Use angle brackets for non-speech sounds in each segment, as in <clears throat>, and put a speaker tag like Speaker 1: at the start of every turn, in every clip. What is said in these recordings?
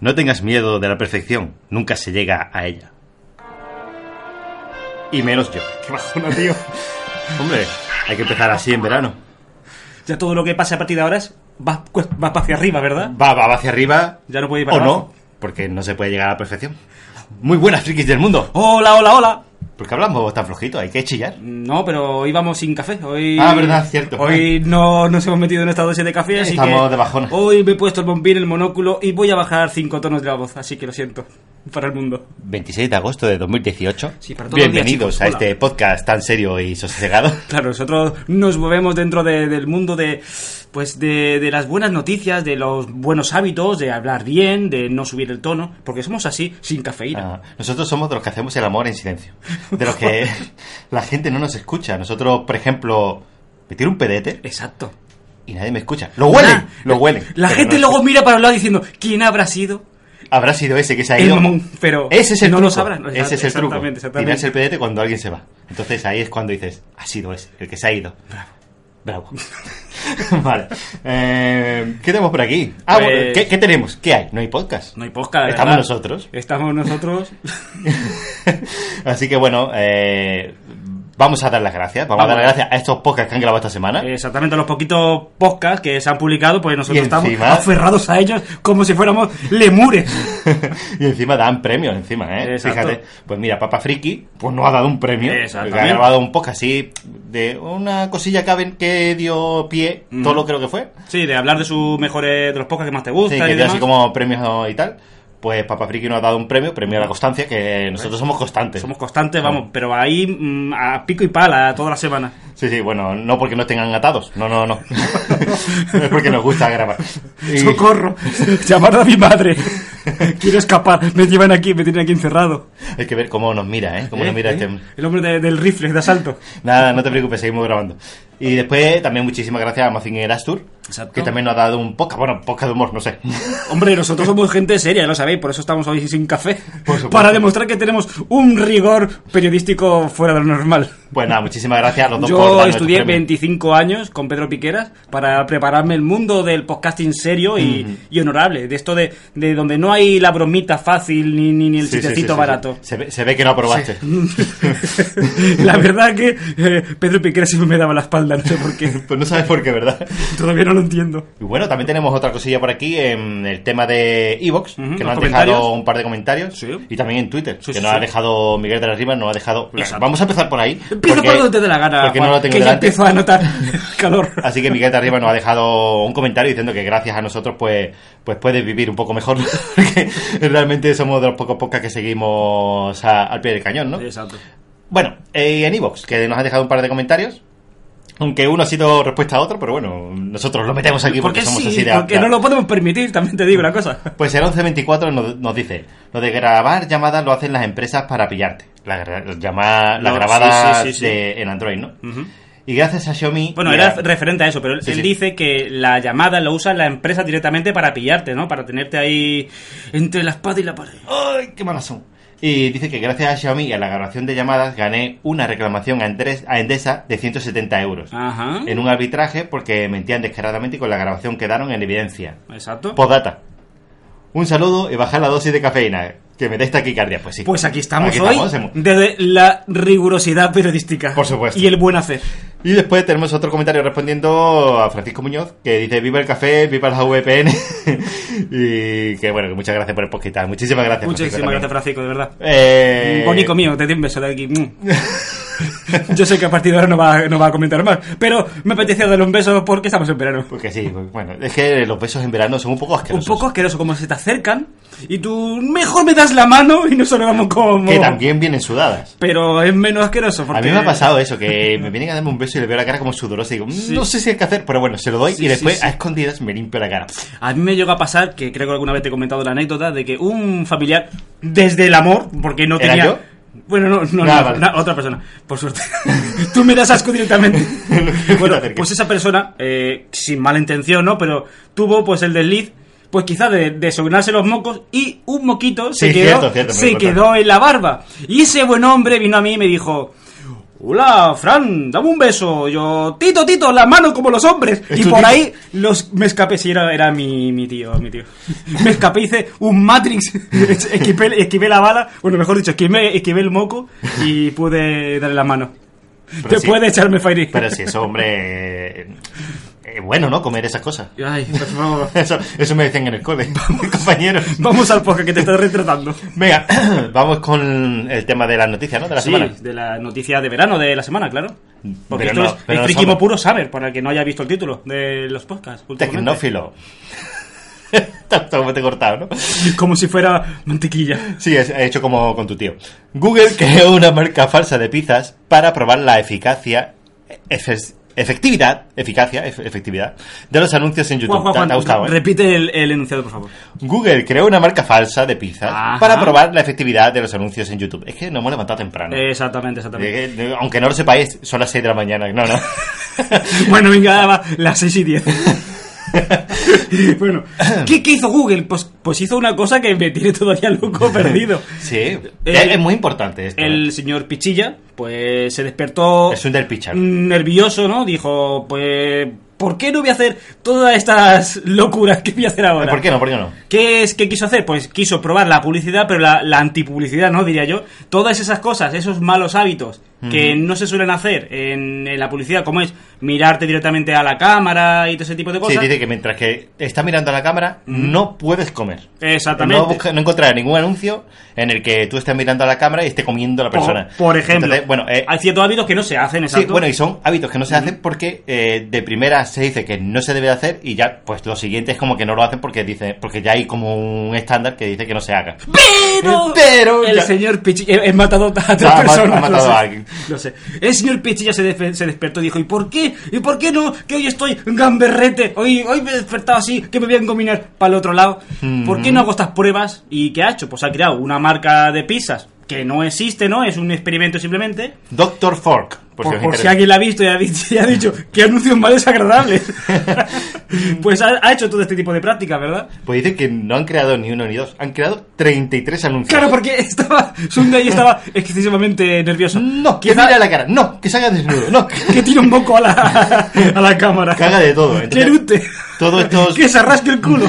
Speaker 1: No tengas miedo de la perfección, nunca se llega a ella. Y menos yo.
Speaker 2: Qué bajona, tío.
Speaker 1: <laughs> Hombre, hay que empezar así en verano.
Speaker 2: Ya todo lo que pase a partir de ahora es va, pues, va hacia arriba, ¿verdad?
Speaker 1: Va, va va hacia arriba
Speaker 2: Ya no puede ir
Speaker 1: o
Speaker 2: para
Speaker 1: no,
Speaker 2: abajo.
Speaker 1: porque no se puede llegar a la perfección. Muy buenas, frikis del mundo.
Speaker 2: Hola, hola, hola.
Speaker 1: ¿Por qué hablamos tan flojito? Hay que chillar.
Speaker 2: No, pero hoy vamos sin café. Hoy,
Speaker 1: Ah, verdad, cierto. <laughs>
Speaker 2: Hoy no nos hemos metido en esta dosis de café, así
Speaker 1: Estamos
Speaker 2: que
Speaker 1: de bajona.
Speaker 2: hoy me he puesto el bombín, el monóculo y voy a bajar cinco tonos de la voz, así que lo siento para el mundo.
Speaker 1: 26 de agosto de 2018.
Speaker 2: Sí, para todos los días,
Speaker 1: Bienvenidos
Speaker 2: chicos.
Speaker 1: a
Speaker 2: Hola.
Speaker 1: este podcast tan serio y sosegado.
Speaker 2: Claro, nosotros nos movemos dentro de- del mundo de, pues de, de las buenas noticias, de los buenos hábitos, de hablar bien, de no subir el tono, porque somos así, sin cafeína.
Speaker 1: Ah, nosotros somos de los que hacemos el amor en silencio. De los
Speaker 2: <laughs>
Speaker 1: que la gente no nos escucha. Nosotros, por ejemplo, me tiro un pedete
Speaker 2: Exacto.
Speaker 1: y nadie me escucha. Lo huelen,
Speaker 2: Ah,
Speaker 1: lo huelen.
Speaker 2: La
Speaker 1: pero
Speaker 2: gente
Speaker 1: no
Speaker 2: luego
Speaker 1: escucha.
Speaker 2: mira para un lado diciendo, ¿quién habrá sido?
Speaker 1: Habrá sido ese que se ha
Speaker 2: El
Speaker 1: ido.
Speaker 2: mamón, pero
Speaker 1: ese es el
Speaker 2: no
Speaker 1: truco.
Speaker 2: lo sabrán.
Speaker 1: Ese es el truco.
Speaker 2: Exactamente, exactamente.
Speaker 1: Tirarse el pedete cuando alguien se va. Entonces ahí es cuando dices, ha sido ese, el que se ha ido. Bravo. <laughs> Bravo. vale. Eh, ¿Qué tenemos por aquí? Ah,
Speaker 2: Pues-
Speaker 1: bueno, ¿qué, qué tenemos? ¿Qué hay? No hay podcast.
Speaker 2: No hay podcast.
Speaker 1: Estamos
Speaker 2: ¿verdad?
Speaker 1: nosotros. <laughs>
Speaker 2: Estamos nosotros.
Speaker 1: Así que bueno, eh, vamos a dar las gracias. Vamos, a dar
Speaker 2: Vamos.
Speaker 1: las gracias a estos podcasts que han grabado esta semana.
Speaker 2: Exactamente, los poquitos podcasts que se han publicado, pues nosotros
Speaker 1: Y
Speaker 2: estamos
Speaker 1: encima-
Speaker 2: aferrados a ellos como si fuéramos
Speaker 1: <laughs>
Speaker 2: lemures.
Speaker 1: y encima dan premios, encima, ¿eh?
Speaker 2: Exacto.
Speaker 1: Fíjate. Pues mira, Papa Friki, pues no ha dado un premio.
Speaker 2: Exactamente.
Speaker 1: porque Ha grabado un podcast así de una cosilla que, haben- que dio pie,
Speaker 2: Ujú.
Speaker 1: todo lo creo que fue.
Speaker 2: Sí, de hablar de sus mejores, de los podcasts que más te gustan
Speaker 1: Sí,
Speaker 2: y
Speaker 1: que dio
Speaker 2: demás.
Speaker 1: así como premios y tal. Pues Papa Friki no ha dado un premio, premio a la constancia, que nosotros somos constantes.
Speaker 2: Somos constantes,
Speaker 1: Ah.
Speaker 2: vamos, pero ahí mm, a pico y pala toda la semana.
Speaker 1: Sí, sí, bueno, no porque nos tengan atados, no, no,
Speaker 2: <laughs>
Speaker 1: no. es porque nos gusta grabar. Y-
Speaker 2: ¡Socorro! <laughs> Llamar a
Speaker 1: <laughs>
Speaker 2: mi madre. Quiero escapar. Me llevan aquí, me tienen aquí encerrado.
Speaker 1: Hay que ver cómo nos mira, ¿eh? Cómo nos
Speaker 2: ¿Eh?
Speaker 1: mira
Speaker 2: ¿Eh?
Speaker 1: este...
Speaker 2: El hombre de- del rifle, de asalto.
Speaker 1: Nada, no te preocupes, seguimos grabando. Y después también muchísimas gracias a Mazinger Astur,
Speaker 2: Exacto.
Speaker 1: que también nos ha dado un podcast, bueno, podcast de humor, no
Speaker 2: <laughs>
Speaker 1: sé.
Speaker 2: Hombre, nosotros somos gente seria, lo sabéis, por eso estamos hoy sin café.
Speaker 1: Por supuesto.
Speaker 2: Para demostrar que tenemos un rigor periodístico fuera de lo normal.
Speaker 1: Pues nada, muchísimas gracias a los dos por
Speaker 2: Yo
Speaker 1: darnos
Speaker 2: estudié
Speaker 1: estos premios.
Speaker 2: 25 años con Pedro Piqueras para prepararme el mundo del podcasting serio y, y honorable, de esto de, de donde no hay la bromita fácil ni, ni, ni el
Speaker 1: Sí, sí, sí,
Speaker 2: chistecito
Speaker 1: sí, sí.
Speaker 2: barato. <laughs>
Speaker 1: Se, ve, se ve que no aprobaste.
Speaker 2: la verdad que eh, Pedro Piqueras siempre me daba la espalda, no sé por qué.
Speaker 1: Pues no sabes por qué, ¿verdad?
Speaker 2: Todavía no lo entiendo.
Speaker 1: Y bueno, también tenemos otra cosilla por aquí en el tema de Evox,
Speaker 2: Ujú,
Speaker 1: que
Speaker 2: los
Speaker 1: nos han
Speaker 2: comentarios.
Speaker 1: dejado un par de comentarios.
Speaker 2: Sí.
Speaker 1: Y también en Twitter,
Speaker 2: Sí,
Speaker 1: que
Speaker 2: sí,
Speaker 1: nos
Speaker 2: sí.
Speaker 1: ha dejado Miguel de la Riva, nos ha dejado...
Speaker 2: Exacto.
Speaker 1: Vamos a empezar por ahí.
Speaker 2: Empieza
Speaker 1: porque-
Speaker 2: por donde te dé la gana,
Speaker 1: Porque
Speaker 2: Juan,
Speaker 1: no lo tengo
Speaker 2: que ya
Speaker 1: delante.
Speaker 2: empiezo
Speaker 1: <laughs>
Speaker 2: a notar calor.
Speaker 1: Así que Miguel de Arriba nos ha dejado un comentario diciendo que gracias a nosotros pues, pues puedes vivir un poco mejor. <laughs> Porque realmente somos de los pocos pocas que seguimos a- al pie del cañón, ¿no?
Speaker 2: Exacto.
Speaker 1: Bueno, eh, en Evox, que nos ha dejado un par de comentarios. Aunque uno ha sido respuesta a otro, pero bueno, nosotros lo metemos aquí porque,
Speaker 2: Porque
Speaker 1: somos
Speaker 2: sí,
Speaker 1: así de...
Speaker 2: porque no lo podemos permitir, también te digo una cosa.
Speaker 1: Pues el 1124 nos, nos dice, lo de grabar llamadas lo hacen las empresas para pillarte. La, gra- llama- la
Speaker 2: No,
Speaker 1: grabada
Speaker 2: sí, sí, sí, sí.
Speaker 1: de- en Android, ¿no? Y gracias a Xiaomi...
Speaker 2: Bueno,
Speaker 1: y
Speaker 2: era
Speaker 1: a-
Speaker 2: referente a eso, pero él
Speaker 1: Sí, sí.
Speaker 2: dice que la llamada la usa la empresa directamente para pillarte, ¿no? Para tenerte ahí entre la espada y la pared.
Speaker 1: ¡Ay, qué malas son! Y dice que gracias a Xiaomi y a la grabación de llamadas gané una reclamación a, Endres- a Endesa de 170 euros.
Speaker 2: Ajá.
Speaker 1: En un arbitraje porque mentían descaradamente y con la grabación quedaron en evidencia.
Speaker 2: Exacto.
Speaker 1: Podata. Un saludo y bajar la dosis de cafeína. Que me dé esta quicardia, pues sí.
Speaker 2: Pues aquí estamos
Speaker 1: Aquí
Speaker 2: hoy
Speaker 1: hemos-
Speaker 2: desde la rigurosidad periodística.
Speaker 1: Por supuesto.
Speaker 2: Y el buen hacer.
Speaker 1: Y después tenemos otro comentario respondiendo a Francisco Muñoz, que dice, viva el café, viva la VPN. <laughs> y que bueno, que muchas gracias por el podcast. Muchísimas gracias.
Speaker 2: Muchísimas gracias, Francisco, de verdad.
Speaker 1: Eh...
Speaker 2: Bonico mío, te doy un beso de aquí. mm. <laughs> Yo sé que a partir de ahora no va, no va a comentar más, pero me apetecía darle un beso porque estamos en verano.
Speaker 1: Porque sí, pues, bueno, es que los besos en verano son un poco
Speaker 2: Un
Speaker 1: asquerosos.
Speaker 2: poco asqueroso, como se te acercan y tú mejor me das la mano y nosotros vamos como...
Speaker 1: Que también vienen sudadas.
Speaker 2: Pero es menos asqueroso. Porque...
Speaker 1: A mí me ha pasado eso, que me vienen a darme un beso y le veo la cara como sudorosa y digo, "Mm, no sé si hay que hacer, pero bueno, se lo doy
Speaker 2: Sí,
Speaker 1: y después
Speaker 2: sí, sí.
Speaker 1: a escondidas me limpio la cara.
Speaker 2: A mí me llegó a pasar, que creo que alguna vez te he comentado la anécdota, de que un familiar, desde el amor, porque no
Speaker 1: ¿Era
Speaker 2: tenía...
Speaker 1: yo?
Speaker 2: Bueno, no, no,
Speaker 1: Ah,
Speaker 2: no,
Speaker 1: vale.
Speaker 2: na- otra persona, por suerte. <laughs> Tú me das
Speaker 1: <laughs>
Speaker 2: asco directamente.
Speaker 1: que
Speaker 2: <laughs> bueno,
Speaker 1: te acerques.
Speaker 2: pues esa persona, eh, sin mala intención, ¿no? Pero tuvo pues el desliz, pues quizá de, de sobrarse los mocos y un moquito se
Speaker 1: Sí,
Speaker 2: quedó,
Speaker 1: cierto, cierto, me
Speaker 2: se
Speaker 1: lo contaste.
Speaker 2: quedó en la barba. Y ese buen hombre vino a mí y me dijo... Hola, Fran, dame un beso. Yo, Tito, Tito, la mano como los hombres.
Speaker 1: ¿Es
Speaker 2: Y
Speaker 1: tu
Speaker 2: por
Speaker 1: tío?
Speaker 2: ahí los, me escapé. Si era, era mi, mi tío, mi tío. Me escapé, hice un Matrix. <laughs> esquivé, esquivé la bala. Bueno, mejor dicho, esquivé, esquivé el moco y pude darle la mano.
Speaker 1: Pero
Speaker 2: Te
Speaker 1: sí.
Speaker 2: puede echarme Fairy.
Speaker 1: Pero si eso, hombre. eh, eh, bueno, ¿no? Comer esas cosas.
Speaker 2: Ay, por favor.
Speaker 1: Eso, eso me decían en el cole, <laughs> compañeros.
Speaker 2: Vamos al podcast que te estás retratando.
Speaker 1: Venga, <coughs> vamos con el tema de las noticias, ¿no? De la
Speaker 2: sí,
Speaker 1: semana.
Speaker 2: de la noticia de verano de la semana, claro. Porque
Speaker 1: Pero
Speaker 2: esto
Speaker 1: no,
Speaker 2: es
Speaker 1: pero
Speaker 2: el
Speaker 1: no
Speaker 2: friki
Speaker 1: somos-
Speaker 2: puro saber, para el que no haya visto el título de los podcasts. últimamente.
Speaker 1: Tecnófilo. <laughs> Tanto como te he cortado, ¿no?
Speaker 2: Como si fuera mantequilla.
Speaker 1: Sí, es he hecho como con tu tío. Google creó una marca falsa de pizzas para probar la eficacia, efe- efectividad, eficacia, efe- efectividad de los anuncios en YouTube.
Speaker 2: Juan, Juan,
Speaker 1: ¿Te-
Speaker 2: Juan,
Speaker 1: ¿Te ha gustado? eh?
Speaker 2: repite el, el enunciado, por favor.
Speaker 1: Google creó una marca falsa de pizzas
Speaker 2: Ajá.
Speaker 1: para probar la efectividad de los anuncios en YouTube. Es que nos hemos levantado temprano.
Speaker 2: Eh, Exactamente, exactamente.
Speaker 1: Eh, eh, Aunque no lo sepáis, son las 6 de la mañana. No,
Speaker 2: <laughs>
Speaker 1: no.
Speaker 2: Bueno, venga, va, las 6
Speaker 1: <laughs>
Speaker 2: y 10. bueno, ¿qué, qué hizo Google? Pues, pues hizo una cosa que me tiene
Speaker 1: <laughs>
Speaker 2: todavía loco perdido.
Speaker 1: Sí, es- es muy importante esto.
Speaker 2: Eh,
Speaker 1: ¿eh?
Speaker 2: El señor Pichilla, pues se despertó
Speaker 1: Es un del pichar.
Speaker 2: Mm, nervioso, ¿no? Dijo, pues, ¿por qué no voy a hacer todas estas locuras que voy a hacer ahora?
Speaker 1: ¿Por qué no? ¿Por qué no?
Speaker 2: ¿Qué, es, ¿Qué quiso hacer? Pues quiso probar la publicidad, pero la, la antipublicidad, ¿no? Diría yo. Todas esas cosas, esos malos hábitos que no se suelen hacer en, en la publicidad, como es mirarte directamente a la cámara y todo ese tipo de
Speaker 1: Sí,
Speaker 2: cosas.
Speaker 1: dice que mientras que estás mirando a la cámara,
Speaker 2: Mm.
Speaker 1: no puedes comer.
Speaker 2: Exactamente.
Speaker 1: No, busca- no encontrarás ningún anuncio en el que tú estés mirando a la cámara y esté comiendo a la
Speaker 2: Por-
Speaker 1: persona.
Speaker 2: Por, ejemplo,
Speaker 1: Entonces, bueno, eh,
Speaker 2: hay ciertos hábitos que no se hacen,
Speaker 1: sí,
Speaker 2: exacto.
Speaker 1: bueno, y son hábitos que no se hacen porque eh, de primera se dice que no se debe de hacer y ya, pues lo siguiente es como que no lo hacen porque dice, porque ya hay como un estándar que dice que no se haga.
Speaker 2: Pero,
Speaker 1: Pero
Speaker 2: el
Speaker 1: ya-
Speaker 2: señor Pichilla. He, he matado a tres
Speaker 1: Ah, ha ma- ha
Speaker 2: personas.
Speaker 1: matado
Speaker 2: lo sé.
Speaker 1: a alguien.
Speaker 2: Lo sé. El señor Pichilla se, despe- se despertó y dijo: ¿Y por qué? ¿Y por qué no? Que hoy estoy gamberrete. Hoy, hoy me he despertado así, que me voy a engominar para el otro lado.
Speaker 1: Hmm.
Speaker 2: ¿Por qué no hago estas pruebas? ¿Y qué ha hecho? Pues ha creado una marca de pizzas que no existe, ¿no? Es un experimento simplemente.
Speaker 1: Doctor Fork, por,
Speaker 2: Por,
Speaker 1: si os
Speaker 2: por si
Speaker 1: interesa.
Speaker 2: alguien la ha visto y ha, dicho, y
Speaker 1: <laughs>
Speaker 2: ha dicho, qué anuncios más desagradables. pues ha, ha hecho todo este tipo de prácticas, ¿verdad?
Speaker 1: Pues dice que no han creado ni uno ni dos, han creado 33 anuncios.
Speaker 2: Claro, porque estaba. Sunday estaba excesivamente nervioso.
Speaker 1: No, que
Speaker 2: Quizá-
Speaker 1: mira la cara, no, que salga desnudo, no.
Speaker 2: que tire un poco a la, a la cámara.
Speaker 1: Caga de
Speaker 2: <laughs>
Speaker 1: todo.
Speaker 2: Que
Speaker 1: entonces-
Speaker 2: erute.
Speaker 1: Todo esto-
Speaker 2: <laughs> Que se arrasque el culo.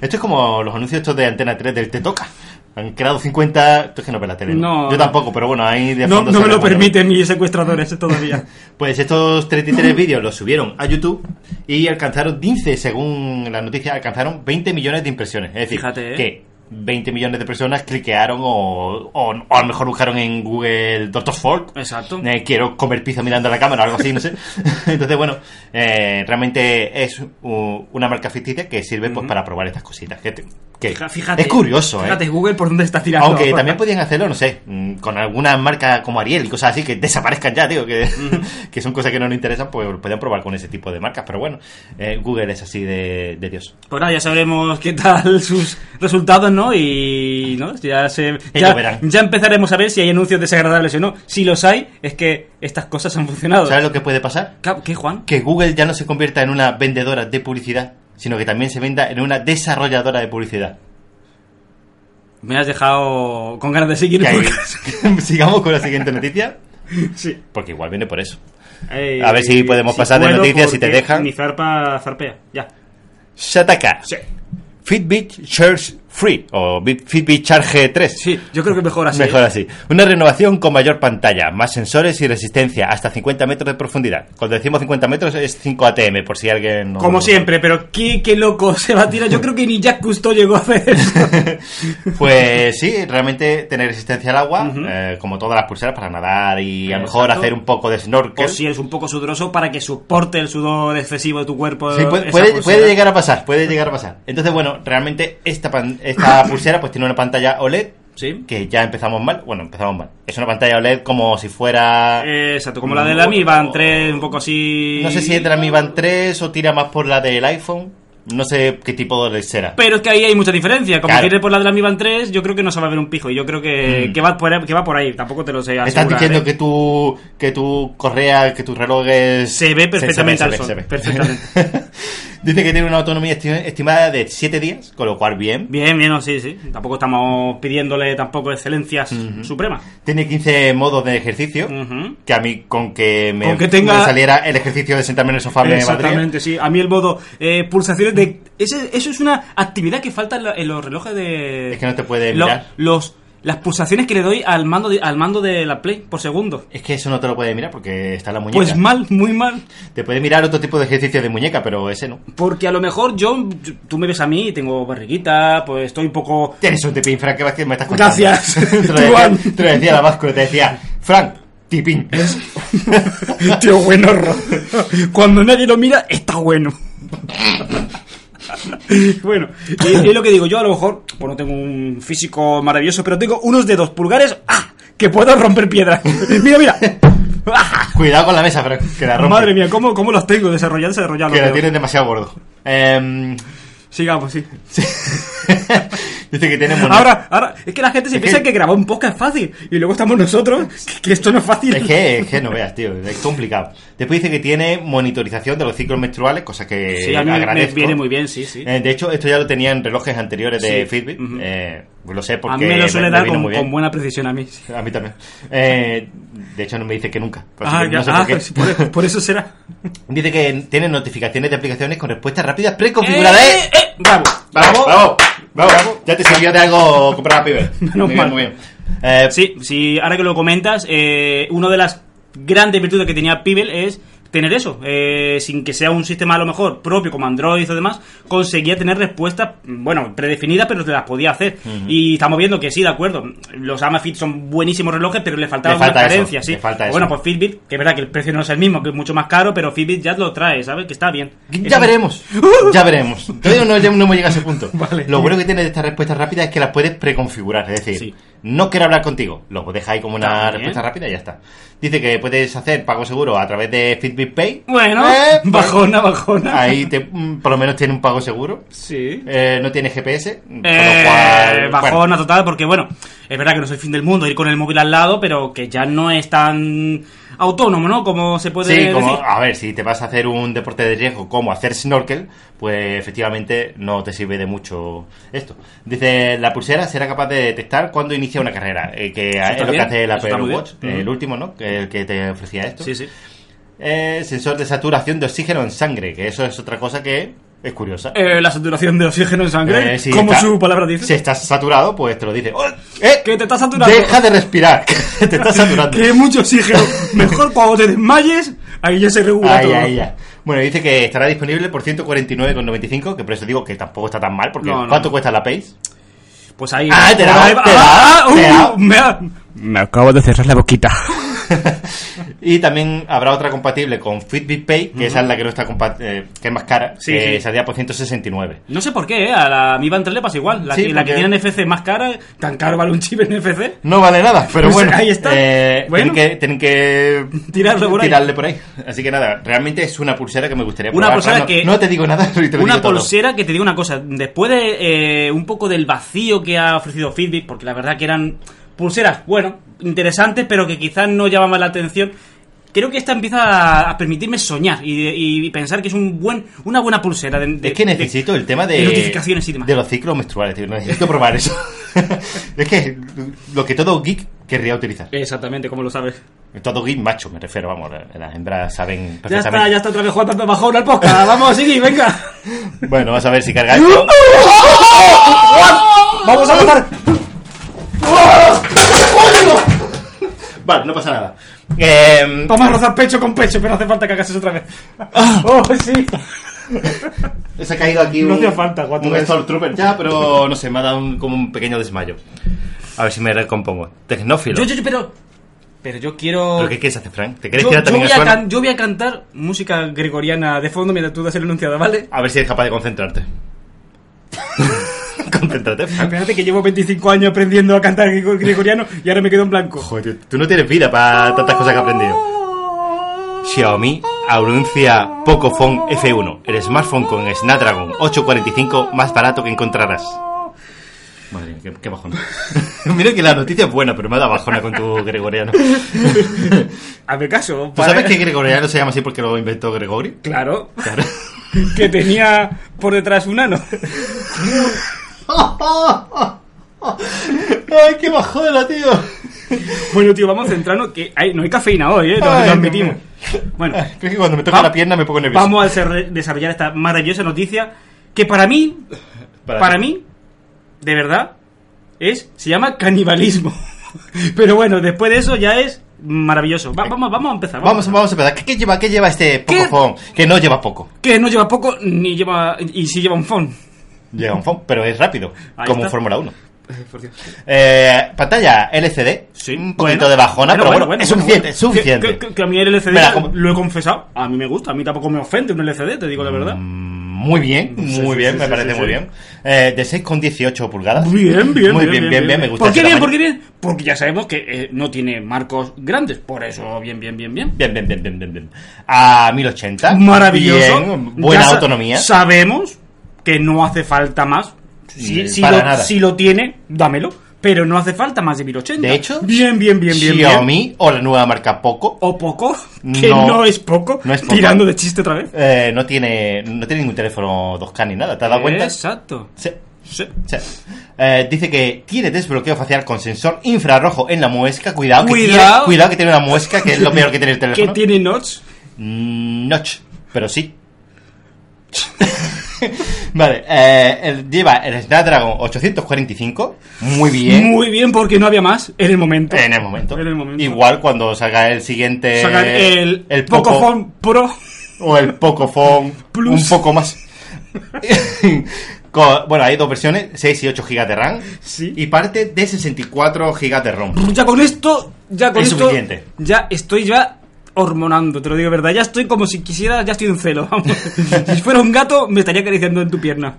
Speaker 1: Esto es como los anuncios estos de Antena 3 del Te Toca. Han creado 50... Tú es que no ves la tele. ¿no?
Speaker 2: No.
Speaker 1: Yo tampoco, pero bueno, ahí <laughs> de
Speaker 2: No,
Speaker 1: fondo
Speaker 2: no
Speaker 1: se
Speaker 2: me lo
Speaker 1: pone.
Speaker 2: permiten mis secuestradores todavía.
Speaker 1: Pues estos 33
Speaker 2: <laughs>
Speaker 1: vídeos los subieron a YouTube y alcanzaron 15, según la noticia, alcanzaron 20 millones de impresiones. Es decir,
Speaker 2: Fíjate, ¿eh?
Speaker 1: que 20 millones de personas cliquearon o, o, o a lo mejor buscaron en Google Doctor Folk.
Speaker 2: Exacto.
Speaker 1: Eh, quiero comer pizza mirando a la cámara o algo así, no sé. <laughs> Entonces, bueno, eh, realmente es u- una marca ficticia que sirve pues para probar estas cositas. Que, te- que
Speaker 2: Fija- Fíjate.
Speaker 1: es curioso, ¿eh?
Speaker 2: Fíjate, pues. Google, por dónde está tirando.
Speaker 1: Aunque también podían hacerlo, no sé, mm, con alguna marca como Ariel y cosas así que desaparezcan ya, digo, que, <laughs> que son cosas que no nos interesan, pues lo podían probar con ese tipo de marcas. Pero bueno, eh, Google es así de, de Dios.
Speaker 2: Pues nada, ya sabremos qué tal sus resultados, ¿no? Y ¿no? ya se
Speaker 1: Ellos
Speaker 2: ya,
Speaker 1: verán.
Speaker 2: ya empezaremos a ver si hay anuncios desagradables o no. Si los hay, es que estas cosas han funcionado.
Speaker 1: ¿Sabes lo que puede pasar?
Speaker 2: Ca- ¿Qué, Juan?
Speaker 1: Que Google ya no se convierta en una vendedora de publicidad, sino que también se venda en una desarrolladora de publicidad.
Speaker 2: Me has dejado con ganas
Speaker 1: <laughs>
Speaker 2: de seguir.
Speaker 1: Que ahí-
Speaker 2: porque- <laughs>
Speaker 1: sigamos con la siguiente noticia,
Speaker 2: Sí.
Speaker 1: porque igual viene por eso.
Speaker 2: Eh,
Speaker 1: A ver si podemos pasar de
Speaker 2: puedo,
Speaker 1: noticias, si te
Speaker 2: porque
Speaker 1: dejan.
Speaker 2: Mi zarpa zarpea, ya.
Speaker 1: Shataka. Fitbit Charge Free o Bit- Fitbit Charge 3.
Speaker 2: Sí, yo creo que mejor así. ¿eh?
Speaker 1: Mejor así. Una renovación con mayor pantalla, más sensores y resistencia, hasta 50 metros de profundidad. Cuando decimos 50 metros es 5 ATM, por si alguien... no-
Speaker 2: Como siempre, pero qué, qué loco se va a tirar. Yo creo que ni Jack Cousteau llegó a
Speaker 1: <laughs>
Speaker 2: hacer eso.
Speaker 1: Pues sí, realmente tener resistencia al agua, eh, como todas las pulseras para nadar y a lo mejor
Speaker 2: Exacto.
Speaker 1: hacer un poco de
Speaker 2: o
Speaker 1: snorkel.
Speaker 2: si eres un poco sudoroso para que soporte el sudor excesivo de tu cuerpo.
Speaker 1: Sí, puede,
Speaker 2: esa
Speaker 1: puede-
Speaker 2: pulsera.
Speaker 1: puede llegar a pasar, puede llegar a pasar. Entonces, bueno, realmente esta, pan-
Speaker 2: <laughs>
Speaker 1: esta pulsera pues tiene una pantalla OLED
Speaker 2: Sí.
Speaker 1: que ya empezamos mal. Bueno, empezamos mal. Es una pantalla OLED como si fuera...
Speaker 2: Eh, Exacto, como la de la Mi Band 3, un poco así.
Speaker 1: No sé si es de la Mi Band 3 o tira más por la del iPhone. No sé qué tipo de será.
Speaker 2: Pero es que ahí hay mucha diferencia. Como
Speaker 1: Claro. Mm.
Speaker 2: quiere por la de la Mi Band 3, yo creo que no se va a ver un pijo. Y yo creo que, que, va, por ahí, que va por ahí. Tampoco te lo sé.
Speaker 1: Estás
Speaker 2: asegurar,
Speaker 1: diciendo
Speaker 2: ¿eh?
Speaker 1: que tu, que tu correa, que tus relojes...
Speaker 2: Se ve perfectamente
Speaker 1: se
Speaker 2: al
Speaker 1: ve,
Speaker 2: sol.
Speaker 1: se ve.
Speaker 2: Perfectamente.
Speaker 1: <laughs> Dice que tiene una autonomía esti- estimada de 7 días, con lo cual bien.
Speaker 2: Bien, bien, no, sí, sí. Tampoco estamos pidiéndole tampoco excelencias supremas.
Speaker 1: Tiene 15 modos de ejercicio.
Speaker 2: Ujú.
Speaker 1: Que a mí, con que me,
Speaker 2: Con que tenga-
Speaker 1: me saliera el ejercicio de sentarme en el sofá, me valdría.
Speaker 2: Exactamente, sí. A mí el modo eh, pulsaciones de... ese- eso es una actividad que falta en, la- en los relojes de...
Speaker 1: Es que no te puede
Speaker 2: Lo-
Speaker 1: mirar.
Speaker 2: los, las pulsaciones que le doy al mando, de- al mando de la Play por segundo.
Speaker 1: Es que eso no te lo puede mirar porque está la muñeca.
Speaker 2: Pues mal, muy mal.
Speaker 1: Te puede mirar otro tipo de ejercicio de muñeca, pero ese no.
Speaker 2: Porque a lo mejor yo, yo- tú me ves a mí, tengo barriguita, pues estoy un poco...
Speaker 1: Tienes un tipín, Frank, que vas- que me estás contando. <laughs>
Speaker 2: Gracias.
Speaker 1: te, lo
Speaker 2: Juan.
Speaker 1: decía, te lo decía la báscula, te decía, Frank, tipín.
Speaker 2: Tío, bueno. Cuando nadie lo mira, está bueno. bueno, y, y es lo que digo, yo a lo mejor, pues no tengo un físico maravilloso, pero tengo unos dedos pulgares ¡ah! que puedo romper piedras. mira, mira. ¡Ah!
Speaker 1: Cuidado con la mesa, Frank, que la rompe.
Speaker 2: Madre mía, ¿cómo, ¿cómo los tengo desarrollados? desarrollados
Speaker 1: Que la
Speaker 2: pero-
Speaker 1: tienen demasiado gordo. Em, <laughs>
Speaker 2: Sigamos, sí.
Speaker 1: dice que tiene mono-
Speaker 2: Ahora, ahora, es que la gente se
Speaker 1: Es
Speaker 2: piensa
Speaker 1: que-
Speaker 2: que grabar un podcast es fácil y luego estamos nosotros, que, que esto no es fácil.
Speaker 1: Es que, es que no veas, tío, es complicado. Después dice que tiene monitorización de los ciclos menstruales, cosa que
Speaker 2: Sí, a mí me-
Speaker 1: eh, agradezco.
Speaker 2: me viene muy bien, sí, sí.
Speaker 1: Eh, de hecho, esto ya lo tenía en relojes anteriores de
Speaker 2: Sí,
Speaker 1: Fitbit.
Speaker 2: ujú.
Speaker 1: eh, lo sé porque
Speaker 2: a mí me lo suele
Speaker 1: me
Speaker 2: dar
Speaker 1: vino
Speaker 2: con,
Speaker 1: muy bien.
Speaker 2: con buena precisión a mí.
Speaker 1: A mí también. Eh, de hecho, no me dice que nunca. así
Speaker 2: Ah,
Speaker 1: que
Speaker 2: ya,
Speaker 1: Pues no sé
Speaker 2: ah,
Speaker 1: por
Speaker 2: <laughs>
Speaker 1: qué.
Speaker 2: por, por
Speaker 1: <laughs>
Speaker 2: eso será.
Speaker 1: Dice que tiene notificaciones de aplicaciones con respuestas rápidas preconfiguradas.
Speaker 2: ¡Eh, eh, eh! ¡Bravo!
Speaker 1: Vamos, vamos, vamos, Ya te sirvió de algo comprar la pibe.
Speaker 2: <laughs> Menos
Speaker 1: muy bien,
Speaker 2: mal.
Speaker 1: muy bien. Eh,
Speaker 2: Sí, sí, ahora que lo comentas, eh, una de las grandes virtudes que tenía Pibel es tener eso, eh, sin que sea un sistema a lo mejor propio como Android o demás, conseguía tener respuestas, mm, bueno, predefinidas, pero te las podía hacer. Y estamos viendo que sí, de acuerdo, los Amafit son buenísimos relojes, pero le faltaba
Speaker 1: Le
Speaker 2: una
Speaker 1: falta eso,
Speaker 2: carencia, sí.
Speaker 1: le falta eso.
Speaker 2: Bueno, pues Fitbit, que es verdad que el precio no es el mismo, que es mucho más caro, pero Fitbit ya lo trae, ¿sabes? Que está bien.
Speaker 1: Ya
Speaker 2: Es- <laughs>
Speaker 1: veremos, ya veremos. Todavía no, ya no hemos llegado a ese punto.
Speaker 2: Vale.
Speaker 1: Lo bueno que tiene de estas respuestas rápidas es que las puedes preconfigurar. Es decir,
Speaker 2: Sí.
Speaker 1: no quiero hablar contigo. Lo dejas ahí como una
Speaker 2: También.
Speaker 1: respuesta rápida y ya está. Dice que puedes hacer pago seguro a través de Fitbit Pay.
Speaker 2: Bueno, <laughs>
Speaker 1: Eh, pues,
Speaker 2: bajona, bajona.
Speaker 1: Ahí te, mm, por lo menos tiene un pago seguro.
Speaker 2: Sí.
Speaker 1: Eh, no tiene GPS. con lo
Speaker 2: Eh,
Speaker 1: cual,
Speaker 2: bajona
Speaker 1: bueno,
Speaker 2: total, porque bueno, es verdad que no es el fin del mundo ir con el móvil al lado, pero que ya no es tan autónomo, ¿no? Como se puede
Speaker 1: sí, como,
Speaker 2: decir.
Speaker 1: a ver, si te vas a hacer un deporte de riesgo como hacer snorkel, pues efectivamente no te sirve de mucho esto. Dice, la pulsera será capaz de detectar cuando inicia una carrera, eh, que es lo que
Speaker 2: bien,
Speaker 1: hace el
Speaker 2: eso está
Speaker 1: Apple
Speaker 2: muy bien.
Speaker 1: Watch, eh,
Speaker 2: Ujú.
Speaker 1: el último, ¿no? Que- El que te ofrecía esto.
Speaker 2: Sí, sí.
Speaker 1: Eh, sensor de saturación de oxígeno en sangre, que eso es otra cosa que es curiosa.
Speaker 2: Eh, la saturación de oxígeno en sangre,
Speaker 1: Eh, si
Speaker 2: como
Speaker 1: está-
Speaker 2: su palabra dice.
Speaker 1: Si estás saturado, pues te lo dice. ¡Oh! ¡Eh!
Speaker 2: Que te estás saturando.
Speaker 1: Deja de respirar, <laughs> que te estás saturando.
Speaker 2: <laughs> Que mucho oxígeno. Mejor cuando te desmayes, ahí ya se regula
Speaker 1: Ay,
Speaker 2: todo.
Speaker 1: ay, ay. Bueno, dice que estará disponible por 149,95, que por eso digo que tampoco está tan mal, porque
Speaker 2: No, no.
Speaker 1: ¿cuánto cuesta la Pace?
Speaker 2: Pues ahí.
Speaker 1: Ah, te da,
Speaker 2: ahí va-
Speaker 1: te da,
Speaker 2: ah,
Speaker 1: te
Speaker 2: uh,
Speaker 1: da.
Speaker 2: me ha- me acabo de cerrar la boquita.
Speaker 1: y también habrá otra compatible con Fitbit Pay, que esa es la que no está compa- eh, que es más cara,
Speaker 2: Sí,
Speaker 1: que
Speaker 2: sí.
Speaker 1: saldría por 169.
Speaker 2: No sé por qué, ¿eh? a la Mi Band 3 le pasa igual. La,
Speaker 1: Sí,
Speaker 2: que, la que
Speaker 1: porque-
Speaker 2: tiene NFC más cara, tan caro vale un chip NFC.
Speaker 1: No vale nada, pero
Speaker 2: Pues
Speaker 1: bueno,
Speaker 2: ahí está.
Speaker 1: eh,
Speaker 2: Bueno.
Speaker 1: tienen que, tienen que
Speaker 2: <laughs> Tirarlo por ahí.
Speaker 1: tirarle por ahí. Así que nada, realmente es una pulsera que me gustaría
Speaker 2: Una
Speaker 1: probar.
Speaker 2: pulsera
Speaker 1: Fran, no-
Speaker 2: que-
Speaker 1: no, te digo nada, <laughs> pero te lo
Speaker 2: Una
Speaker 1: digo todo.
Speaker 2: pulsera que te digo una cosa, después de eh, un poco del vacío que ha ofrecido Fitbit, porque la verdad que eran pulseras, bueno, interesantes, pero que quizás no llamaban la atención. Creo que esta empieza a- a permitirme soñar y, y pensar que es un buen, una buena pulsera. De, de-
Speaker 1: Es que
Speaker 2: de-
Speaker 1: necesito el tema de,
Speaker 2: de notificaciones y demás.
Speaker 1: de los ciclos menstruales, tío. Necesito probar eso.
Speaker 2: <laughs>
Speaker 1: es que es lo que todo geek querría utilizar.
Speaker 2: Exactamente, como lo sabes.
Speaker 1: Todo geek macho, me refiero, vamos. Las hembras saben
Speaker 2: Ya está,
Speaker 1: perfectamente.
Speaker 2: ya está otra vez Juan dando bajón
Speaker 1: <laughs>
Speaker 2: al podcast. Vamos, Iggy, venga.
Speaker 1: Bueno, vamos a ver si carga esto.
Speaker 2: Vamos a votar.
Speaker 1: Vale, no pasa nada. Eh,
Speaker 2: Vamos a rozar pecho con pecho, pero no hace falta que hagas eso otra vez.
Speaker 1: Ah.
Speaker 2: Oh, sí.
Speaker 1: se ha caído aquí
Speaker 2: No
Speaker 1: un,
Speaker 2: hacía falta, cuatro
Speaker 1: un
Speaker 2: veces.
Speaker 1: Stormtrooper ya, pero no sé, me ha dado un- como un pequeño desmayo. A ver si me recompongo. Tecnófilo.
Speaker 2: Yo, yo, yo, pero. Pero yo quiero.
Speaker 1: ¿Pero qué quieres hacer, Frank? ¿Te quieres
Speaker 2: yo,
Speaker 1: tirar
Speaker 2: yo
Speaker 1: también
Speaker 2: voy
Speaker 1: al
Speaker 2: a
Speaker 1: suelo?
Speaker 2: can- yo voy a cantar música gregoriana de fondo mientras tú das el enunciado, ¿vale?
Speaker 1: A ver si eres capaz de concentrarte. <laughs> Concéntrate, Frank.
Speaker 2: Espérate que llevo 25 años aprendiendo a cantar grego- gregoriano y ahora me quedo en blanco.
Speaker 1: Joder, tío, tú no tienes vida para tantas cosas que he aprendido.
Speaker 2: Oh.
Speaker 1: Xiaomi anuncia Pocophone F1, el smartphone con Snapdragon 845 más barato que encontrarás. Madre mía, qué, qué bajón. <laughs> Mira que la noticia es buena, pero me da bajona con tu gregoriano. ¿Tú
Speaker 2: Hazme caso.
Speaker 1: sabes
Speaker 2: para-
Speaker 1: que gregoriano se llama así porque lo inventó Gregori? <laughs>
Speaker 2: Claro. <laughs> que tenía por detrás un ano. <laughs>
Speaker 1: ¡Ay, qué bajona, tío!
Speaker 2: Bueno, tío, vamos centrarnos que hay- no hay cafeína hoy, ¿eh? Lo,
Speaker 1: Ay,
Speaker 2: lo admitimos.
Speaker 1: Dios mío.
Speaker 2: Bueno,
Speaker 1: Es que cuando me toca
Speaker 2: Va-
Speaker 1: la pierna me pongo nervioso.
Speaker 2: vamos a desarroll- desarrollar esta maravillosa noticia que para mí, para,
Speaker 1: ti.
Speaker 2: mí, de verdad, es se llama canibalismo. <laughs> Pero bueno, después de eso ya es maravilloso. Va- vamos, vamos a empezar.
Speaker 1: Vamos, vamos a empezar. ¿Qué, qué lleva, qué lleva este
Speaker 2: ¿Qué?
Speaker 1: Pocofon? Que no lleva poco.
Speaker 2: Que no lleva poco ni lleva y sí lleva un phone.
Speaker 1: <laughs> Lleva un phone, pero es rápido.
Speaker 2: Ahí
Speaker 1: como
Speaker 2: está.
Speaker 1: un Fórmula 1.
Speaker 2: Por Dios.
Speaker 1: Eh, pantalla LCD. Un poquito de bajona, pero bueno, es suficiente. es suficiente.
Speaker 2: Que, que- que a mí el LCD
Speaker 1: Mira,
Speaker 2: ya
Speaker 1: como-
Speaker 2: lo he confesado. A mí me gusta, a mí tampoco me ofende un LCD, te digo
Speaker 1: Mm.
Speaker 2: la verdad.
Speaker 1: Muy bien, muy
Speaker 2: Sí, sí,
Speaker 1: bien,
Speaker 2: sí,
Speaker 1: me
Speaker 2: sí,
Speaker 1: parece
Speaker 2: sí,
Speaker 1: muy
Speaker 2: sí.
Speaker 1: bien. Eh, de 6,18 pulgadas.
Speaker 2: Bien, bien,
Speaker 1: Muy bien, bien, bien, me gusta.
Speaker 2: ¿Por qué
Speaker 1: ese
Speaker 2: bien?
Speaker 1: tamaño.
Speaker 2: ¿Por qué bien? Porque ya sabemos que eh, no tiene marcos grandes, por eso bien, bien, bien, bien.
Speaker 1: Bien, bien, bien, bien, bien, bien. A 1080.
Speaker 2: <laughs> Maravilloso.
Speaker 1: Bien, buena
Speaker 2: Ya sa-
Speaker 1: autonomía.
Speaker 2: Sabemos que no hace falta más. Si,
Speaker 1: Mm,
Speaker 2: si
Speaker 1: para
Speaker 2: lo,
Speaker 1: nada.
Speaker 2: si lo tiene, dámelo. Pero no hace falta más de 1080.
Speaker 1: De hecho,
Speaker 2: bien, bien, bien, bien. bien.
Speaker 1: Xiaomi o la nueva marca Poco
Speaker 2: O
Speaker 1: <laughs>
Speaker 2: poco, que
Speaker 1: No.
Speaker 2: no, es poco.
Speaker 1: No es poco.
Speaker 2: Tirando de chiste otra vez.
Speaker 1: eh, no tiene no tiene ningún teléfono 2K ni nada. ¿Te has dado cuenta?
Speaker 2: Exacto.
Speaker 1: Sí,
Speaker 2: Sí.
Speaker 1: sí. Eh, dice que tiene desbloqueo facial con sensor infrarrojo en la muesca. Cuidado, que
Speaker 2: Cuidado.
Speaker 1: tiene, cuidado que tiene una muesca, que es lo peor que tiene el
Speaker 2: <laughs> Que
Speaker 1: teléfono.
Speaker 2: tiene notch.
Speaker 1: Mm, Notch, pero
Speaker 2: <laughs>
Speaker 1: sí. vale, eh, él lleva el Snapdragon 845, muy bien.
Speaker 2: Muy bien, porque no había más en el momento.
Speaker 1: En el momento.
Speaker 2: En el momento.
Speaker 1: Igual cuando salga el siguiente.
Speaker 2: Sacan el,
Speaker 1: el Poco-
Speaker 2: Pocophone Pro.
Speaker 1: O el Pocophone.
Speaker 2: Plus.
Speaker 1: Un poco más. <laughs> Con- bueno, hay dos versiones: 6 y 8 GB de RAM.
Speaker 2: Sí.
Speaker 1: Y parte de 64 GB de ROM.
Speaker 2: Pues Ya con esto, ya con
Speaker 1: Es
Speaker 2: esto,
Speaker 1: suficiente.
Speaker 2: ya estoy ya hormonando, te lo digo de verdad. Ya estoy como si quisiera, ya estoy en celo.
Speaker 1: <laughs>
Speaker 2: vamos. si fuera un gato, me estaría acariciando en tu pierna.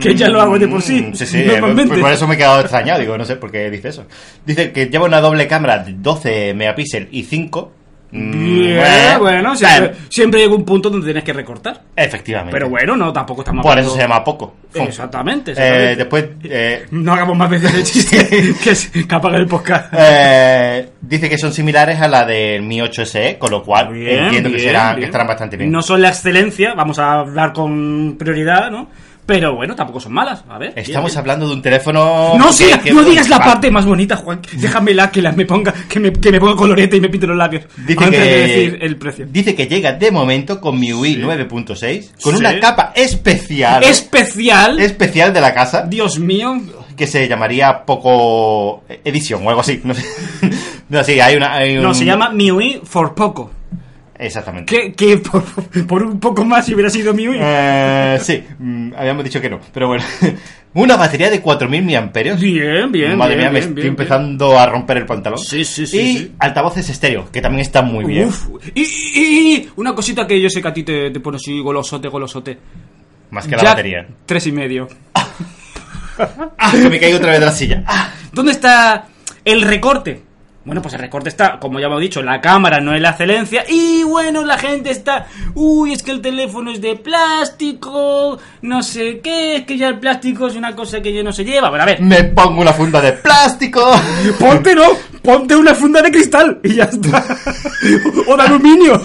Speaker 2: Que ya lo hago de por sí.
Speaker 1: Mm, Sí, sí,
Speaker 2: normalmente.
Speaker 1: por- por eso me he quedado extrañado. Digo, no sé por qué dice eso. Dice que lleva una doble cámara de 12 megapíxeles y 5. Mm,
Speaker 2: Bien, bueno, siempre,
Speaker 1: eh,
Speaker 2: siempre llega un punto donde tienes que recortar.
Speaker 1: Efectivamente.
Speaker 2: Pero bueno, no, tampoco estamos
Speaker 1: Por
Speaker 2: hablando-
Speaker 1: eso se llama poco. Eh,
Speaker 2: Exactamente, exactamente.
Speaker 1: después. eh,
Speaker 2: No hagamos más veces
Speaker 1: <laughs>
Speaker 2: el chiste que, es, que apaga el podcast.
Speaker 1: eh, dice que son similares a la del Mi 8 SE, con lo cual
Speaker 2: Bien,
Speaker 1: entiendo que,
Speaker 2: bien,
Speaker 1: serán, que
Speaker 2: bien.
Speaker 1: estarán bastante bien.
Speaker 2: No son la excelencia, vamos a hablar con prioridad, ¿no? Pero bueno, tampoco son malas. A ver. bien,
Speaker 1: Estamos
Speaker 2: bien.
Speaker 1: hablando de un teléfono.
Speaker 2: No,
Speaker 1: que-
Speaker 2: sí,
Speaker 1: que-
Speaker 2: no digas la
Speaker 1: va-
Speaker 2: parte más bonita, Juan. Déjamela que la me ponga, que me, que me ponga colorete y me pinte los labios.
Speaker 1: Dice
Speaker 2: antes
Speaker 1: que,
Speaker 2: de decir el precio.
Speaker 1: dice que llega de momento con MIUI 9.6, con
Speaker 2: Sí.
Speaker 1: una capa especial.
Speaker 2: Especial.
Speaker 1: especial de la casa
Speaker 2: Dios mío.
Speaker 1: que se llamaría Poco Edición o algo así. No sé. <laughs> No, sí, hay una. hay un-
Speaker 2: No, se llama MIUI for poco.
Speaker 1: Exactamente.
Speaker 2: Que, que por, por un poco más si hubiera sido MIUI.
Speaker 1: Eh, sí, mm, habíamos dicho que no, pero bueno. <laughs> Una batería de 4000 mAh.
Speaker 2: Bien,
Speaker 1: Madre mía,
Speaker 2: bien. bien,
Speaker 1: me
Speaker 2: bien,
Speaker 1: estoy
Speaker 2: bien,
Speaker 1: empezando a romper el pantalón.
Speaker 2: Sí, sí, sí,
Speaker 1: Y
Speaker 2: sí.
Speaker 1: altavoces estéreo, que también está muy bien.
Speaker 2: Uf. Y, y- y- una cosita que yo sé que a ti te, te pone así golosote, golosote.
Speaker 1: Más que la
Speaker 2: Jack,
Speaker 1: batería.
Speaker 2: Tres y medio.
Speaker 1: ¡Ah! Que me caigo otra vez de la silla. ¡Ah!
Speaker 2: ¿Dónde está el recorte? Bueno, pues el recorte está, como ya hemos dicho, la cámara no es la excelencia. Y bueno, la gente está. Uy, es que el teléfono es de plástico. No sé qué, es que ya el plástico es una cosa que ya no se lleva. Bueno, a ver.
Speaker 1: Me pongo una funda de plástico.
Speaker 2: Ponte, no, ponte una funda de cristal y ya está. <laughs> o de aluminio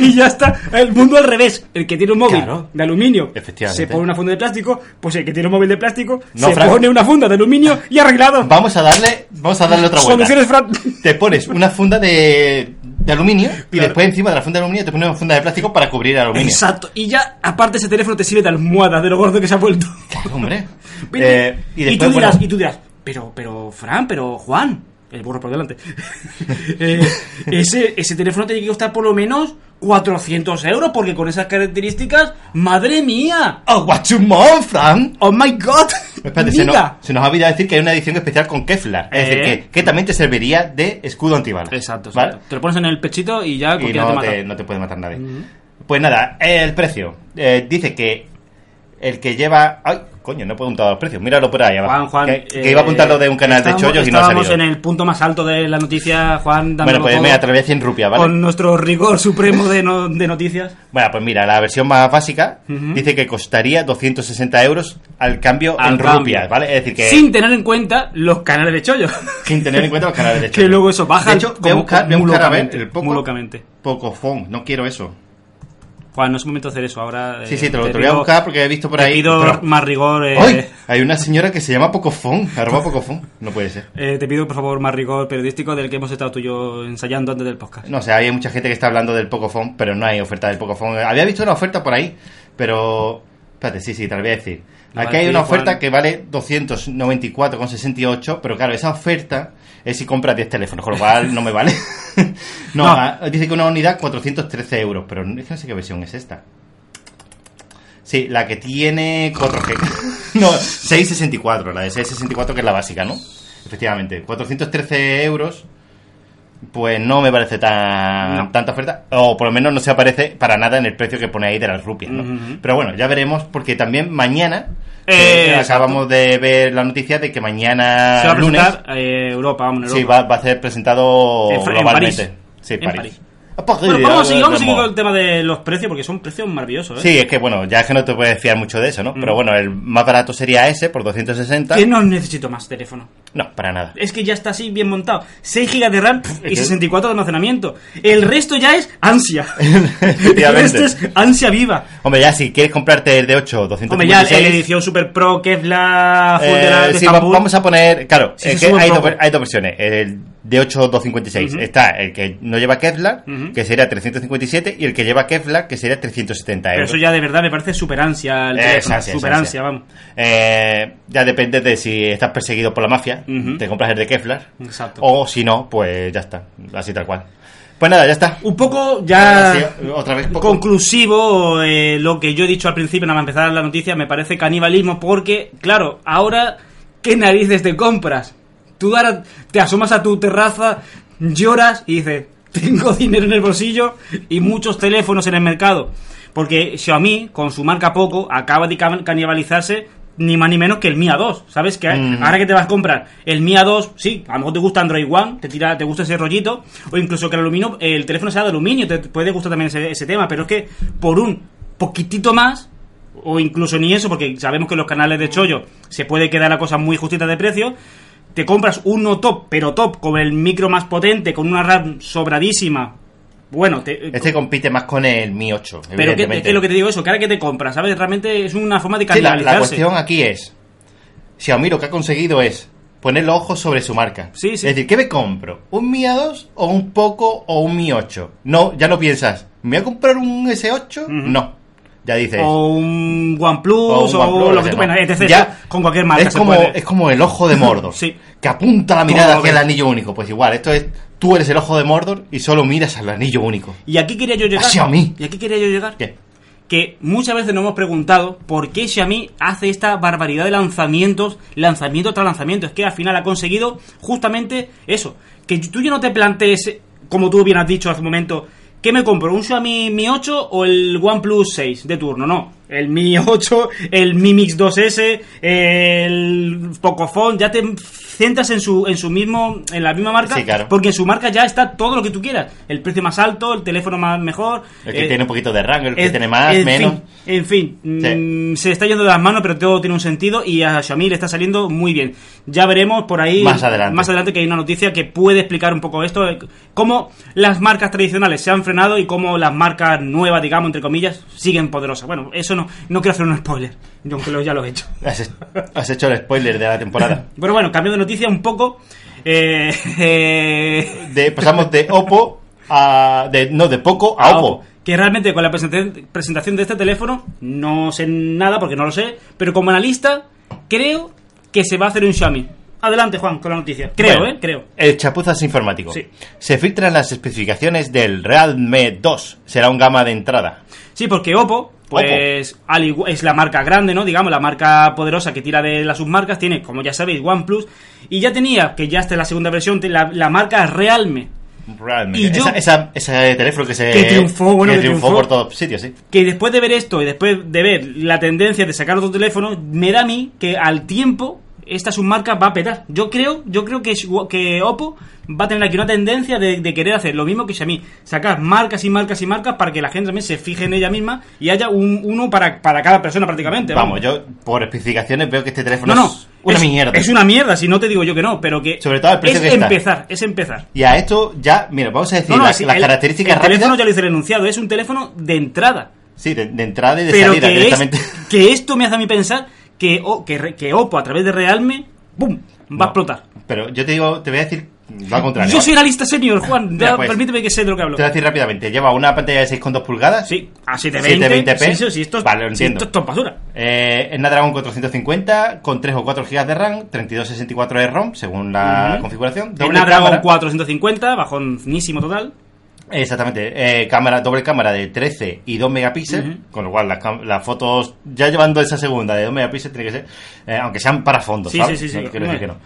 Speaker 2: y ya está. El mundo al revés. El que tiene un móvil
Speaker 1: Claro.
Speaker 2: de aluminio
Speaker 1: Efectivamente.
Speaker 2: se pone una funda de plástico, pues el que tiene un móvil de plástico
Speaker 1: No,
Speaker 2: se
Speaker 1: Fran.
Speaker 2: pone una funda de aluminio y arreglado.
Speaker 1: Vamos a darle, vamos a darle otra vuelta.
Speaker 2: Soluciones, Fran.
Speaker 1: <laughs> te pones una funda de, de aluminio y
Speaker 2: Claro.
Speaker 1: después encima de la funda de aluminio te pones una funda de plástico para cubrir el aluminio.
Speaker 2: Exacto. Y ya, aparte, ese teléfono te sirve de almohada de lo gordo que se ha vuelto.
Speaker 1: Claro, hombre.
Speaker 2: Pero-
Speaker 1: <laughs> Eh,
Speaker 2: y,
Speaker 1: y después,
Speaker 2: tú dirás,
Speaker 1: bueno,
Speaker 2: y tú dirás, pero, pero, Fran, pero, Juan, el burro por delante. <laughs> Eh, ese, ese teléfono tiene que costar por lo menos 400 euros, porque con esas características, madre mía.
Speaker 1: oh, what you want, Fran?
Speaker 2: Oh my god.
Speaker 1: Espérate, se, nos,
Speaker 2: Mira.
Speaker 1: se nos ha olvidado decir que hay una edición especial con Kevlar. Es
Speaker 2: Eh.
Speaker 1: decir, que, que también te serviría de escudo antibalas.
Speaker 2: Exacto,
Speaker 1: ¿vale?
Speaker 2: exacto. Te lo pones en el pechito y ya
Speaker 1: Y
Speaker 2: cualquiera te
Speaker 1: no
Speaker 2: mata.
Speaker 1: te, no te puede matar nadie. Pues nada, el precio. Eh, dice que el que lleva. Ay, coño, no he preguntado los precios. Míralo por ahí abajo.
Speaker 2: Juan, Juan.
Speaker 1: que, que
Speaker 2: eh,
Speaker 1: iba a apuntarlo de un canal
Speaker 2: estábamos-
Speaker 1: de chollos y no ha
Speaker 2: Estábamos
Speaker 1: salido.
Speaker 2: en el punto más alto de la noticia, Juan. dándolo
Speaker 1: Bueno, pues
Speaker 2: todo.
Speaker 1: me atreví a 100 rupias, ¿vale?
Speaker 2: Con nuestro rigor supremo de, no- de noticias.
Speaker 1: Bueno, pues mira, la versión más básica dice que costaría 260 euros al cambio
Speaker 2: Al
Speaker 1: en
Speaker 2: cambio.
Speaker 1: rupias, ¿vale? Es decir, que
Speaker 2: Sin tener en cuenta los canales de chollo.
Speaker 1: sin tener en cuenta los canales de
Speaker 2: <laughs> que
Speaker 1: chollo.
Speaker 2: luego eso baja.
Speaker 1: De hecho, voy a
Speaker 2: como-
Speaker 1: buscar, voy a
Speaker 2: muy
Speaker 1: buscar a ver
Speaker 2: locamente,
Speaker 1: el poco,
Speaker 2: muy locamente.
Speaker 1: Pocofon, no quiero eso.
Speaker 2: Juan, no es momento de hacer eso ahora.
Speaker 1: Sí,
Speaker 2: eh,
Speaker 1: sí, te lo, te lo voy
Speaker 2: pido-
Speaker 1: a buscar porque he visto por
Speaker 2: te
Speaker 1: ahí.
Speaker 2: pido
Speaker 1: pero-
Speaker 2: más rigor. eh,
Speaker 1: ¡Ay! Hay una señora que se llama Pocofón, arroba Pocofón. No puede ser.
Speaker 2: eh, te pido, por favor, más rigor periodístico del que hemos estado tú y yo ensayando antes del podcast.
Speaker 1: <laughs> No sé, hay mucha gente que está hablando del Pocofón, pero no hay oferta del Pocofón. Había visto una oferta por ahí, pero. Espérate, sí, sí, te lo voy a decir.
Speaker 2: Vale,
Speaker 1: Aquí hay
Speaker 2: sí,
Speaker 1: una
Speaker 2: Juan.
Speaker 1: oferta que vale 294,68, pero claro, esa oferta es si compras 10 teléfonos, con lo cual no me vale. <laughs> no,
Speaker 2: No.
Speaker 1: ah, dice que una unidad 413 euros, pero es que no sé qué versión es esta. Sí, la que tiene 4G. <laughs> no, 664, la de 664 que es la básica, ¿no? Efectivamente, 413 euros. Pues no me parece tan
Speaker 2: No.
Speaker 1: tanta oferta, o por lo menos no se aparece para nada en el precio que pone ahí de las rupias. ¿no?
Speaker 2: Ujú.
Speaker 1: Pero bueno, ya veremos, porque también mañana
Speaker 2: Eh,
Speaker 1: eh,
Speaker 2: exacto.
Speaker 1: acabamos de ver la noticia de que mañana
Speaker 2: Se va a
Speaker 1: lunes
Speaker 2: presentar eh, Europa, vamos, en Europa.
Speaker 1: sí, va, va a ser presentado
Speaker 2: En Fra- en
Speaker 1: globalmente.
Speaker 2: París.
Speaker 1: Sí,
Speaker 2: En
Speaker 1: París.
Speaker 2: París.
Speaker 1: Ah, pues,
Speaker 2: Bueno,
Speaker 1: sí,
Speaker 2: vamos a
Speaker 1: algo
Speaker 2: seguir, vamos a seguir
Speaker 1: tenemos.
Speaker 2: con el tema de los precios, porque son precios maravillosos, ¿eh?
Speaker 1: Sí, es que bueno, ya es que no te puedes fiar mucho de eso, ¿no? Pero bueno, el más barato sería ese por 260.
Speaker 2: Que no necesito más teléfono.
Speaker 1: No, para nada.
Speaker 2: Es que ya está así bien montado. 6 GB de RAM
Speaker 1: que-
Speaker 2: y 64 de almacenamiento. El resto ya es ansia.
Speaker 1: <laughs>
Speaker 2: el
Speaker 1: Efectivamente.
Speaker 2: resto es ansia viva.
Speaker 1: Hombre, ya si quieres comprarte el de 8,
Speaker 2: Hombre, ya la
Speaker 1: 256.
Speaker 2: edición Super Pro, que es la
Speaker 1: Eh,
Speaker 2: Funderal de
Speaker 1: sí, va-
Speaker 2: Estambul.
Speaker 1: vamos a poner, claro,
Speaker 2: Sí,
Speaker 1: es
Speaker 2: se
Speaker 1: que
Speaker 2: sube
Speaker 1: hay,
Speaker 2: un
Speaker 1: dos,
Speaker 2: poco.
Speaker 1: hay dos versiones. El de 8.256
Speaker 2: Ujú.
Speaker 1: está el que no lleva Kevlar,
Speaker 2: Ujú.
Speaker 1: que sería 357, y el que lleva Kevlar, que sería 370
Speaker 2: Pero
Speaker 1: euros.
Speaker 2: eso ya de verdad me parece super ansia. El
Speaker 1: Eh,
Speaker 2: teléfono,
Speaker 1: es ansia, es
Speaker 2: super
Speaker 1: ansia.
Speaker 2: ansia, vamos.
Speaker 1: Eh, ya depende de si estás perseguido por la mafia,
Speaker 2: Ujú.
Speaker 1: te compras el de Kevlar,
Speaker 2: Exacto.
Speaker 1: o si no, pues ya está, así tal cual. Pues nada, ya está.
Speaker 2: Un poco ya...
Speaker 1: Sí, otra vez poco.
Speaker 2: conclusivo eh, lo que yo he dicho al principio nada más empezar la noticia me parece canibalismo porque claro ahora qué narices te compras tú ahora te asomas a tu terraza lloras y dices tengo dinero en el bolsillo y muchos teléfonos en el mercado porque Xiaomi con su marca poco acaba de ca- canibalizarse ni más ni menos que el Mi A2, ¿sabes? Que
Speaker 1: Mm.
Speaker 2: ahora que te vas a comprar el Mi A2, sí, a lo mejor te gusta Android One, te tira, te gusta ese rollito, o incluso que el aluminio, el teléfono sea de aluminio, te puede gustar también ese, ese tema, pero es que por un poquitito más, o incluso ni eso, porque sabemos que en los canales de chollo se puede quedar la cosa muy justita de precio, te compras uno top, pero top, con el micro más potente, con una RAM sobradísima, bueno, te,
Speaker 1: Este compite más con el Mi 8,
Speaker 2: pero que,
Speaker 1: evidentemente.
Speaker 2: es que lo que te digo eso, que ahora que te compras, ¿sabes? Realmente es una forma de
Speaker 1: Sí, la, la
Speaker 2: canibalizarse.
Speaker 1: cuestión aquí es: Xiaomi lo que ha conseguido es poner los ojos sobre su marca.
Speaker 2: Sí, sí.
Speaker 1: Es decir, ¿qué me compro? ¿Un Mi A2 o un Poco o un Mi 8? No, ya no piensas, ¿me voy a comprar un S8? No. Ya dices.
Speaker 2: o un OnePlus
Speaker 1: o
Speaker 2: o,
Speaker 1: un OnePlus,
Speaker 2: lo que tú
Speaker 1: demás.
Speaker 2: quieras, etc.
Speaker 1: Ya,
Speaker 2: con cualquier marca
Speaker 1: es
Speaker 2: se
Speaker 1: como,
Speaker 2: puede.
Speaker 1: Es como el ojo de Mordor.
Speaker 2: <laughs> Sí.
Speaker 1: Que apunta la mirada
Speaker 2: Como
Speaker 1: hacia el
Speaker 2: que-
Speaker 1: anillo único. Pues igual, esto es. Tú eres el ojo de Mordor y solo miras al anillo único.
Speaker 2: Y aquí quería yo llegar.
Speaker 1: A Xiaomi.
Speaker 2: Y aquí quería yo llegar.
Speaker 1: ¿Qué?
Speaker 2: Que muchas veces nos hemos preguntado por qué Xiaomi hace esta barbaridad de lanzamientos, lanzamiento tras lanzamiento. Es que al final ha conseguido justamente eso. Que tú ya no te plantees, como tú bien has dicho hace un momento, ¿qué me compro? ¿Un Xiaomi Mi 8 o el OnePlus 6 de turno? No. El Mi 8, el Mi Mix 2S, el Pocophone, ya te centras en su, en su mismo, en la misma marca,
Speaker 1: Sí, claro.
Speaker 2: porque en su marca ya está todo lo que tú quieras. El precio más alto, el teléfono más mejor,
Speaker 1: El que
Speaker 2: eh,
Speaker 1: tiene un poquito de rango, el que
Speaker 2: en-
Speaker 1: tiene más,
Speaker 2: en
Speaker 1: menos.
Speaker 2: fin, en fin, mm, se está yendo de las manos, pero todo tiene un sentido y a Xiaomi le está saliendo muy bien. Ya veremos por ahí
Speaker 1: Más adelante.
Speaker 2: más adelante que hay una noticia que puede explicar un poco esto, eh, cómo las marcas tradicionales se han frenado y cómo las marcas nuevas, digamos, entre comillas, siguen poderosas. Bueno, eso no, no quiero hacer un spoiler, yo aunque lo, ya lo he hecho.
Speaker 1: Has, has hecho el spoiler de la
Speaker 2: <laughs>
Speaker 1: temporada.
Speaker 2: Pero bueno, cambio de noticia un poco. eh, <laughs> eh,
Speaker 1: De- pasamos de Oppo a. De, no, de Poco
Speaker 2: Ah,
Speaker 1: a, Oppo.
Speaker 2: Que realmente con la presenta- presentación de este teléfono no sé nada porque no lo sé, pero como analista creo que se va a hacer un Xiaomi. Adelante, Juan, con la noticia. Creo,
Speaker 1: Bueno,
Speaker 2: ¿eh? Creo.
Speaker 1: El chapuzas informático.
Speaker 2: Sí.
Speaker 1: Se filtran las especificaciones del Realme 2. Será un gama de entrada.
Speaker 2: Sí, porque Oppo, pues al igu- es la marca grande, ¿no? Digamos, la marca poderosa que tira de las submarcas, tiene, como ya sabéis, OnePlus, y ya tenía, que ya está en la segunda versión, te- la, la marca Realme,
Speaker 1: Realme.
Speaker 2: Y yo-
Speaker 1: Esa- esa- ese teléfono que se.
Speaker 2: Que triunfó, bueno,
Speaker 1: que
Speaker 2: que
Speaker 1: triunfó
Speaker 2: triunfó.
Speaker 1: por todos sitios, sí.
Speaker 2: que después de ver esto y después de ver la tendencia de sacar otro teléfono, me da a mí que al tiempo esta submarca va a petar. Yo creo, yo creo que, Xiu- que Oppo va a tener aquí una tendencia de, de querer hacer lo mismo que Xiaomi, sacar marcas y marcas y marcas para que la gente también se fije en ella misma y haya un, uno para, para cada persona prácticamente.
Speaker 1: Vamos, yo por especificaciones veo que este teléfono
Speaker 2: No, no,
Speaker 1: es una
Speaker 2: es,
Speaker 1: mierda.
Speaker 2: Es una mierda, si no te digo yo que no, pero que
Speaker 1: Sobre todo al precio
Speaker 2: es
Speaker 1: que está.
Speaker 2: empezar, es empezar.
Speaker 1: Y a esto ya, mira, vamos a decir
Speaker 2: No, no,
Speaker 1: la-
Speaker 2: sí,
Speaker 1: las
Speaker 2: el-
Speaker 1: características
Speaker 2: el
Speaker 1: rápidas.
Speaker 2: teléfono ya lo hice el enunciado, es un teléfono de entrada.
Speaker 1: Sí, de, de entrada y de
Speaker 2: Pero
Speaker 1: salida
Speaker 2: que, es-
Speaker 1: directamente.
Speaker 2: <laughs> que esto me hace a mí pensar que, o- que, re- que Oppo a través de Realme, ¡bum! va
Speaker 1: <laughs> No,
Speaker 2: a explotar.
Speaker 1: Pero yo te digo, te voy a decir lo contrario.
Speaker 2: Yo soy analista senior,
Speaker 1: <laughs>
Speaker 2: Juan.
Speaker 1: Mira,
Speaker 2: ya,
Speaker 1: pues,
Speaker 2: permíteme que sé de lo que hablo.
Speaker 1: Te voy a decir rápidamente. Lleva una pantalla de 6,2 pulgadas.
Speaker 2: Sí, a 720.
Speaker 1: 720p.
Speaker 2: Sí, sí, sí, esto, es-
Speaker 1: Vale, lo
Speaker 2: sí,
Speaker 1: entiendo.
Speaker 2: esto es todo basura.
Speaker 1: Eh, el Snapdragon 450 con 3 o 4 GB de RAM, 3264 de ROM según la
Speaker 2: Ujú.
Speaker 1: configuración.
Speaker 2: El
Speaker 1: Doble
Speaker 2: Snapdragon
Speaker 1: cámara.
Speaker 2: 450, bajonísimo total.
Speaker 1: Exactamente, eh, cámara, doble cámara de 13 y 2 megapíxeles,
Speaker 2: Ujú.
Speaker 1: con lo cual las, cam- las fotos, ya llevando esa segunda de 2 megapíxeles, tiene que ser, eh, aunque sean para fondo,
Speaker 2: Sí,
Speaker 1: ¿sabes?
Speaker 2: sí, sí, sí.
Speaker 1: No quiero decir que no.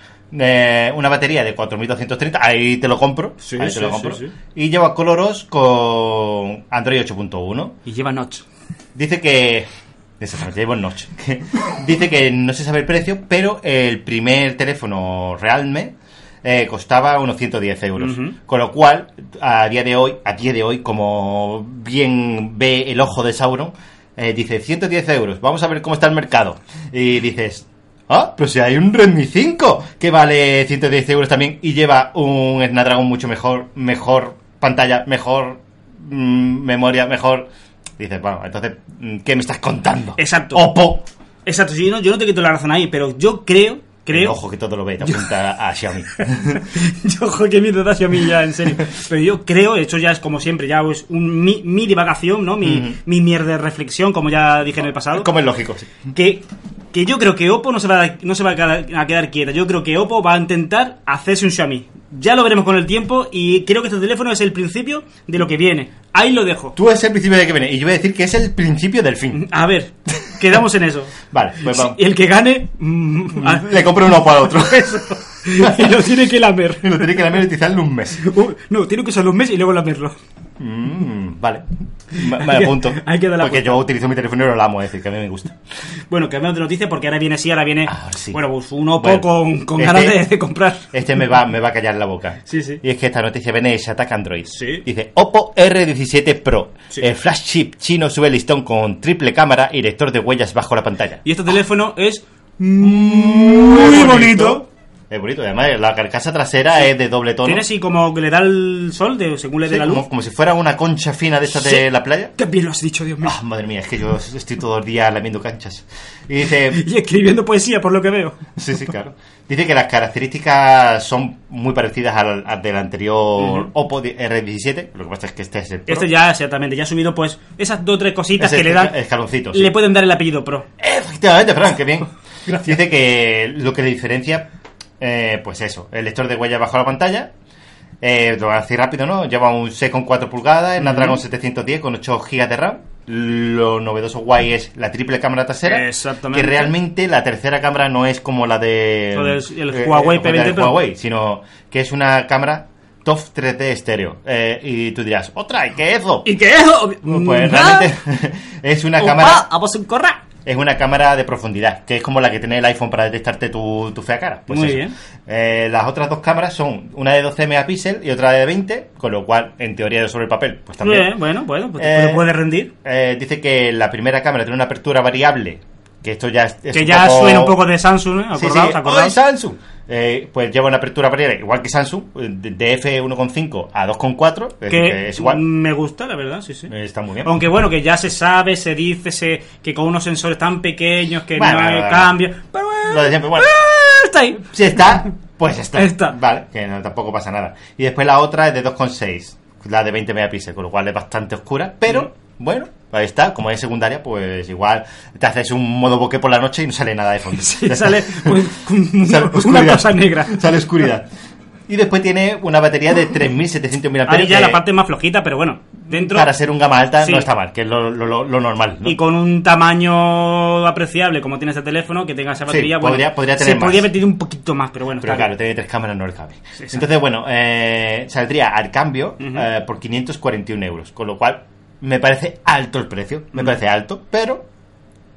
Speaker 1: Eh, una batería de 4230, ahí te lo compro.
Speaker 2: Sí,
Speaker 1: ahí te
Speaker 2: sí,
Speaker 1: lo
Speaker 2: sí,
Speaker 1: compro.
Speaker 2: sí.
Speaker 1: Y lleva coloros con Android 8.1.
Speaker 2: Y lleva Notch.
Speaker 1: Dice que. Exactamente, llevo el notch. Que <laughs> Dice que no se sabe el precio, pero el primer teléfono Realme eh, costaba unos 110 euros.
Speaker 2: Ujú.
Speaker 1: Con lo cual, a día de hoy, a día de hoy, como bien ve el ojo de Sauron, eh, dice 110 euros, vamos a ver cómo está el mercado. Y dices. Ah, pero si hay un Redmi 5 que vale 110 euros también y lleva un Snapdragon mucho mejor, mejor pantalla, mejor mm, memoria, mejor. Dices, bueno, entonces, mm, ¿qué me estás contando?
Speaker 2: Exacto.
Speaker 1: Oppo.
Speaker 2: Exacto, sí, no- yo no te quito la razón ahí, pero yo creo, creo.
Speaker 1: Ojo que todo lo ve, te apunta a Xiaomi.
Speaker 2: <laughs> Yo, ojo, que miedo das a mí ya,
Speaker 1: <laughs>
Speaker 2: en serio. Pero yo creo, esto ya es como siempre, ya es un, mi, mi divagación, ¿no? Mi,
Speaker 1: Ujú.
Speaker 2: mi mierda de reflexión, como ya dije en el pasado.
Speaker 1: Como es lógico, sí.
Speaker 2: Que, que yo creo que Oppo no se va, a, no se va a, quedar, a quedar quieta. Yo creo que Oppo va a intentar hacerse un Xiaomi. Ya lo veremos con el tiempo y creo que este teléfono es el principio de lo que viene. Ahí lo dejo.
Speaker 1: Tú es el principio de que viene y yo voy a decir que es el principio del fin.
Speaker 2: A ver,
Speaker 1: <laughs>
Speaker 2: quedamos en eso.
Speaker 1: Vale, pues vamos.
Speaker 2: El que gane, mm, a-
Speaker 1: Le compro uno para otro.
Speaker 2: <laughs>
Speaker 1: <laughs>
Speaker 2: y lo tiene que lamer.
Speaker 1: Lo tiene que la monetizarle un mes.
Speaker 2: Uh, No, tiene que usarlo un mes y luego lamerlo.
Speaker 1: Mm, vale. Ma- Me apunto.
Speaker 2: Hay que dar la
Speaker 1: Porque
Speaker 2: vuelta.
Speaker 1: yo utilizo mi teléfono y lo amo, es decir, que a mí me gusta.
Speaker 2: Bueno, cambiamos de noticia porque ahora viene sí, ahora viene.
Speaker 1: Ahora sí.
Speaker 2: Bueno, pues uno
Speaker 1: Bueno,
Speaker 2: poco con, con
Speaker 1: este-
Speaker 2: ganas de, de comprar.
Speaker 1: Este me va, me va a callar la boca.
Speaker 2: Sí, sí.
Speaker 1: Y es que esta noticia viene de Shatak Android.
Speaker 2: Sí.
Speaker 1: Dice Oppo R17 Pro.
Speaker 2: Sí.
Speaker 1: El flagship chino sube el listón con triple cámara y lector de huellas bajo la pantalla.
Speaker 2: Y este teléfono
Speaker 1: <laughs>
Speaker 2: es muy bonito.
Speaker 1: Es bonito, además la carcasa trasera es de doble tono.
Speaker 2: Tiene así como que le da el sol de, según le dé
Speaker 1: Sí,
Speaker 2: la
Speaker 1: como,
Speaker 2: luz.
Speaker 1: como si fuera una concha fina de esas
Speaker 2: Sí.
Speaker 1: de la playa.
Speaker 2: Qué bien lo has dicho, Dios mío.
Speaker 1: Ah, madre mía, es que yo estoy todo el día lamiendo canchas. Y dice,
Speaker 2: <laughs> Y escribiendo poesía, por lo que veo.
Speaker 1: Sí, sí, claro. Dice que las características son muy parecidas al, al del anterior
Speaker 2: Ujú.
Speaker 1: Oppo de- R17. Lo que pasa es que este es el Pro.
Speaker 2: Este ya, exactamente, ya ha subido pues esas dos o tres cositas
Speaker 1: Ese
Speaker 2: que le dan.
Speaker 1: escaloncito, sí.
Speaker 2: Le pueden dar el apellido pro.
Speaker 1: Efectivamente, Frank, qué
Speaker 2: <laughs>
Speaker 1: bien. Dice que lo que le diferencia, eh, pues eso, el lector de huella bajo la pantalla. Eh, lo voy a decir rápido, ¿no? Lleva un 6,4 pulgadas, el Snapdragon 710 con 8 GB de RAM. Lo novedoso guay es la triple cámara trasera.
Speaker 2: Exactamente.
Speaker 1: Que realmente la tercera cámara no es como la de.
Speaker 2: O del- el Huawei
Speaker 1: como la del
Speaker 2: P20 Pro.
Speaker 1: Huawei, sino que es una cámara TOF 3D estéreo. Eh, y tú dirás, ¡otra! ¿Y qué es eso?
Speaker 2: ¿Y ¡Ah! qué es?
Speaker 1: Pues realmente <laughs> es una cámara.
Speaker 2: Cámara. Vamos mm, a correr.
Speaker 1: Es una cámara de profundidad, que es como la que tiene el iPhone para detectarte tu, tu fea cara. Pues
Speaker 2: Muy
Speaker 1: eso.
Speaker 2: bien.
Speaker 1: Eh, las otras dos cámaras son una de 12 megapíxeles y otra de 20, con lo cual, en teoría, sobre el papel, pues también.
Speaker 2: Bien, bueno, bueno, pues
Speaker 1: Eh,
Speaker 2: puede rendir.
Speaker 1: Eh, dice que la primera cámara tiene una apertura variable, que esto ya es. es
Speaker 2: que ya
Speaker 1: poco-
Speaker 2: suena un poco de Samsung, ¿eh?
Speaker 1: Sí,
Speaker 2: Acordaos,
Speaker 1: sí. ¡Ay,
Speaker 2: acordaos.
Speaker 1: Samsung! Eh, pues lleva una apertura variable, igual que Samsung, eh, de, de F1.5 a 2.4, es, decir, que
Speaker 2: que
Speaker 1: es igual.
Speaker 2: me gusta, la verdad, sí, sí.
Speaker 1: Eh, Está muy bien.
Speaker 2: Aunque bueno, que ya se sabe, se dice se, que con unos sensores tan pequeños que
Speaker 1: Bueno,
Speaker 2: no hay
Speaker 1: bueno,
Speaker 2: cambio. Pero bueno,
Speaker 1: Lo de siempre, bueno.
Speaker 2: eh, está ahí.
Speaker 1: Si
Speaker 2: <laughs>
Speaker 1: está, pues está.
Speaker 2: Está.
Speaker 1: Vale, que no, tampoco pasa nada. Y después la otra es de 2,6, la de 20 megapíxeles, con lo cual es bastante oscura, pero
Speaker 2: Mm.
Speaker 1: bueno, ahí está. Como es secundaria, pues igual te haces un modo bokeh por la noche y no sale nada de fondo.
Speaker 2: <laughs> Sí, sale
Speaker 1: <laughs>
Speaker 2: pues,
Speaker 1: Sale
Speaker 2: una
Speaker 1: oscuridad.
Speaker 2: cosa <laughs> negra.
Speaker 1: Sale oscuridad. Y después tiene una batería de 3.700 mAh.
Speaker 2: Ahí ya
Speaker 1: que
Speaker 2: la parte más flojita, pero bueno, dentro
Speaker 1: Para ser un gama alta
Speaker 2: Sí.
Speaker 1: no está mal, que es lo, lo- lo- lo normal. ¿no?
Speaker 2: y con un tamaño apreciable como tiene este teléfono, que tenga esa
Speaker 1: Sí,
Speaker 2: batería, bueno,
Speaker 1: podría- podría
Speaker 2: se
Speaker 1: tener más.
Speaker 2: podría haber tenido un poquito más, pero bueno,
Speaker 1: Pero
Speaker 2: está bien.
Speaker 1: claro, tiene tres cámaras, no le cabe.
Speaker 2: exacto.
Speaker 1: Entonces, bueno, eh, saldría al cambio
Speaker 2: Ujú.
Speaker 1: eh, por 541 euros, con lo cual me parece alto el precio, me parece alto, pero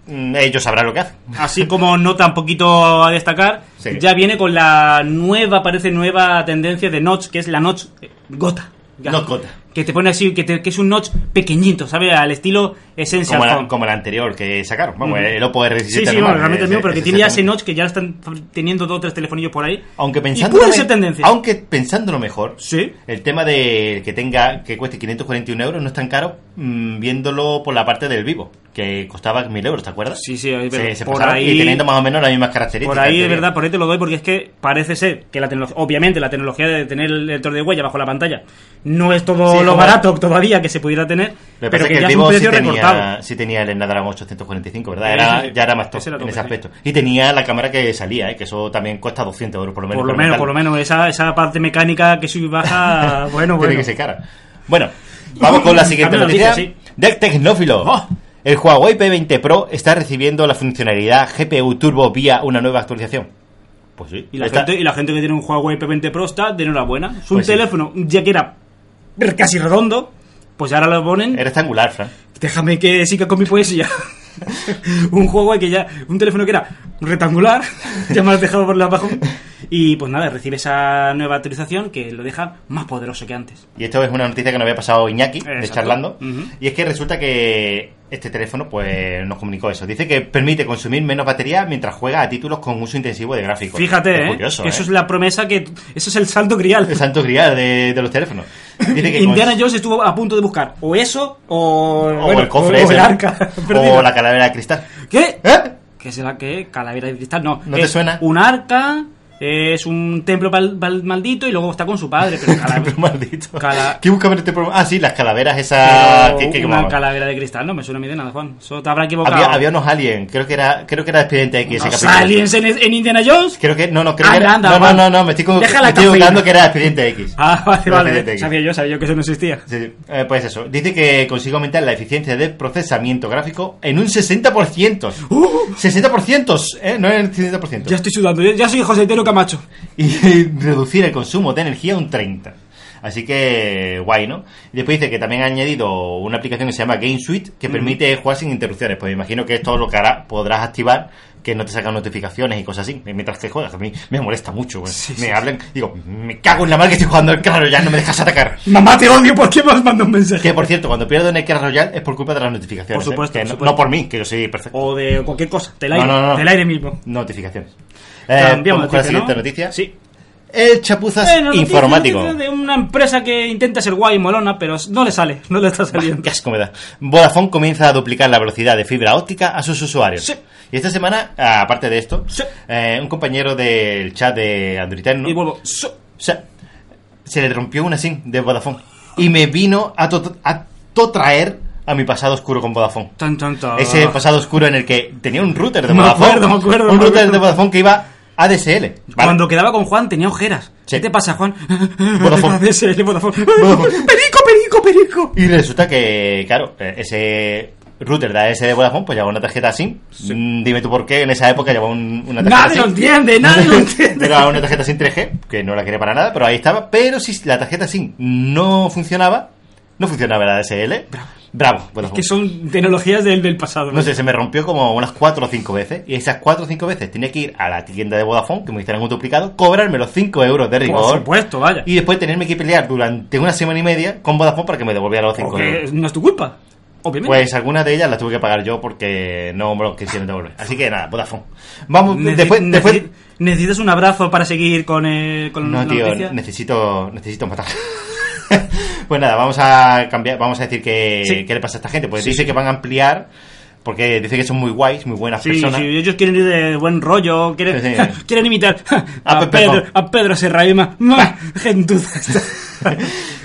Speaker 1: mm, ellos sabrán lo que hacen.
Speaker 2: Así como nota un poquito a destacar,
Speaker 1: Sí.
Speaker 2: ya viene con la nueva, parece nueva tendencia de Notch, que es la Notch eh, Gota. Ya.
Speaker 1: Not Gota.
Speaker 2: que te pone así, que, te- que es un notch pequeñito, ¿sabes? Al estilo Essential
Speaker 1: Como la,
Speaker 2: Phone.
Speaker 1: como la anterior que sacaron. Vamos,
Speaker 2: Ujú.
Speaker 1: el Oppo R17.
Speaker 2: Sí, sí,
Speaker 1: normal,
Speaker 2: bueno, realmente es
Speaker 1: ese-
Speaker 2: mío, pero que tiene ya ese
Speaker 1: también.
Speaker 2: notch que ya lo están teniendo dos o tres telefonillos por ahí.
Speaker 1: Aunque
Speaker 2: Y
Speaker 1: pensándolo,
Speaker 2: puede
Speaker 1: me-
Speaker 2: ser tendencia.
Speaker 1: aunque pensándolo mejor,
Speaker 2: Sí.
Speaker 1: el tema de que tenga que cueste 541 euros no es tan caro mm, viéndolo por la parte del vivo, que costaba 1000 euros, ¿te acuerdas?
Speaker 2: Sí, sí, ahí,
Speaker 1: Se-
Speaker 2: pero
Speaker 1: se
Speaker 2: por
Speaker 1: pasaron
Speaker 2: ahí-
Speaker 1: Y teniendo más o menos las mismas características.
Speaker 2: Por ahí,
Speaker 1: te
Speaker 2: de
Speaker 1: digo.
Speaker 2: verdad, por ahí te lo doy porque es que parece ser que la tecnología, obviamente la tecnología de tener el lector de huella bajo la pantalla no es todo
Speaker 1: Sí,
Speaker 2: lo
Speaker 1: como-
Speaker 2: barato todavía que se pudiera tener,
Speaker 1: Lo que
Speaker 2: pero
Speaker 1: pasa
Speaker 2: que,
Speaker 1: es que
Speaker 2: ya
Speaker 1: el
Speaker 2: es un
Speaker 1: vivo sí
Speaker 2: precio
Speaker 1: tenía,
Speaker 2: recortado.
Speaker 1: sí tenía el Snapdragon 845, ¿verdad?
Speaker 2: Sí,
Speaker 1: Era,
Speaker 2: sí, sí.
Speaker 1: ya era más top
Speaker 2: Ese era
Speaker 1: en
Speaker 2: tope,
Speaker 1: ese
Speaker 2: sí.
Speaker 1: aspecto. Y tenía la cámara que salía, ¿eh? que eso también cuesta 200 euros por lo menos.
Speaker 2: Por lo menos,
Speaker 1: implementarlo.
Speaker 2: por lo menos, esa, esa parte mecánica que sube y
Speaker 1: <laughs>
Speaker 2: baja, bueno,
Speaker 1: Tiene
Speaker 2: bueno.
Speaker 1: que ser cara. Bueno, vamos con la siguiente
Speaker 2: Cambio de
Speaker 1: noticia.
Speaker 2: noticia,
Speaker 1: Del tecnófilo.
Speaker 2: Oh.
Speaker 1: El Huawei P20 Pro está recibiendo la funcionalidad GPU Turbo vía una nueva actualización. Pues sí.
Speaker 2: Y la,
Speaker 1: está-
Speaker 2: gente, y la gente que tiene un Huawei P20 Pro está de enhorabuena. Es un
Speaker 1: Pues sí.
Speaker 2: teléfono ya que era casi redondo, pues ahora lo ponen.
Speaker 1: Era rectangular, Fran.
Speaker 2: Déjame que siga con mi poesía. <laughs> un Huawei que ya. Un teléfono que era rectangular, <laughs> ya me lo has dejado por la abajo. Y pues nada, recibe esa nueva actualización que lo deja más poderoso que antes.
Speaker 1: Y esto es una noticia que nos había pasado Iñaki,
Speaker 2: Exacto.
Speaker 1: de charlando.
Speaker 2: Ujú.
Speaker 1: Y es que resulta que este teléfono pues nos comunicó eso. Dice que permite consumir menos batería mientras juega a títulos con uso intensivo de gráficos.
Speaker 2: Fíjate,
Speaker 1: Es
Speaker 2: ¿eh?
Speaker 1: curioso,
Speaker 2: Que eso
Speaker 1: ¿eh?
Speaker 2: es la promesa que. Eso es el salto grial.
Speaker 1: El santo grial de, de los teléfonos. Dice
Speaker 2: <laughs>
Speaker 1: que con-
Speaker 2: Indiana Jones estuvo a punto de buscar o eso o,
Speaker 1: o
Speaker 2: bueno,
Speaker 1: el cofre
Speaker 2: o
Speaker 1: ese,
Speaker 2: el
Speaker 1: ¿no?
Speaker 2: arca <laughs>
Speaker 1: o
Speaker 2: perdida.
Speaker 1: la calavera de cristal.
Speaker 2: ¿Qué?
Speaker 1: <laughs> ¿Eh?
Speaker 2: ¿Qué será que calavera de cristal? No.
Speaker 1: ¿No te
Speaker 2: es
Speaker 1: suena?
Speaker 2: Un arca, es un templo pal- pal- maldito y luego está con su padre,
Speaker 1: <laughs>
Speaker 2: pero calavera.
Speaker 1: Pero maldito.
Speaker 2: Cala-
Speaker 1: ¿Qué buscaba en este programa? Ah, sí, las calaveras esas que, que
Speaker 2: una
Speaker 1: quemaban.
Speaker 2: calavera de cristal no me suena a mí de nada, Juan. Eso te habrá equivocado.
Speaker 1: Había, había unos aliens, creo que era, creo que era expediente X ese
Speaker 2: ¿Unos
Speaker 1: capítulo.
Speaker 2: aliens en, en Indiana Jones?
Speaker 1: Creo que, no, no, creo que
Speaker 2: Anda,
Speaker 1: era,
Speaker 2: Ah, anda,
Speaker 1: no, no,
Speaker 2: Juan.
Speaker 1: no, no, me estoy, con-
Speaker 2: Deja la
Speaker 1: me estoy
Speaker 2: cafeína.
Speaker 1: equivocando que era expediente X.
Speaker 2: Ah, vale,
Speaker 1: Era
Speaker 2: vale.
Speaker 1: Expediente X.
Speaker 2: Sabía yo, sabía yo que eso no existía.
Speaker 1: Sí, sí. Eh, pues eso, dice que consigue aumentar la eficiencia de procesamiento gráfico en un 60%.
Speaker 2: Uh,
Speaker 1: 60%, ¿eh? no en el 50%.
Speaker 2: ya estoy sudando, ya, ya soy José
Speaker 1: <laughs>
Speaker 2: Tero Camacho.
Speaker 1: y reducir el consumo de energía un 30. Así que guay, ¿no? Y después dice que también ha añadido una aplicación que se llama Game Suite que permite jugar sin interrupciones. Pues me imagino que esto lo que hará, podrás activar que no te sacan notificaciones y cosas así mientras que juegas. A mí me molesta mucho, pues.
Speaker 2: Sí,
Speaker 1: me
Speaker 2: sí,
Speaker 1: hablan, digo, me cago en la madre que estoy jugando al Clash Royale, no me dejas atacar.
Speaker 2: Mamá, te odio, ¿por qué me has mandado un mensaje?
Speaker 1: Que por cierto, cuando pierdo en el Clash Royale es por culpa de las notificaciones.
Speaker 2: Por supuesto,
Speaker 1: ¿eh? Que
Speaker 2: por
Speaker 1: no-
Speaker 2: supuesto.
Speaker 1: No
Speaker 2: Oh.
Speaker 1: por mí, que yo soy perfecto.
Speaker 2: O de cualquier cosa, del
Speaker 1: No,
Speaker 2: aire,
Speaker 1: no, no.
Speaker 2: del aire mismo.
Speaker 1: Notificaciones. Eh,
Speaker 2: Cambiamos
Speaker 1: vamos con la
Speaker 2: noticia, ¿no?
Speaker 1: siguiente noticia.
Speaker 2: Sí.
Speaker 1: El chapuzas
Speaker 2: Bueno, noticia-
Speaker 1: informático.
Speaker 2: noticia De una empresa que intenta ser guay y molona, pero no le sale, no le está
Speaker 1: <laughs>
Speaker 2: saliendo.
Speaker 1: Qué asco me da. Vodafone comienza a duplicar la velocidad de fibra óptica a sus usuarios.
Speaker 2: Sí.
Speaker 1: Y esta semana, aparte de esto,
Speaker 2: Sí.
Speaker 1: eh, un compañero del chat de Androiterno
Speaker 2: Y vuelvo. su-
Speaker 1: o sea, se le rompió una SIM de Vodafone y me vino a, to- a totraer a mi pasado oscuro con Vodafone.
Speaker 2: Tan, tan, tan.
Speaker 1: Ese pasado oscuro en el que tenía un router de
Speaker 2: Ah. <laughs> Me
Speaker 1: Vodafone.
Speaker 2: acuerdo, me acuerdo,
Speaker 1: Un
Speaker 2: me
Speaker 1: router
Speaker 2: acuerdo.
Speaker 1: de Vodafone que iba ADSL. ¿vale?
Speaker 2: Cuando quedaba con Juan tenía ojeras.
Speaker 1: Sí.
Speaker 2: ¿Qué te pasa, Juan? <laughs>
Speaker 1: Vodafone.
Speaker 2: ADSL, Vodafone.
Speaker 1: Vodafone.
Speaker 2: <laughs> Perico, perico, perico.
Speaker 1: Y resulta que, claro, eh, ese router de AS de Vodafone pues llevaba una tarjeta SIM. Mm, Dime tú por qué en esa época llevaba un- una tarjeta
Speaker 2: Nadie lo
Speaker 1: SIM.
Speaker 2: entiende, nadie
Speaker 1: <laughs>
Speaker 2: lo entiende.
Speaker 1: Era una tarjeta SIM 3G, que no la quería para nada, pero ahí estaba. Pero si la tarjeta SIM no funcionaba, no funcionaba la ADSL. Bravo. Vodafone.
Speaker 2: Que son tecnologías del, del pasado.
Speaker 1: No sé, se me rompió como unas 4 o 5 veces. Y esas 4 o 5 veces tenía que ir a la tienda de Vodafone, que me hicieran un duplicado, cobrarme los 5 euros de rigor.
Speaker 2: Por supuesto, vaya.
Speaker 1: Y después tenerme que pelear durante una semana y media con Vodafone para que me devolviera los 5 euros.
Speaker 2: Porque no es tu culpa. Obviamente.
Speaker 1: Pues algunas de ellas las tuve que pagar yo porque no me lo quisieron devolver. Así que nada, Vodafone. Vamos,
Speaker 2: Necesi-
Speaker 1: Pues, después,
Speaker 2: necesi-
Speaker 1: después.
Speaker 2: ¿Necesitas un abrazo para seguir con, eh, con
Speaker 1: No,
Speaker 2: la
Speaker 1: tío,
Speaker 2: noticia?
Speaker 1: necesito, necesito matar. <laughs> pues nada, vamos a cambiar, vamos a decir que,
Speaker 2: Sí.
Speaker 1: qué le pasa a esta gente. Pues
Speaker 2: Sí,
Speaker 1: dice que van a ampliar, porque dice que son muy guays, muy buenas
Speaker 2: Sí,
Speaker 1: personas.
Speaker 2: sí, ellos quieren ir de buen rollo, quieren,
Speaker 1: Sí, sí.
Speaker 2: <laughs> quieren imitar
Speaker 1: <laughs> A
Speaker 2: a,
Speaker 1: Pepe
Speaker 2: Pedro,
Speaker 1: Pau.
Speaker 2: a Pedro Serraima.
Speaker 1: <laughs>
Speaker 2: ¡Mua! Gentuza esta. <laughs>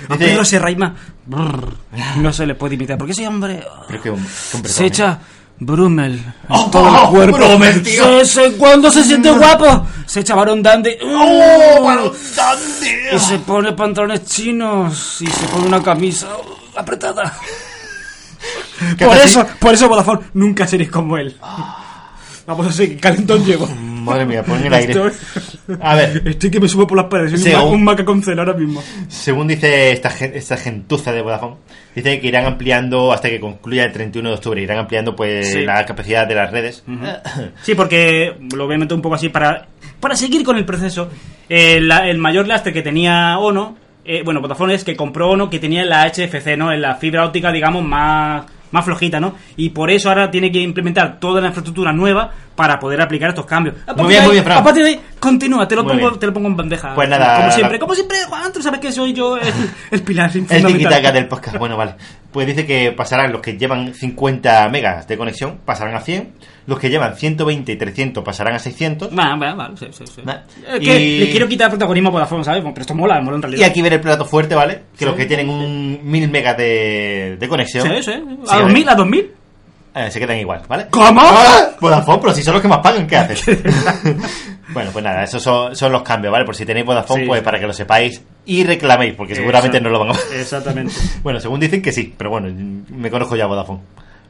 Speaker 2: A
Speaker 1: Dice-
Speaker 2: Pedro Serraima. Brr, No se le puede imitar, porque ese hombre
Speaker 1: Creo que un- que un
Speaker 2: se
Speaker 1: perdón,
Speaker 2: echa Brummel en
Speaker 1: ¡Oh,
Speaker 2: todo el
Speaker 1: oh,
Speaker 2: cuerpo.
Speaker 1: Brummel, tío!
Speaker 2: Se- se- cuando se siente guapo, se echa varón dandy.
Speaker 1: ¿eh?
Speaker 2: ¡Oh!
Speaker 1: ¡Oh, bastante!
Speaker 2: y se pone pantalones chinos y se pone una camisa oh, apretada.
Speaker 1: ¿Qué
Speaker 2: Por
Speaker 1: hace Ah.
Speaker 2: eso, por eso Vodafone nunca seréis como él. Vamos a seguir, calentón llevo.
Speaker 1: Madre mía, pon el aire.
Speaker 2: Estoy,
Speaker 1: A ver,
Speaker 2: estoy que me subo por las paredes. Soy
Speaker 1: Sí,
Speaker 2: un, ma-
Speaker 1: aún.
Speaker 2: un macaconcel ahora mismo.
Speaker 1: según dice esta, gen- esta gentuza de Vodafone, dice que irán ampliando hasta que concluya el 31 de octubre, irán ampliando pues
Speaker 2: Sí.
Speaker 1: la capacidad de las redes. <laughs>
Speaker 2: Sí, porque lo voy a Eh, meter un poco así para, para seguir con el proceso. El, el mayor lastre que tenía Ono eh, bueno, Vodafone es que compró uno que tenía la HFC, ¿no? En la fibra óptica, digamos, más, más flojita, ¿no? Y por eso ahora tiene que implementar toda la infraestructura nueva para poder aplicar estos cambios. A partir
Speaker 1: bien,
Speaker 2: de ahí-
Speaker 1: muy bien, Fran.
Speaker 2: A partir de ahí, continúa, te lo,
Speaker 1: Muy
Speaker 2: pongo,
Speaker 1: bien.
Speaker 2: te lo pongo en bandeja.
Speaker 1: Pues nada,
Speaker 2: Como
Speaker 1: la-
Speaker 2: siempre, como siempre, Juan, tú sabes que soy yo el, el pilar
Speaker 1: El tiquitaca
Speaker 2: fundamental.
Speaker 1: del podcast. Bueno, vale. Pues dice que pasarán los que llevan 50 megas de conexión, pasarán a 100. Los que llevan 120 y 300 pasarán a 600.
Speaker 2: Va, va, va, sí, sí, sí.
Speaker 1: Va.
Speaker 2: Es que
Speaker 1: Y-
Speaker 2: le quiero quitar protagonismo a Vodafone, ¿sabes? Bueno, Pero esto mola, mola en realidad.
Speaker 1: Y aquí ver el plato fuerte, ¿vale? Que
Speaker 2: Sí.
Speaker 1: los que tienen un 1000 megas de, de conexión.
Speaker 2: Sí, Ah, sí.
Speaker 1: se
Speaker 2: ¿A
Speaker 1: quedan-
Speaker 2: 2000? ¿A 2000?
Speaker 1: eh, se quedan igual, ¿vale?
Speaker 2: ¿Cómo?
Speaker 1: ¡Ah! Vodafone, pero si son los que más pagan, ¿qué haces? <laughs> bueno, pues nada, esos son, son los cambios, ¿vale? Por si tenéis Vodafone,
Speaker 2: Sí,
Speaker 1: pues
Speaker 2: sí.
Speaker 1: para que lo sepáis y reclaméis, porque seguramente no lo van a. <laughs>
Speaker 2: Exactamente.
Speaker 1: bueno, según dicen que sí, pero bueno, me conozco ya a Vodafone.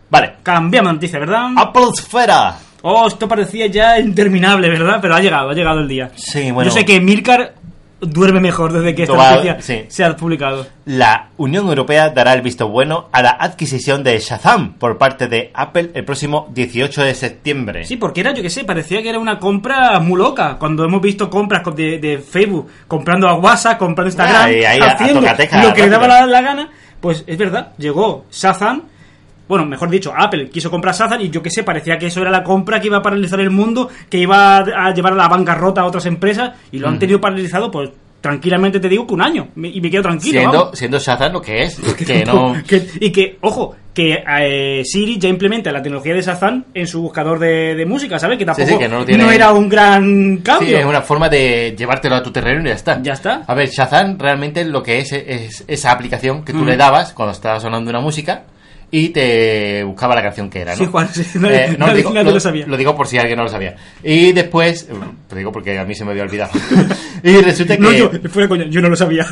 Speaker 1: Vale.
Speaker 2: Cambiamos de noticia, ¿verdad?
Speaker 1: Apple Sfera.
Speaker 2: Oh, esto parecía ya interminable, ¿verdad? Pero ha llegado, ha llegado el día.
Speaker 1: Sí, bueno.
Speaker 2: Yo sé que Milcar duerme mejor desde que esta
Speaker 1: Lo va-
Speaker 2: noticia
Speaker 1: sí.
Speaker 2: se ha publicado.
Speaker 1: La Unión Europea dará el visto bueno a la adquisición de Shazam por parte de Apple el próximo 18 de septiembre.
Speaker 2: Sí, porque era, yo que sé, parecía que era una compra muy loca. Cuando hemos visto compras con- de, de Facebook, comprando a WhatsApp, comprando Instagram,
Speaker 1: Ahí, ahí, a
Speaker 2: haciendo
Speaker 1: tocateca,
Speaker 2: lo que le daba la,
Speaker 1: rápido.
Speaker 2: la gana, pues es verdad, llegó Shazam. Bueno, mejor dicho, Apple quiso comprar Shazam y yo que sé, parecía que eso era la compra que iba a paralizar el mundo, que iba a a llevar a la bancarrota a otras empresas y
Speaker 1: Mm.
Speaker 2: lo han tenido paralizado, pues tranquilamente te digo que un año. Me- Y me quedo tranquilo. vamos.
Speaker 1: siendo, siendo Shazam lo que es.
Speaker 2: <laughs>
Speaker 1: Que no.
Speaker 2: Que- y que, ojo, que eh, Siri ya implementa la tecnología de Shazam en su buscador de, de música, ¿sabes? Que tampoco
Speaker 1: sí, que no lo tiene-
Speaker 2: era un gran cambio.
Speaker 1: Sí, es una forma de llevártelo a tu terreno y ya está.
Speaker 2: Ya está.
Speaker 1: A ver, Shazam realmente lo que es es esa aplicación que tú
Speaker 2: Mm.
Speaker 1: le dabas cuando estaba sonando una música y te buscaba la canción que era, ¿no? Eh,
Speaker 2: Sí, Juan, sí, nadie-
Speaker 1: no,
Speaker 2: nadie-
Speaker 1: digo-
Speaker 2: nadie lo sabía.
Speaker 1: Lo digo por si alguien no lo sabía. Y después, te digo porque a mí se me había olvidado. <laughs> y resulta que
Speaker 2: No, yo, <laughs> fuera coña, yo no
Speaker 1: <laughs>
Speaker 2: lo sabía.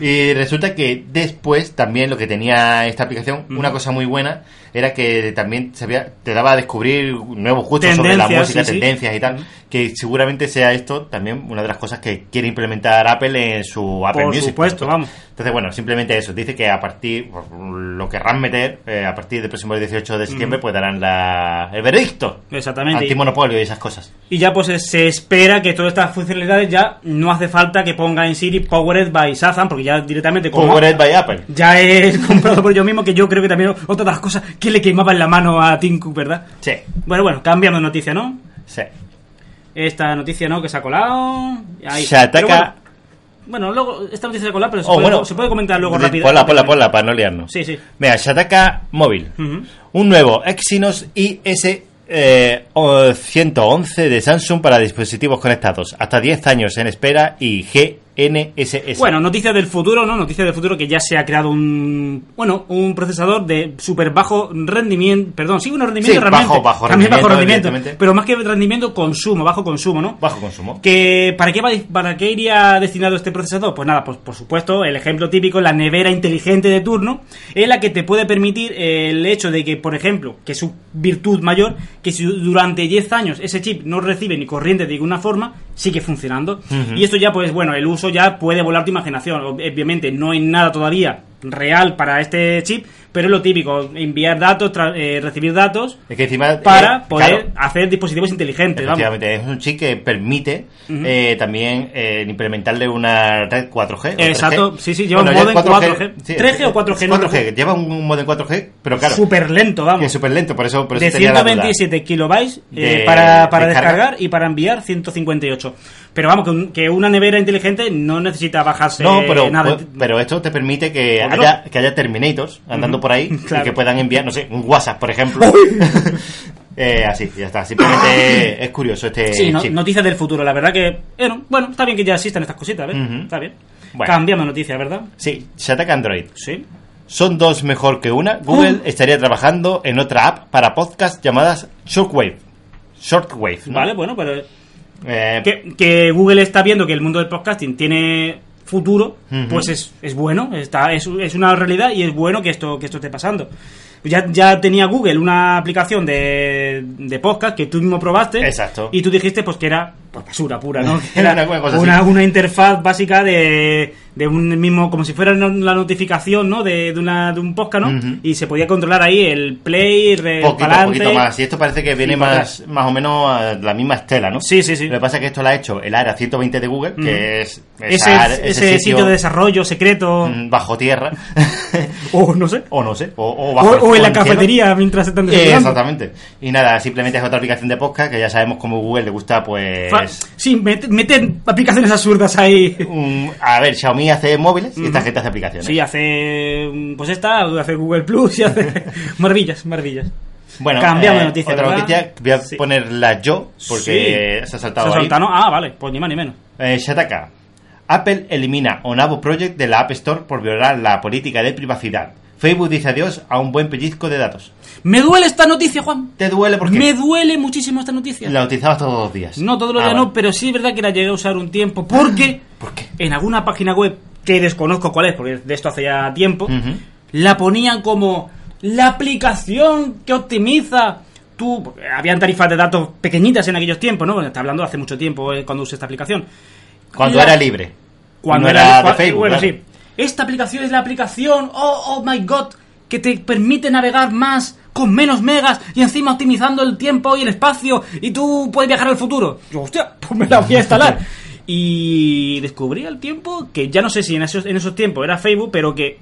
Speaker 1: Y resulta que después también lo que tenía esta aplicación, una cosa muy buena, era que también sabía, te daba a descubrir nuevos gustos sobre la
Speaker 2: Tendencias,
Speaker 1: música,
Speaker 2: sí, sí.
Speaker 1: tendencias y tal. Que seguramente sea esto también una de las cosas que quiere implementar Apple en su Apple
Speaker 2: Por
Speaker 1: Music.
Speaker 2: supuesto, vamos.
Speaker 1: Entonces, bueno, simplemente eso. Dice que a partir, por lo querrán meter, eh, a partir del próximo 18 de septiembre, pues darán la, el veredicto.
Speaker 2: Exactamente. Y,
Speaker 1: Antimonopolio y esas cosas.
Speaker 2: y ya pues eh, se espera que todas estas funcionalidades ya no hace falta que ponga en Siri Powered by Shazam, porque ya directamente como-
Speaker 1: Powered by Apple.
Speaker 2: Ya es <laughs> comprado por yo mismo, que yo creo que también otra de las cosas que le quemaba en la mano a Tim Cook, ¿verdad?
Speaker 1: Sí,
Speaker 2: Bueno, bueno, cambiando de noticia, ¿no?
Speaker 1: sí.
Speaker 2: Esta noticia, ¿no? Que se ha colado. Ahí.
Speaker 1: Se ataca-
Speaker 2: Pero Bueno, bueno, luego esta noticia se ha colado, pero se,
Speaker 1: Oh,
Speaker 2: puede,
Speaker 1: bueno.
Speaker 2: se puede comentar luego
Speaker 1: De-
Speaker 2: rápido.
Speaker 1: Ponla, ponla, ponla, para no liarnos.
Speaker 2: Sí, sí.
Speaker 1: Mira, Shataka móvil.
Speaker 2: Ujú.
Speaker 1: Un nuevo Exynos IS eh, o- 111 de Samsung para dispositivos conectados. Hasta 10 años en espera y GNSS.
Speaker 2: Bueno, noticias del futuro, ¿no? Noticias del futuro que ya se ha creado un. Bueno, un procesador de súper bajo rendimiento. Perdón, sí, un rendimiento
Speaker 1: Sí,
Speaker 2: realmente.
Speaker 1: bajo- bajo
Speaker 2: También bajo
Speaker 1: rendimiento,
Speaker 2: rendimiento.
Speaker 1: evidentemente.
Speaker 2: Pero más que rendimiento, consumo, bajo consumo, ¿no?
Speaker 1: bajo consumo.
Speaker 2: Que, ¿para, qué va- ¿Para qué iría destinado este procesador? Pues nada, pues por supuesto, el ejemplo típico, la nevera inteligente de turno, es la que te puede permitir eh, el hecho de que, por ejemplo, que su virtud mayor, que si durante 10 años ese chip no recibe ni corriente de ninguna forma, sigue funcionando. Y esto ya, pues bueno, el uso ya puede volar tu imaginación. Ob- Obviamente no hay nada todavía real para este chip, pero es lo típico, enviar datos, tra- eh, recibir datos,
Speaker 1: Es que encima.
Speaker 2: para
Speaker 1: eh,
Speaker 2: poder
Speaker 1: claro,
Speaker 2: hacer dispositivos inteligentes, vamos.
Speaker 1: Efectivamente, es un chip que permite eh, también eh, implementarle una red 4G. o
Speaker 2: Exacto,
Speaker 1: 3G.
Speaker 2: sí, sí, lleva
Speaker 1: Bueno,
Speaker 2: un
Speaker 1: ya
Speaker 2: modem 4G. 3G o 4G, no
Speaker 1: 4G, lleva un modem 4G, pero claro,
Speaker 2: Súper lento,
Speaker 1: que es
Speaker 2: vamos.
Speaker 1: súper lento, por eso, por eso
Speaker 2: de
Speaker 1: tenía la duda.
Speaker 2: 127 kilobytes eh,
Speaker 1: De-
Speaker 2: para, para
Speaker 1: descarga.
Speaker 2: descargar y para enviar 158. Pero vamos, que, un- que una nevera inteligente no necesita bajarse
Speaker 1: No, pero,
Speaker 2: nada.
Speaker 1: pu- pero esto te permite que
Speaker 2: Claro.
Speaker 1: haya, que haya Terminators andando por
Speaker 2: <laughs>
Speaker 1: ahí y
Speaker 2: claro.
Speaker 1: que puedan enviar, no sé, un WhatsApp, por ejemplo. <laughs> Eh, así, ya está. Simplemente
Speaker 2: <coughs>
Speaker 1: es curioso este
Speaker 2: Sí, no-
Speaker 1: chip.
Speaker 2: noticias del futuro, la verdad que... eh, no, bueno, está bien que ya existan estas cositas, ¿ves?
Speaker 1: Ujú.
Speaker 2: Está bien.
Speaker 1: Bueno.
Speaker 2: Cambiamos noticias, ¿verdad?
Speaker 1: Sí, se ataca Android.
Speaker 2: Sí.
Speaker 1: Son dos mejor que una. Google
Speaker 2: Uh.
Speaker 1: estaría trabajando en otra app para podcast llamadas Shortwave. Shortwave. ¿no?
Speaker 2: Vale, bueno, pero...
Speaker 1: Eh,
Speaker 2: que, que Google está viendo que el mundo del podcasting tiene futuro,
Speaker 1: Ujú.
Speaker 2: pues es, es bueno, está, es, es una realidad y es bueno que esto, que esto esté pasando. Ya, ya tenía Google una aplicación de, de podcast que tú mismo probaste.
Speaker 1: Exacto.
Speaker 2: Y tú dijiste pues que era pues basura
Speaker 1: <laughs>
Speaker 2: pura, ¿no? Que
Speaker 1: Era
Speaker 2: Era
Speaker 1: una cosa así.
Speaker 2: una, una interfaz básica de, de un mismo, como si fuera no- la notificación, ¿no? De, de una, de un podcast, ¿no?
Speaker 1: Ujú.
Speaker 2: Y se podía controlar ahí el play, el
Speaker 1: poquito,
Speaker 2: palante.
Speaker 1: poquito más. Y esto parece que viene
Speaker 2: Y para
Speaker 1: más, más o menos a la misma estela, ¿no?
Speaker 2: Sí, sí, sí.
Speaker 1: Lo que pasa es que esto lo ha hecho el área 120 de Google,
Speaker 2: Ujú.
Speaker 1: que es
Speaker 2: Ese,
Speaker 1: esa-
Speaker 2: ese sitio, de desarrollo secreto,
Speaker 1: mm, bajo tierra, <laughs>
Speaker 2: o no sé,
Speaker 1: o no sé, o, o
Speaker 2: o,
Speaker 1: bajo el-
Speaker 2: o en la
Speaker 1: el cielo.
Speaker 2: cafetería mientras están
Speaker 1: Eh,
Speaker 2: desarrollando.
Speaker 1: exactamente. Y nada, simplemente es otra aplicación de podcast que ya sabemos cómo Google le gusta, pues.
Speaker 2: Fa- Sí, mete- meten aplicaciones absurdas ahí.
Speaker 1: un- a ver, Xiaomi hace móviles y esta
Speaker 2: Ujú.
Speaker 1: gente hace aplicaciones.
Speaker 2: Sí, hace. mm, Pues esta, hace Google Plus y hace. <laughs> maravillas, maravillas.
Speaker 1: Bueno, eh,
Speaker 2: Cambiamos de noticia,
Speaker 1: Otra
Speaker 2: ¿verdad?
Speaker 1: noticia, voy a
Speaker 2: Sí.
Speaker 1: ponerla yo, porque
Speaker 2: Sí.
Speaker 1: se ha saltado
Speaker 2: Se ha
Speaker 1: ahí.
Speaker 2: saltado, ¿no? Ah, vale, pues ni más ni menos.
Speaker 1: Eh, Shataka. Apple elimina Onabo Project de la App Store por violar la política de privacidad. Facebook dice adiós a un buen pellizco de datos.
Speaker 2: Me duele esta noticia, Juan.
Speaker 1: ¿Te duele porque
Speaker 2: Me duele muchísimo esta noticia.
Speaker 1: la utilizabas todos los días?
Speaker 2: No todos los
Speaker 1: Ah,
Speaker 2: días,
Speaker 1: vale.
Speaker 2: no, pero sí es verdad que la llegué a usar un tiempo. Porque
Speaker 1: <gasps> ¿Por qué?
Speaker 2: en alguna página web que desconozco cuál es, porque de esto hace ya tiempo,
Speaker 1: Ujú.
Speaker 2: la ponían como la aplicación que optimiza tu... porque Habían tarifas de datos pequeñitas en aquellos tiempos, ¿no? Está hablando de hace mucho tiempo eh, cuando usé esta aplicación.
Speaker 1: Cuando
Speaker 2: La-
Speaker 1: era libre.
Speaker 2: cuando
Speaker 1: no era, de
Speaker 2: cua-
Speaker 1: Facebook.
Speaker 2: Bueno,
Speaker 1: claro.
Speaker 2: sí. Esta aplicación es la aplicación, oh, oh my god, que te permite navegar más con menos megas y encima optimizando el tiempo y el espacio y tú puedes viajar al futuro. Yo, hostia, pues me la voy
Speaker 1: <laughs>
Speaker 2: a instalar. y descubrí al tiempo que ya no sé si en esos, en esos tiempos era Facebook, pero que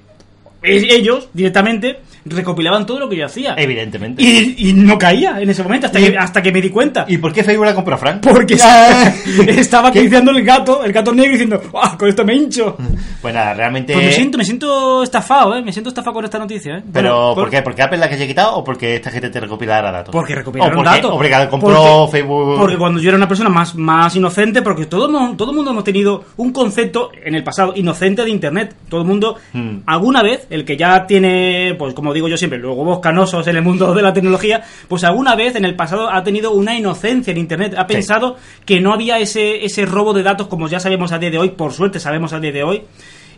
Speaker 2: e- ellos directamente recopilaban todo lo que yo hacía.
Speaker 1: Evidentemente.
Speaker 2: Y, y no caía en ese momento hasta,
Speaker 1: Eh, Y-
Speaker 2: que, hasta que me di cuenta.
Speaker 1: ¿Y por qué Facebook la compró Frank?
Speaker 2: Porque
Speaker 1: Ah.
Speaker 2: <laughs>
Speaker 1: <laughs>
Speaker 2: estaba
Speaker 1: ¿Qué?
Speaker 2: acariciando el gato, el gato negro, diciendo, ¡ah, con esto me hincho!
Speaker 1: Pues nada, realmente.
Speaker 2: Pues me siento, me siento estafado, ¿eh? Me siento estafado con esta noticia, ¿eh?
Speaker 1: Pero,
Speaker 2: Bueno,
Speaker 1: ¿por
Speaker 2: con-
Speaker 1: qué? ¿Porque Apple la que haya quitado o porque esta gente te recopilara datos?
Speaker 2: Porque
Speaker 1: o
Speaker 2: recopilaron
Speaker 1: porque,
Speaker 2: datos.
Speaker 1: O porque compró
Speaker 2: Porque-
Speaker 1: Facebook.
Speaker 2: Porque cuando yo era una persona más, más inocente, porque todo el todo mundo hemos tenido un concepto en el pasado inocente de Internet. Todo el mundo,
Speaker 1: Hmm.
Speaker 2: alguna vez, el que ya tiene, pues como digo yo siempre, luego vos canosos en el mundo de la tecnología, pues alguna vez en el pasado ha tenido una inocencia en Internet. Ha pensado que no había ese, ese robo de datos como ya sabemos a día de hoy, por suerte sabemos a día de hoy.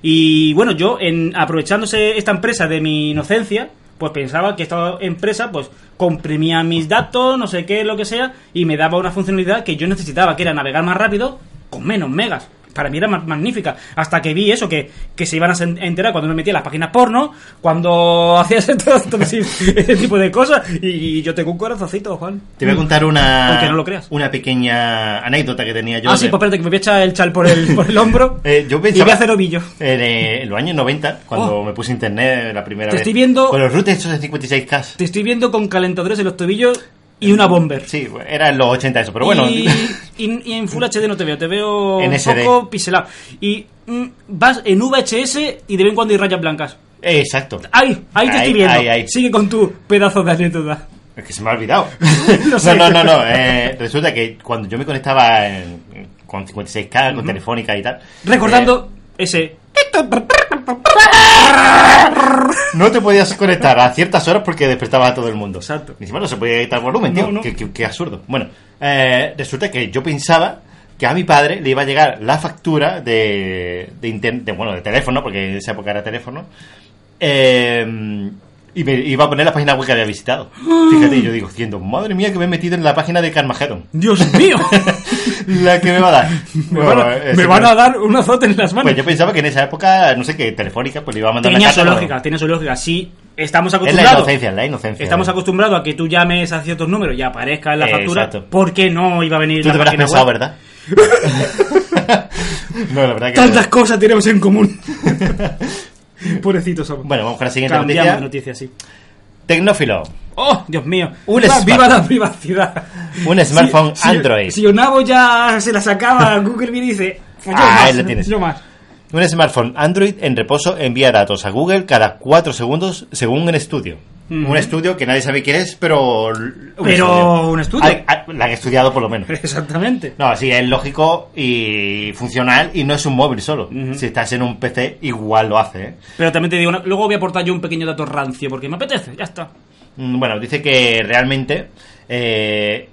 Speaker 2: Y bueno, yo, en, aprovechándose esta empresa de mi inocencia, pues pensaba que esta empresa pues comprimía mis datos, no sé qué, lo que sea, y me daba una funcionalidad que yo necesitaba, que era navegar más rápido con menos megas. Para mí era ma- magnífica. Hasta que vi eso, que, que se iban a sen- a enterar cuando me metía en las páginas porno, cuando <laughs> hacías todo, todo ese, ese tipo de cosas. Y, y yo tengo un corazoncito, Juan.
Speaker 1: Te voy a contar una.
Speaker 2: Aunque no lo creas.
Speaker 1: Una pequeña anécdota que tenía yo.
Speaker 2: Ah, sí,
Speaker 1: de-
Speaker 2: pues espérate, que me voy a echar el chal por el, por el hombro.
Speaker 1: <laughs> Eh, yo pensaba-
Speaker 2: Y voy a hacer ovillo.
Speaker 1: En, eh, en los años 90, cuando
Speaker 2: Oh.
Speaker 1: me puse internet la primera
Speaker 2: Te
Speaker 1: vez.
Speaker 2: estoy viendo-
Speaker 1: Con los routers estos de 56K.
Speaker 2: Te estoy viendo con calentadores en los tobillos y una bomber.
Speaker 1: Sí, era en los 80 eso, pero bueno.
Speaker 2: Y, y- y en Full HD no te veo, te veo
Speaker 1: En
Speaker 2: un
Speaker 1: SD.
Speaker 2: poco pixelado. Y mm, vas en VHS y de vez en cuando hay rayas blancas.
Speaker 1: <laughs> Exacto.
Speaker 2: ¡Ay! Ahí te
Speaker 1: Ahí,
Speaker 2: estoy viendo.
Speaker 1: ahí, ahí.
Speaker 2: Sigue con tu pedazo de anécdota.
Speaker 1: Es que se me ha
Speaker 2: <laughs>
Speaker 1: olvidado.
Speaker 2: Lo
Speaker 1: no,
Speaker 2: sé.
Speaker 1: no, no, no. eh, resulta que cuando yo me conectaba en- con 56K, con Telefónica y tal.
Speaker 2: Recordando ese.
Speaker 1: eh, no te podías conectar a ciertas horas porque despertaba a todo el mundo.
Speaker 2: Exacto.
Speaker 1: Y encima no se podía editar volumen, tío.
Speaker 2: No, no.
Speaker 1: Qué, qué- qué absurdo. Bueno, eh, resulta que yo pensaba que a mi padre le iba a llegar la factura de, de, inter- de, bueno, de teléfono, porque en esa época era teléfono. Eh, y me iba a poner la página web que había
Speaker 2: <gasps>
Speaker 1: visitado. Fíjate, y yo digo, diciendo, madre mía, que me he metido en la página de Carmageddon. <laughs>
Speaker 2: ¡Dios mío!
Speaker 1: La que me va a dar.
Speaker 2: <laughs> me,
Speaker 1: Bueno,
Speaker 2: van a,
Speaker 1: eh,
Speaker 2: me
Speaker 1: sí,
Speaker 2: van
Speaker 1: pues.
Speaker 2: a dar un azote en las manos.
Speaker 1: Pues yo pensaba que en esa época, no sé qué, Telefónica, pues le iba a mandar una
Speaker 2: tenía
Speaker 1: carta.
Speaker 2: su
Speaker 1: ¿no?
Speaker 2: lógica, tenía su lógica. Sí,
Speaker 1: Es
Speaker 2: estamos
Speaker 1: la
Speaker 2: acostumbrados.
Speaker 1: inocencia, es la inocencia.
Speaker 2: Estamos acostumbrados a que tú llames a ciertos números y aparezca en la
Speaker 1: Eh,
Speaker 2: factura.
Speaker 1: exacto.
Speaker 2: ¿Por qué no iba a venir
Speaker 1: Tú
Speaker 2: la
Speaker 1: te habrás
Speaker 2: página
Speaker 1: pensado,
Speaker 2: web?
Speaker 1: ¿verdad?
Speaker 2: <laughs>
Speaker 1: <laughs> no, la verdad que.
Speaker 2: Tantas cosas tenemos
Speaker 1: <laughs>
Speaker 2: en común. Pobrecitos somos.
Speaker 1: Bueno, vamos con la siguiente
Speaker 2: Cambiamos
Speaker 1: noticia.
Speaker 2: de noticia, sí.
Speaker 1: Tecnófilo.
Speaker 2: ¡Oh, Dios mío!
Speaker 1: Un
Speaker 2: viva,
Speaker 1: smartphone.
Speaker 2: viva la privacidad!
Speaker 1: Un smartphone Android.
Speaker 2: Si, Onavo ya se la sacaba, Google viene y dice... Pues yo
Speaker 1: Ah,
Speaker 2: más,
Speaker 1: ahí la tienes.
Speaker 2: yo más. <laughs>
Speaker 1: Un smartphone Android en reposo envía datos a Google cada 4 segundos según un estudio.
Speaker 2: Ujú.
Speaker 1: Un estudio que nadie sabe qué es, pero. un
Speaker 2: Pero un estudio.
Speaker 1: Ay, ay, la que he estudiado, por lo menos.
Speaker 2: Exactamente.
Speaker 1: No, sí, es lógico y funcional y no es un móvil solo.
Speaker 2: Ujú.
Speaker 1: Si estás en un PC, igual lo hace. ¿eh?
Speaker 2: Pero también te digo, una- luego voy a aportar yo un pequeño dato rancio, porque me apetece, ya está.
Speaker 1: Mm, Bueno, dice que realmente eh,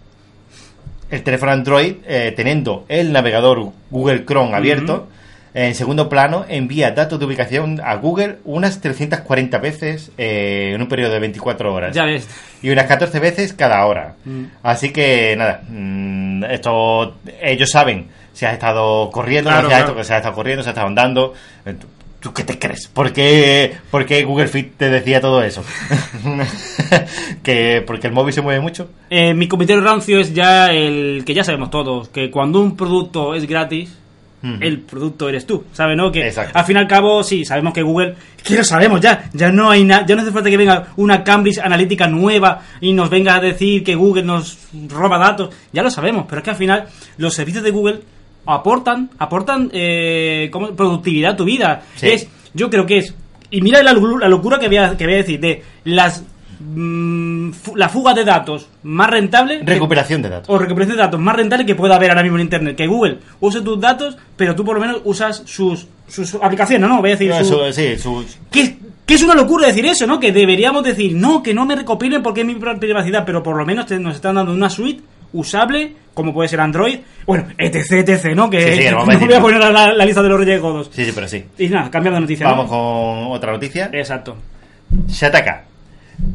Speaker 1: el teléfono Android, eh, teniendo el navegador Google Chrome abierto, En segundo plano, envía datos de ubicación a Google unas 340 veces eh, en un periodo de 24 horas.
Speaker 2: Ya ves.
Speaker 1: Y unas 14 veces cada hora.
Speaker 2: Mm.
Speaker 1: Así que, nada, mm, esto ellos saben si has estado corriendo,
Speaker 2: Claro,
Speaker 1: si has,
Speaker 2: claro.
Speaker 1: si has estado corriendo, si has estado andando. Eh, ¿Tú, tú qué te crees? ¿Por qué, por qué Google Fit te decía todo eso? <laughs> que porque el móvil se mueve mucho.
Speaker 2: Eh, mi comentario rancio es ya el que ya sabemos todos, que cuando un producto es gratis,
Speaker 1: Ujú.
Speaker 2: el producto eres tú, ¿sabes? No? Que
Speaker 1: Hmm. Exacto.
Speaker 2: al fin y al cabo, sí, sabemos que Google, que lo sabemos ya, ya no hay nada, ya no hace falta que venga una Cambridge analítica nueva y nos venga a decir que Google nos roba datos, ya lo sabemos, pero es que al final los servicios de Google aportan, aportan eh, como productividad a tu vida.
Speaker 1: Sí.
Speaker 2: Es, yo creo que es, y mira la, lu- la locura que voy, a, que voy a decir, de las mm, fu- la fuga de datos más rentable que-
Speaker 1: Recuperación de datos.
Speaker 2: o recuperación de datos más rentable que pueda haber ahora mismo en internet. Que Google use tus datos, pero tú por lo menos usas sus, sus aplicaciones, ¿no? Voy a decir
Speaker 1: No,
Speaker 2: su-
Speaker 1: eso, sí, su-
Speaker 2: que, que es una locura decir eso, ¿no? Que deberíamos decir, no, que no me recopilen porque es mi privacidad, pero por lo menos te- nos están dando una suite usable, como puede ser Android, bueno, etc, etc, ¿no? Que
Speaker 1: Sí,
Speaker 2: <laughs>
Speaker 1: sí,
Speaker 2: no
Speaker 1: vamos a
Speaker 2: voy
Speaker 1: decir-
Speaker 2: a poner a la, la lista de los reyes godos.
Speaker 1: sí, sí, pero sí.
Speaker 2: Y nada, cambiando de noticia. ¿no? Eh.
Speaker 1: Vamos con otra noticia.
Speaker 2: Exacto.
Speaker 1: Se ataca.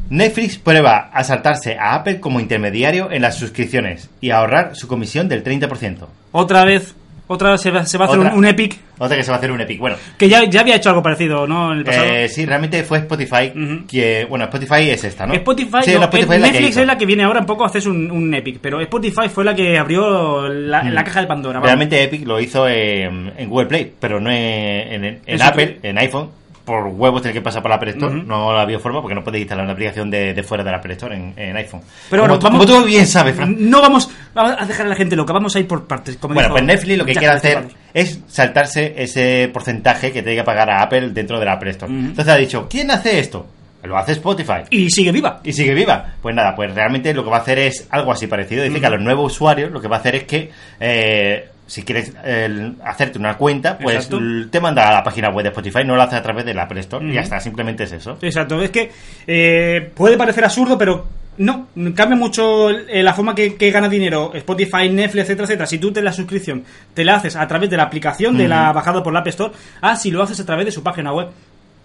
Speaker 1: Netflix prueba a saltarse a Apple como intermediario en las suscripciones y a ahorrar su comisión del 30%.
Speaker 2: Otra vez, otra vez se va, se va a hacer
Speaker 1: Otra.
Speaker 2: un, un Epic,
Speaker 1: Otra que se va a hacer un Epic. Bueno,
Speaker 2: que ya, ya había hecho algo parecido, ¿no? En el pasado.
Speaker 1: eh, sí, realmente fue Spotify
Speaker 2: Ujú.
Speaker 1: que... Bueno, Spotify es esta, ¿no?
Speaker 2: Spotify,
Speaker 1: Sí,
Speaker 2: no,
Speaker 1: no, Spotify es la que
Speaker 2: Netflix
Speaker 1: hizo.
Speaker 2: es la que viene ahora un poco a hacerse un, un Epic, pero Spotify fue la que abrió la, la caja de Pandora. vamos.
Speaker 1: Mm. Realmente Epic lo hizo en, en Google Play, pero no en, en- en
Speaker 2: Es
Speaker 1: Apple, en iPhone. Por huevos tiene que pasar por la Apple Store.
Speaker 2: Ujú.
Speaker 1: No la había forma porque no podéis instalar una aplicación de, de fuera de la Apple Store en, en iPhone.
Speaker 2: Pero
Speaker 1: como,
Speaker 2: bueno,
Speaker 1: tú-
Speaker 2: vamos-
Speaker 1: como tú bien sabes, Fran.
Speaker 2: No vamos a dejar a la gente loca, vamos a ir por partes. como
Speaker 1: Bueno,
Speaker 2: dijo
Speaker 1: pues Netflix lo que
Speaker 2: Jack
Speaker 1: quiere
Speaker 2: Lasseter.
Speaker 1: hacer es saltarse ese porcentaje que tiene que pagar a Apple dentro de la Apple Store.
Speaker 2: Ujú.
Speaker 1: Entonces ha dicho, ¿quién hace esto? Lo hace Spotify.
Speaker 2: Y sigue viva.
Speaker 1: Y sigue viva. Pues nada, pues realmente lo que va a hacer es algo así parecido. Dice que a los nuevos usuarios lo que va a hacer es que eh, si quieres eh, hacerte una cuenta, pues
Speaker 2: Exacto.
Speaker 1: l- te manda a la página web de Spotify, no lo hace a través de la Apple Store. Y
Speaker 2: Ujú.
Speaker 1: ya está, simplemente es eso.
Speaker 2: Exacto, es que eh, puede parecer absurdo, pero no, cambia mucho eh, la forma que, que gana dinero Spotify, Netflix, etcétera, etcétera. Si tú te la suscripción te la haces a través de la aplicación de la bajada por la App Store, ah, si lo haces a través de su página web,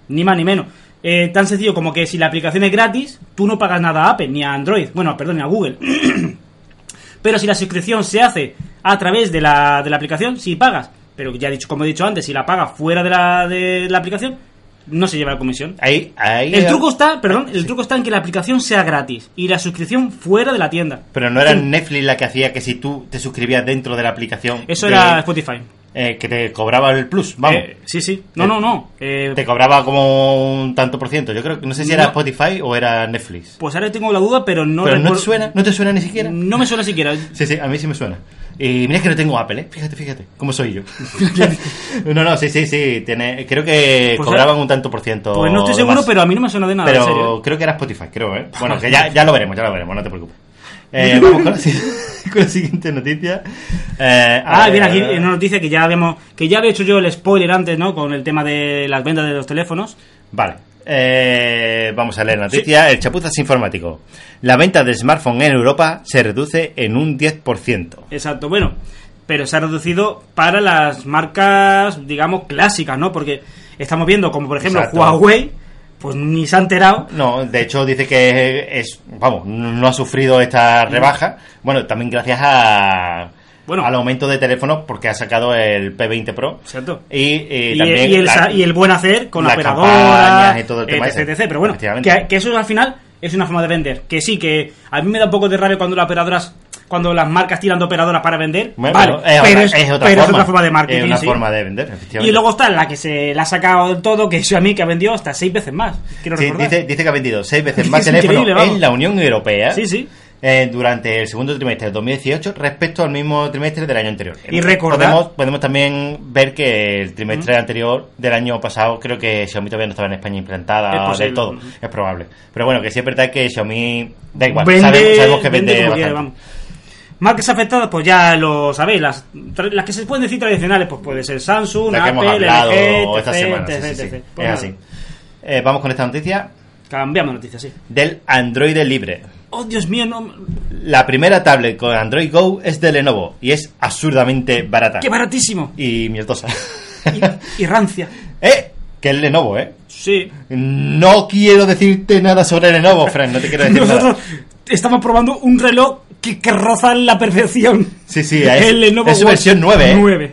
Speaker 2: ni más ni menos. Eh, tan sencillo como que si la aplicación es gratis, tú no pagas nada a Apple ni a Android, bueno, perdón, ni a Google. <clears throat> Pero si la suscripción se hace a través de la, de la aplicación, si pagas. Pero ya he dicho, como he dicho antes, si la pagas fuera de la, de la aplicación, no se lleva comisión.
Speaker 1: Ahí, ahí
Speaker 2: El truco está, perdón, el truco está en que la aplicación sea gratis y la suscripción fuera de la tienda.
Speaker 1: Pero no era Netflix la que hacía que si tú te suscribías dentro de la aplicación...
Speaker 2: Eso
Speaker 1: de-
Speaker 2: era Spotify.
Speaker 1: eh, que te cobraba el plus, vamos.
Speaker 2: Eh, sí, sí. No, no, no. Eh,
Speaker 1: Te cobraba como un tanto por ciento. Yo creo que no sé si era
Speaker 2: No.
Speaker 1: Spotify o era Netflix.
Speaker 2: pues ahora tengo la duda, pero no
Speaker 1: Pero no te
Speaker 2: recuerdo-
Speaker 1: suena, no te suena ni siquiera.
Speaker 2: No me suena siquiera. Pues
Speaker 1: Sí, sí, a mí sí me suena. Y mira que no tengo Apple, ¿eh? Fíjate, fíjate, cómo soy yo. <laughs> no, no, sí, sí, sí. Tiene, creo que
Speaker 2: Pues
Speaker 1: cobraban
Speaker 2: ahora-
Speaker 1: un tanto por ciento.
Speaker 2: Pues no estoy
Speaker 1: de
Speaker 2: seguro,
Speaker 1: más.
Speaker 2: pero a mí no me suena de nada, en
Speaker 1: Pero
Speaker 2: serio.
Speaker 1: creo que era Spotify, creo, ¿eh? Bueno, que ya, ya lo veremos, ya lo veremos, no te preocupes.
Speaker 2: <laughs>
Speaker 1: Eh, vamos con la, si- <laughs> con la siguiente noticia. Eh, a
Speaker 2: Ah,
Speaker 1: ver,
Speaker 2: bien, aquí en una noticia que ya habíamos, que ya había hecho yo el spoiler antes, ¿no? Con el tema de las ventas de los teléfonos.
Speaker 1: Vale. Eh, vamos a leer la noticia. El chapuzas informático. La venta de smartphone en Europa se reduce en un 10%.
Speaker 2: Exacto, bueno, pero se ha reducido para las marcas, digamos, clásicas, ¿no? Porque estamos viendo como, por ejemplo,
Speaker 1: Exacto.
Speaker 2: Huawei, pues ni se ha enterado.
Speaker 1: No, de hecho dice que es, vamos, no ha sufrido esta rebaja. Bueno, también gracias a
Speaker 2: Bueno.
Speaker 1: al aumento de teléfonos porque ha sacado el P20 Pro.
Speaker 2: Exacto.
Speaker 1: Y, eh,
Speaker 2: y,
Speaker 1: también
Speaker 2: y el,
Speaker 1: la-
Speaker 2: sa- y el buen hacer con la
Speaker 1: las
Speaker 2: operadora,
Speaker 1: campañas y todo el tema
Speaker 2: etc,
Speaker 1: ese.
Speaker 2: etc. Pero bueno,
Speaker 1: Efectivamente.
Speaker 2: que, que eso al final es una forma de vender. Que sí, que a mí me da un poco de rabia cuando las operadoras, cuando las marcas tiran de operadoras para vender.
Speaker 1: Bueno,
Speaker 2: vale,
Speaker 1: bueno, es,
Speaker 2: pero,
Speaker 1: otra,
Speaker 2: es,
Speaker 1: es otra
Speaker 2: pero
Speaker 1: forma,
Speaker 2: es otra forma de marketing.
Speaker 1: Es una
Speaker 2: sí.
Speaker 1: forma de vender, efectivamente.
Speaker 2: Y luego está la que se la ha sacado del todo, que es a mí que ha vendido hasta seis veces más. Quiero
Speaker 1: Sí,
Speaker 2: recordar.
Speaker 1: dice, dice que ha vendido seis veces
Speaker 2: <laughs> Es
Speaker 1: más teléfonos
Speaker 2: increíble, vamos.
Speaker 1: en la Unión Europea
Speaker 2: Sí, sí.
Speaker 1: eh, durante el segundo trimestre del 2018 respecto al mismo trimestre del año anterior.
Speaker 2: Y recordad-
Speaker 1: Podemos, podemos también ver que el trimestre anterior del año pasado creo que Xiaomi todavía no estaba en España
Speaker 2: Es
Speaker 1: implantada
Speaker 2: posible,
Speaker 1: del todo.
Speaker 2: ujú.
Speaker 1: Es probable. Pero bueno, que sí es verdad que Xiaomi... Da igual,
Speaker 2: Vende-
Speaker 1: sabemos, sabemos que
Speaker 2: vende
Speaker 1: vende,
Speaker 2: como
Speaker 1: bastante.
Speaker 2: quiere, vamos. Marcas afectadas, pues ya lo sabéis, las, tra- las que se pueden decir tradicionales, pues puede ser Samsung,
Speaker 1: La que hemos
Speaker 2: Apple,
Speaker 1: hablado
Speaker 2: LG,
Speaker 1: esta
Speaker 2: etc,
Speaker 1: semana. sí,
Speaker 2: etc,
Speaker 1: sí, sí.
Speaker 2: etc.
Speaker 1: Es
Speaker 2: Pues nada,
Speaker 1: así. Eh, vamos con esta noticia
Speaker 2: Cambiamos noticias, sí.
Speaker 1: del Android libre.
Speaker 2: Oh, Dios mío, no...
Speaker 1: La primera tablet con Android Go es de Lenovo y es absurdamente barata.
Speaker 2: ¡Qué baratísimo!
Speaker 1: y mierdosa.
Speaker 2: <laughs> Y, y rancia.
Speaker 1: <laughs> ¡Eh! Que es Lenovo, ¿eh?
Speaker 2: Sí.
Speaker 1: No quiero decirte nada sobre Lenovo, Fran, no te quiero decir
Speaker 2: <laughs> Nosotros
Speaker 1: nada.
Speaker 2: estamos probando un reloj que, que roza la perfección.
Speaker 1: Sí, sí, es-
Speaker 2: El Lenovo
Speaker 1: es su
Speaker 2: Watch
Speaker 1: versión 9, ¿eh?
Speaker 2: 9.
Speaker 1: Es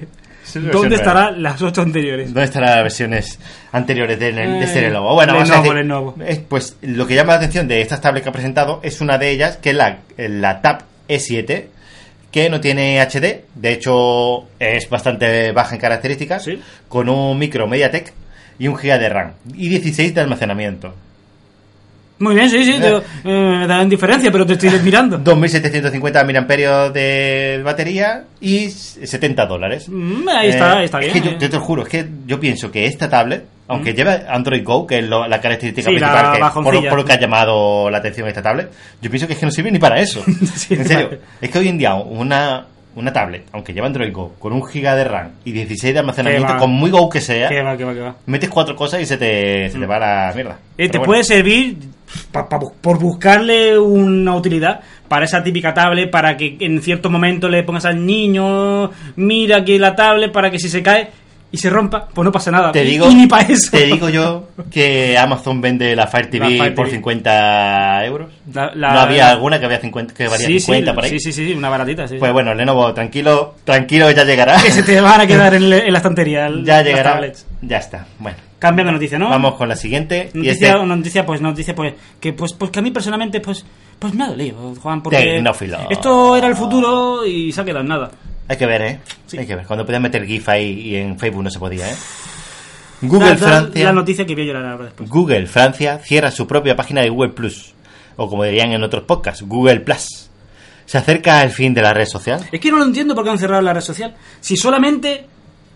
Speaker 1: su versión 9.
Speaker 2: ¿Dónde estarán las ocho anteriores?
Speaker 1: ¿Dónde estarán las versiones anteriores de, de este
Speaker 2: Eh,
Speaker 1: Lenovo? Bueno, vamos
Speaker 2: Lenovo,
Speaker 1: a decir,
Speaker 2: Lenovo.
Speaker 1: es- pues lo que llama la atención de estas tablets que ha presentado es una de ellas, que es la, la Tab E7, que no tiene HD, de hecho es bastante baja en características,
Speaker 2: Sí.
Speaker 1: con un micro MediaTek y un GB de RAM y 16 de almacenamiento.
Speaker 2: Muy bien, sí, sí, te- eh, me darán diferencia, pero te estoy mirando.
Speaker 1: 2.750 miliamperios de batería y 70 dólares.
Speaker 2: Mm, ahí está,
Speaker 1: Eh,
Speaker 2: ahí está
Speaker 1: es
Speaker 2: bien. Mm.
Speaker 1: que yo, yo te lo juro, es que yo pienso que esta tablet, aunque lleve Android Go, que es lo- la característica
Speaker 2: Sí,
Speaker 1: principal que-
Speaker 2: la
Speaker 1: por, lo,
Speaker 2: bajoncilla.
Speaker 1: por lo que ha llamado la atención esta tablet, yo pienso que es que no sirve ni para eso.
Speaker 2: <laughs> Sí,
Speaker 1: en serio,
Speaker 2: vale.
Speaker 1: es que hoy en día una, una tablet, aunque lleva Android Go, con un giga de RAM y 16 de
Speaker 2: Que
Speaker 1: almacenamiento,
Speaker 2: va.
Speaker 1: con muy Go que sea,
Speaker 2: Que va, que va, que va.
Speaker 1: metes cuatro cosas y se te, se te va la mierda.
Speaker 2: Eh,
Speaker 1: Pero
Speaker 2: te
Speaker 1: bueno.
Speaker 2: puede servir pa- pa- por buscarle una utilidad para esa típica tablet, para que en cierto momento le pongas al niño, mira aquí la tablet, para que si se cae y se rompa, pues no pasa nada.
Speaker 1: Te
Speaker 2: Y-
Speaker 1: digo,
Speaker 2: y ni para eso.
Speaker 1: te digo yo que Amazon vende la Fire TV,
Speaker 2: La Fire
Speaker 1: por
Speaker 2: TV.
Speaker 1: 50 euros.
Speaker 2: La- la-
Speaker 1: no había
Speaker 2: la-
Speaker 1: alguna que, había 50, que valía
Speaker 2: sí,
Speaker 1: 50
Speaker 2: sí,
Speaker 1: por ahí.
Speaker 2: Sí, sí, sí, una baratita. Sí.
Speaker 1: Pues bueno, Lenovo, tranquilo, tranquilo, que ya llegará.
Speaker 2: <laughs> que se te van a quedar en, le- en la estantería. el-
Speaker 1: <laughs> ya
Speaker 2: las
Speaker 1: llegará.
Speaker 2: tablets.
Speaker 1: Ya está. Bueno,
Speaker 2: Cambia de noticia, ¿no?
Speaker 1: vamos con la siguiente. Y
Speaker 2: Noticia,
Speaker 1: este-
Speaker 2: noticia, pues, noticia, pues, que, pues, pues, que a mí personalmente, pues, pues me ha dolido, Juan, porque
Speaker 1: Tecnófilo.
Speaker 2: esto era el futuro y se ha quedado en nada.
Speaker 1: Hay que ver, ¿eh?
Speaker 2: Sí.
Speaker 1: Hay que ver. Cuando podías meter GIF ahí y en Facebook no se podía, ¿eh? Google
Speaker 2: Da- da
Speaker 1: Francia.
Speaker 2: La noticia que voy a llorar ahora después.
Speaker 1: Google Francia cierra su propia página de Google Plus. O como dirían en otros podcasts, Google Plus. Se acerca el fin de la red social.
Speaker 2: Es que no lo entiendo por qué han cerrado la red social. Si solamente.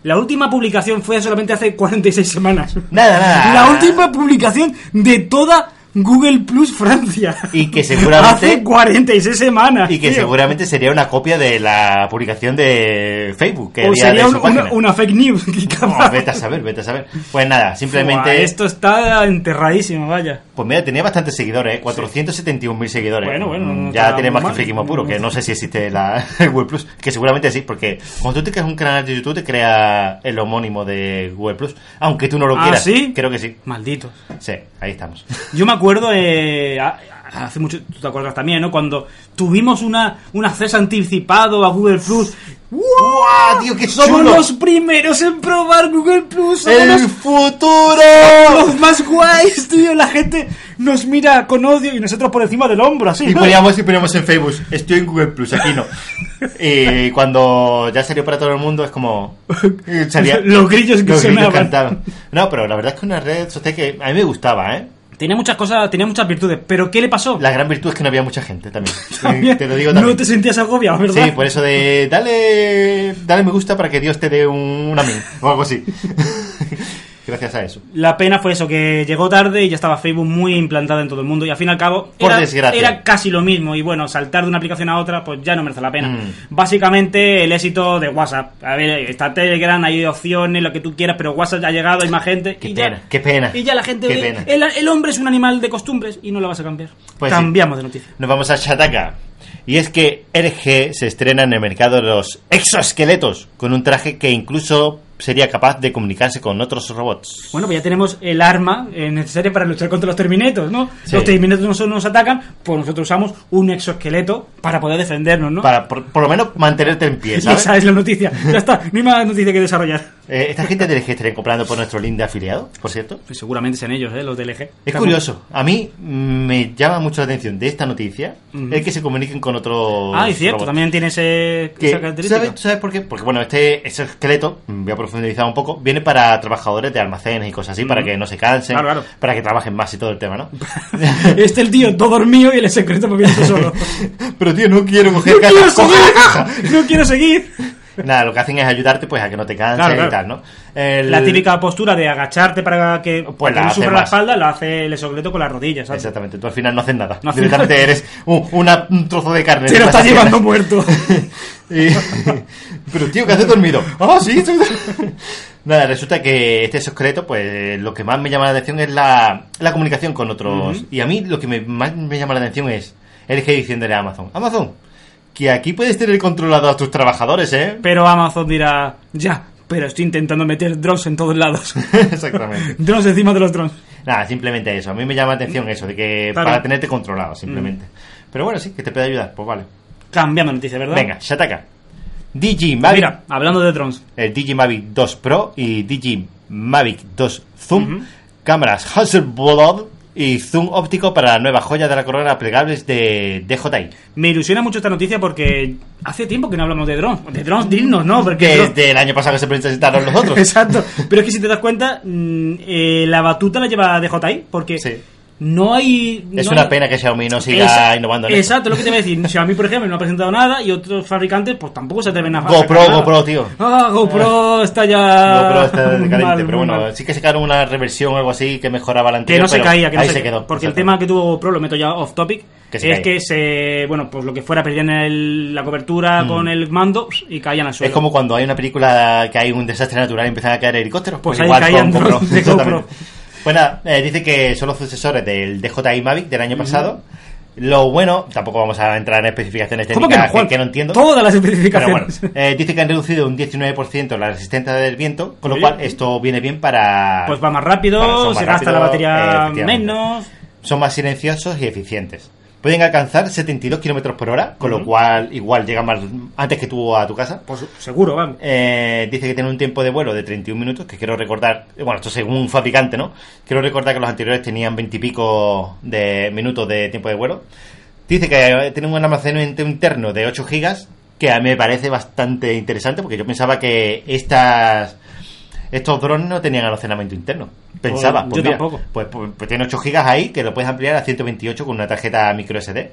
Speaker 2: La última publicación fue solamente hace 46 semanas.
Speaker 1: Nada, nada.
Speaker 2: La última publicación de toda Google Plus Francia.
Speaker 1: Y que seguramente-
Speaker 2: Hace 46 semanas.
Speaker 1: Y que
Speaker 2: tío.
Speaker 1: seguramente sería una copia de la publicación de Facebook. Que
Speaker 2: O
Speaker 1: había
Speaker 2: sería
Speaker 1: de
Speaker 2: un-
Speaker 1: su
Speaker 2: una,
Speaker 1: página.
Speaker 2: una fake news. <laughs> que capaz-
Speaker 1: No, vete a saber, vete a saber. Pues nada, simplemente.
Speaker 2: Buah, esto está enterradísimo, vaya.
Speaker 1: Pues mira, tenía bastantes seguidores, ¿eh? 471.000 seguidores.
Speaker 2: Bueno, bueno, no
Speaker 1: ya
Speaker 2: está
Speaker 1: tiene más
Speaker 2: mal.
Speaker 1: que friquismo puro, que no sé si existe la <laughs> el Google Plus, que seguramente sí, porque cuando tú te creas un canal de YouTube te crea el homónimo de Google Plus, aunque tú no lo
Speaker 2: ¿Ah,
Speaker 1: quieras.
Speaker 2: sí?
Speaker 1: Creo que sí.
Speaker 2: Malditos.
Speaker 1: Sí, ahí estamos.
Speaker 2: Yo me acuerdo, eh, a- a- hace mucho, tú te acuerdas también, ¿no? Cuando tuvimos una, un acceso anticipado a Google Plus.
Speaker 1: ¡Guau, tío, qué
Speaker 2: Somos
Speaker 1: chulo!
Speaker 2: los primeros en probar Google Plus. Somos
Speaker 1: ¡El
Speaker 2: los,
Speaker 1: futuro!
Speaker 2: los más guays, tío. La gente nos mira con odio y nosotros por encima del hombro, así.
Speaker 1: Y poníamos, y poníamos en Facebook, estoy en Google Plus, aquí no. Y cuando ya salió para todo el mundo es como... eh, salía-
Speaker 2: <laughs> Los grillos que
Speaker 1: los
Speaker 2: sonaban.
Speaker 1: cantaban. No, pero la verdad es que una red social que a mí me gustaba, ¿eh?
Speaker 2: Tenía muchas cosas, tenía muchas virtudes, pero ¿qué le pasó?
Speaker 1: La gran virtud es que no había mucha gente también.
Speaker 2: <laughs> También,
Speaker 1: Te lo digo
Speaker 2: no
Speaker 1: también.
Speaker 2: te sentías agobiado, ¿verdad?
Speaker 1: Sí, por eso de dale, dale me gusta para que Dios te dé un, un amén o algo así. <laughs> Gracias a eso.
Speaker 2: La pena fue eso, que llegó tarde y ya estaba Facebook muy implantada en todo el mundo. Y al fin y al cabo,
Speaker 1: Por
Speaker 2: era,
Speaker 1: desgracia.
Speaker 2: era casi lo mismo. Y bueno, saltar de una aplicación a otra, pues ya no merece la pena.
Speaker 1: Mm.
Speaker 2: Básicamente, el éxito de WhatsApp. A ver, está Telegram, hay opciones, lo que tú quieras, pero WhatsApp ya ha llegado, hay más gente.
Speaker 1: Qué
Speaker 2: y
Speaker 1: pena,
Speaker 2: ya,
Speaker 1: qué pena.
Speaker 2: Y ya la gente
Speaker 1: Qué
Speaker 2: ve-
Speaker 1: pena.
Speaker 2: El, el hombre es un animal de costumbres y no lo vas a cambiar.
Speaker 1: Pues sí.
Speaker 2: Cambiamos de noticia.
Speaker 1: Nos vamos a Shataka. Y es que RG se estrena en el mercado de los exoesqueletos, con un traje que incluso sería capaz de comunicarse con otros robots.
Speaker 2: Bueno, pues ya tenemos el arma eh, necesaria para luchar contra los Terminators, ¿no?
Speaker 1: Sí.
Speaker 2: Los Terminators nos, nos atacan, pues nosotros usamos un exoesqueleto para poder defendernos, ¿no?
Speaker 1: Para por, por lo menos mantenerte en <laughs> pie, ¿sabes?
Speaker 2: Esa es la noticia. Ya está, no hay más noticia que desarrollar.
Speaker 1: Eh, ¿Esta gente de RG estaría comprando por nuestro link de afiliado, por cierto?
Speaker 2: seguramente sean ellos, ¿eh? los del eje.
Speaker 1: Es curioso, a mí mm, me llama mucho la atención de esta noticia
Speaker 2: Ujú.
Speaker 1: el que se comuniquen con otros
Speaker 2: Ah, y cierto,
Speaker 1: robots.
Speaker 2: también tiene ese,
Speaker 1: Que,
Speaker 2: esa característica.
Speaker 1: ¿sabes, ¿Sabes por qué? Porque bueno, este ese esqueleto, mm, voy a profundizar un poco, viene para trabajadores de almacenes y cosas así, para que no se cansen,
Speaker 2: Claro, claro.
Speaker 1: para que trabajen más y todo el tema,
Speaker 2: <laughs>
Speaker 1: ¿no?
Speaker 2: <laughs> Este el tío todo dormido y el secreto
Speaker 1: <laughs>
Speaker 2: moviéndose solo.
Speaker 1: Pero tío, no quiero coger
Speaker 2: ¡No
Speaker 1: caja,
Speaker 2: quiero
Speaker 1: coge
Speaker 2: seguir!
Speaker 1: la caja.
Speaker 2: ¡No quiero seguir!
Speaker 1: Nada, lo que hacen es ayudarte pues a que no te canses
Speaker 2: Claro, claro.
Speaker 1: y tal, ¿no? El-
Speaker 2: La típica postura de agacharte para que, para que
Speaker 1: Eh, pues la
Speaker 2: no
Speaker 1: hace
Speaker 2: sufra la
Speaker 1: más.
Speaker 2: espalda la hace el exoesqueleto con las rodillas. ¿sabes?
Speaker 1: Exactamente, tú al final no haces nada.
Speaker 2: No haces
Speaker 1: Directamente eres un, una- un trozo de carne.
Speaker 2: Se lo
Speaker 1: de
Speaker 2: está
Speaker 1: pasas
Speaker 2: llevando
Speaker 1: piernas. <laughs>
Speaker 2: muerto.
Speaker 1: Y- <laughs> Pero tío, ¿qué haces dormido? Ah, sí, estoy- <laughs> Nada, resulta que este esqueleto, pues lo que más me llama la atención es la, la comunicación con otros. Y a mí lo que me, más me llama la atención es el que diciéndole a Amazon, Amazon, que aquí puedes tener controlado a tus trabajadores, ¿eh? <laughs>
Speaker 2: Pero Amazon dirá, ya, pero estoy intentando meter drones en todos lados. <laughs>
Speaker 1: Exactamente.
Speaker 2: drones encima de los drones.
Speaker 1: Nada, simplemente eso. A mí me llama la atención eso, de que
Speaker 2: Claro. Mm.
Speaker 1: para tenerte controlado, simplemente. Pero bueno, sí, que te puede ayudar, pues vale.
Speaker 2: Cambiamos noticia, ¿verdad?
Speaker 1: Venga, Shataka. DJ Mavic,
Speaker 2: Mira, hablando de drones.
Speaker 1: el DJ eh, Mavic 2 Pro y DJ Mavic 2 Zoom,
Speaker 2: Ujú.
Speaker 1: cámaras Hasselblad y zoom óptico para la nueva joya de la corona plegables de DJI.
Speaker 2: Me ilusiona mucho esta noticia porque hace tiempo que no hablamos de drones. De drones dignos, ¿no? Porque drones- <laughs>
Speaker 1: Desde el año pasado que se presentaron los otros.
Speaker 2: Exacto. Pero <laughs> es que si te das cuenta, mm, eh, la batuta la lleva DJI porque
Speaker 1: Sí.
Speaker 2: no hay...
Speaker 1: Es
Speaker 2: no
Speaker 1: una
Speaker 2: hay-
Speaker 1: pena que Xiaomi no siga
Speaker 2: Esa-
Speaker 1: innovando en
Speaker 2: Exacto, lo que te iba a decir. Xiaomi, por ejemplo, no ha presentado nada y otros fabricantes, pues tampoco se atreven a. a
Speaker 1: GoPro,
Speaker 2: sacar nada.
Speaker 1: GoPro, tío.
Speaker 2: Ah, GoPro está ya.
Speaker 1: No, pero está decadente,
Speaker 2: mal,
Speaker 1: pero
Speaker 2: muy
Speaker 1: bueno,
Speaker 2: mal.
Speaker 1: sí que sacaron una reversión o algo así que mejoraba la
Speaker 2: Que
Speaker 1: anterior.
Speaker 2: no se
Speaker 1: pero
Speaker 2: caía, que no
Speaker 1: ahí
Speaker 2: se,
Speaker 1: se quedó.
Speaker 2: Porque el
Speaker 1: exacto.
Speaker 2: tema que tuvo GoPro, lo meto ya off topic,
Speaker 1: Que se
Speaker 2: es
Speaker 1: caía.
Speaker 2: que se. Bueno, pues lo que fuera, perdían el- la cobertura con el mando y caían al suelo.
Speaker 1: Mm. Es como cuando hay una película que hay un desastre natural y empiezan a caer helicópteros.
Speaker 2: Pues ahí caían drones de
Speaker 1: exactamente.
Speaker 2: GoPro.
Speaker 1: Pues nada, eh, dice que son los sucesores del DJI Mavic del año pasado. Lo bueno, tampoco vamos a entrar en especificaciones
Speaker 2: ¿Cómo
Speaker 1: técnicas
Speaker 2: que no, Juan?
Speaker 1: entiendo.
Speaker 2: Todas las
Speaker 1: Pero bueno,
Speaker 2: especificaciones.
Speaker 1: eh, dice que han reducido un 19% la resistencia del viento, con lo
Speaker 2: Oye.
Speaker 1: cual esto viene bien para...
Speaker 2: <laughs> Pues va más
Speaker 1: Vale, son
Speaker 2: rápido,
Speaker 1: más
Speaker 2: se
Speaker 1: rápido,
Speaker 2: gasta la
Speaker 1: eh,
Speaker 2: batería
Speaker 1: efectivamente.
Speaker 2: menos.
Speaker 1: son más silenciosos y eficientes. Pueden alcanzar 72 kilómetros por hora, con lo
Speaker 2: Ujú.
Speaker 1: cual igual llega más antes que tú a tu casa.
Speaker 2: Pues seguro, vamos.
Speaker 1: Eh, dice que tiene un tiempo de vuelo de 31 minutos, que quiero recordar, bueno, esto según un fabricante, ¿no? Quiero recordar que los anteriores tenían 20 y pico de minutos de tiempo de vuelo. Dice que eh, tiene un almacenamiento interno de 8 gigas, que a mí me parece bastante interesante, porque yo pensaba que estas... Estos drones no tenían almacenamiento interno. Pensaba.
Speaker 2: Pues,
Speaker 1: Pues,
Speaker 2: yo
Speaker 1: mira,
Speaker 2: tampoco.
Speaker 1: Pues, pues- pues tiene 8 gigas ahí que lo puedes ampliar a 128 con una tarjeta micro SD.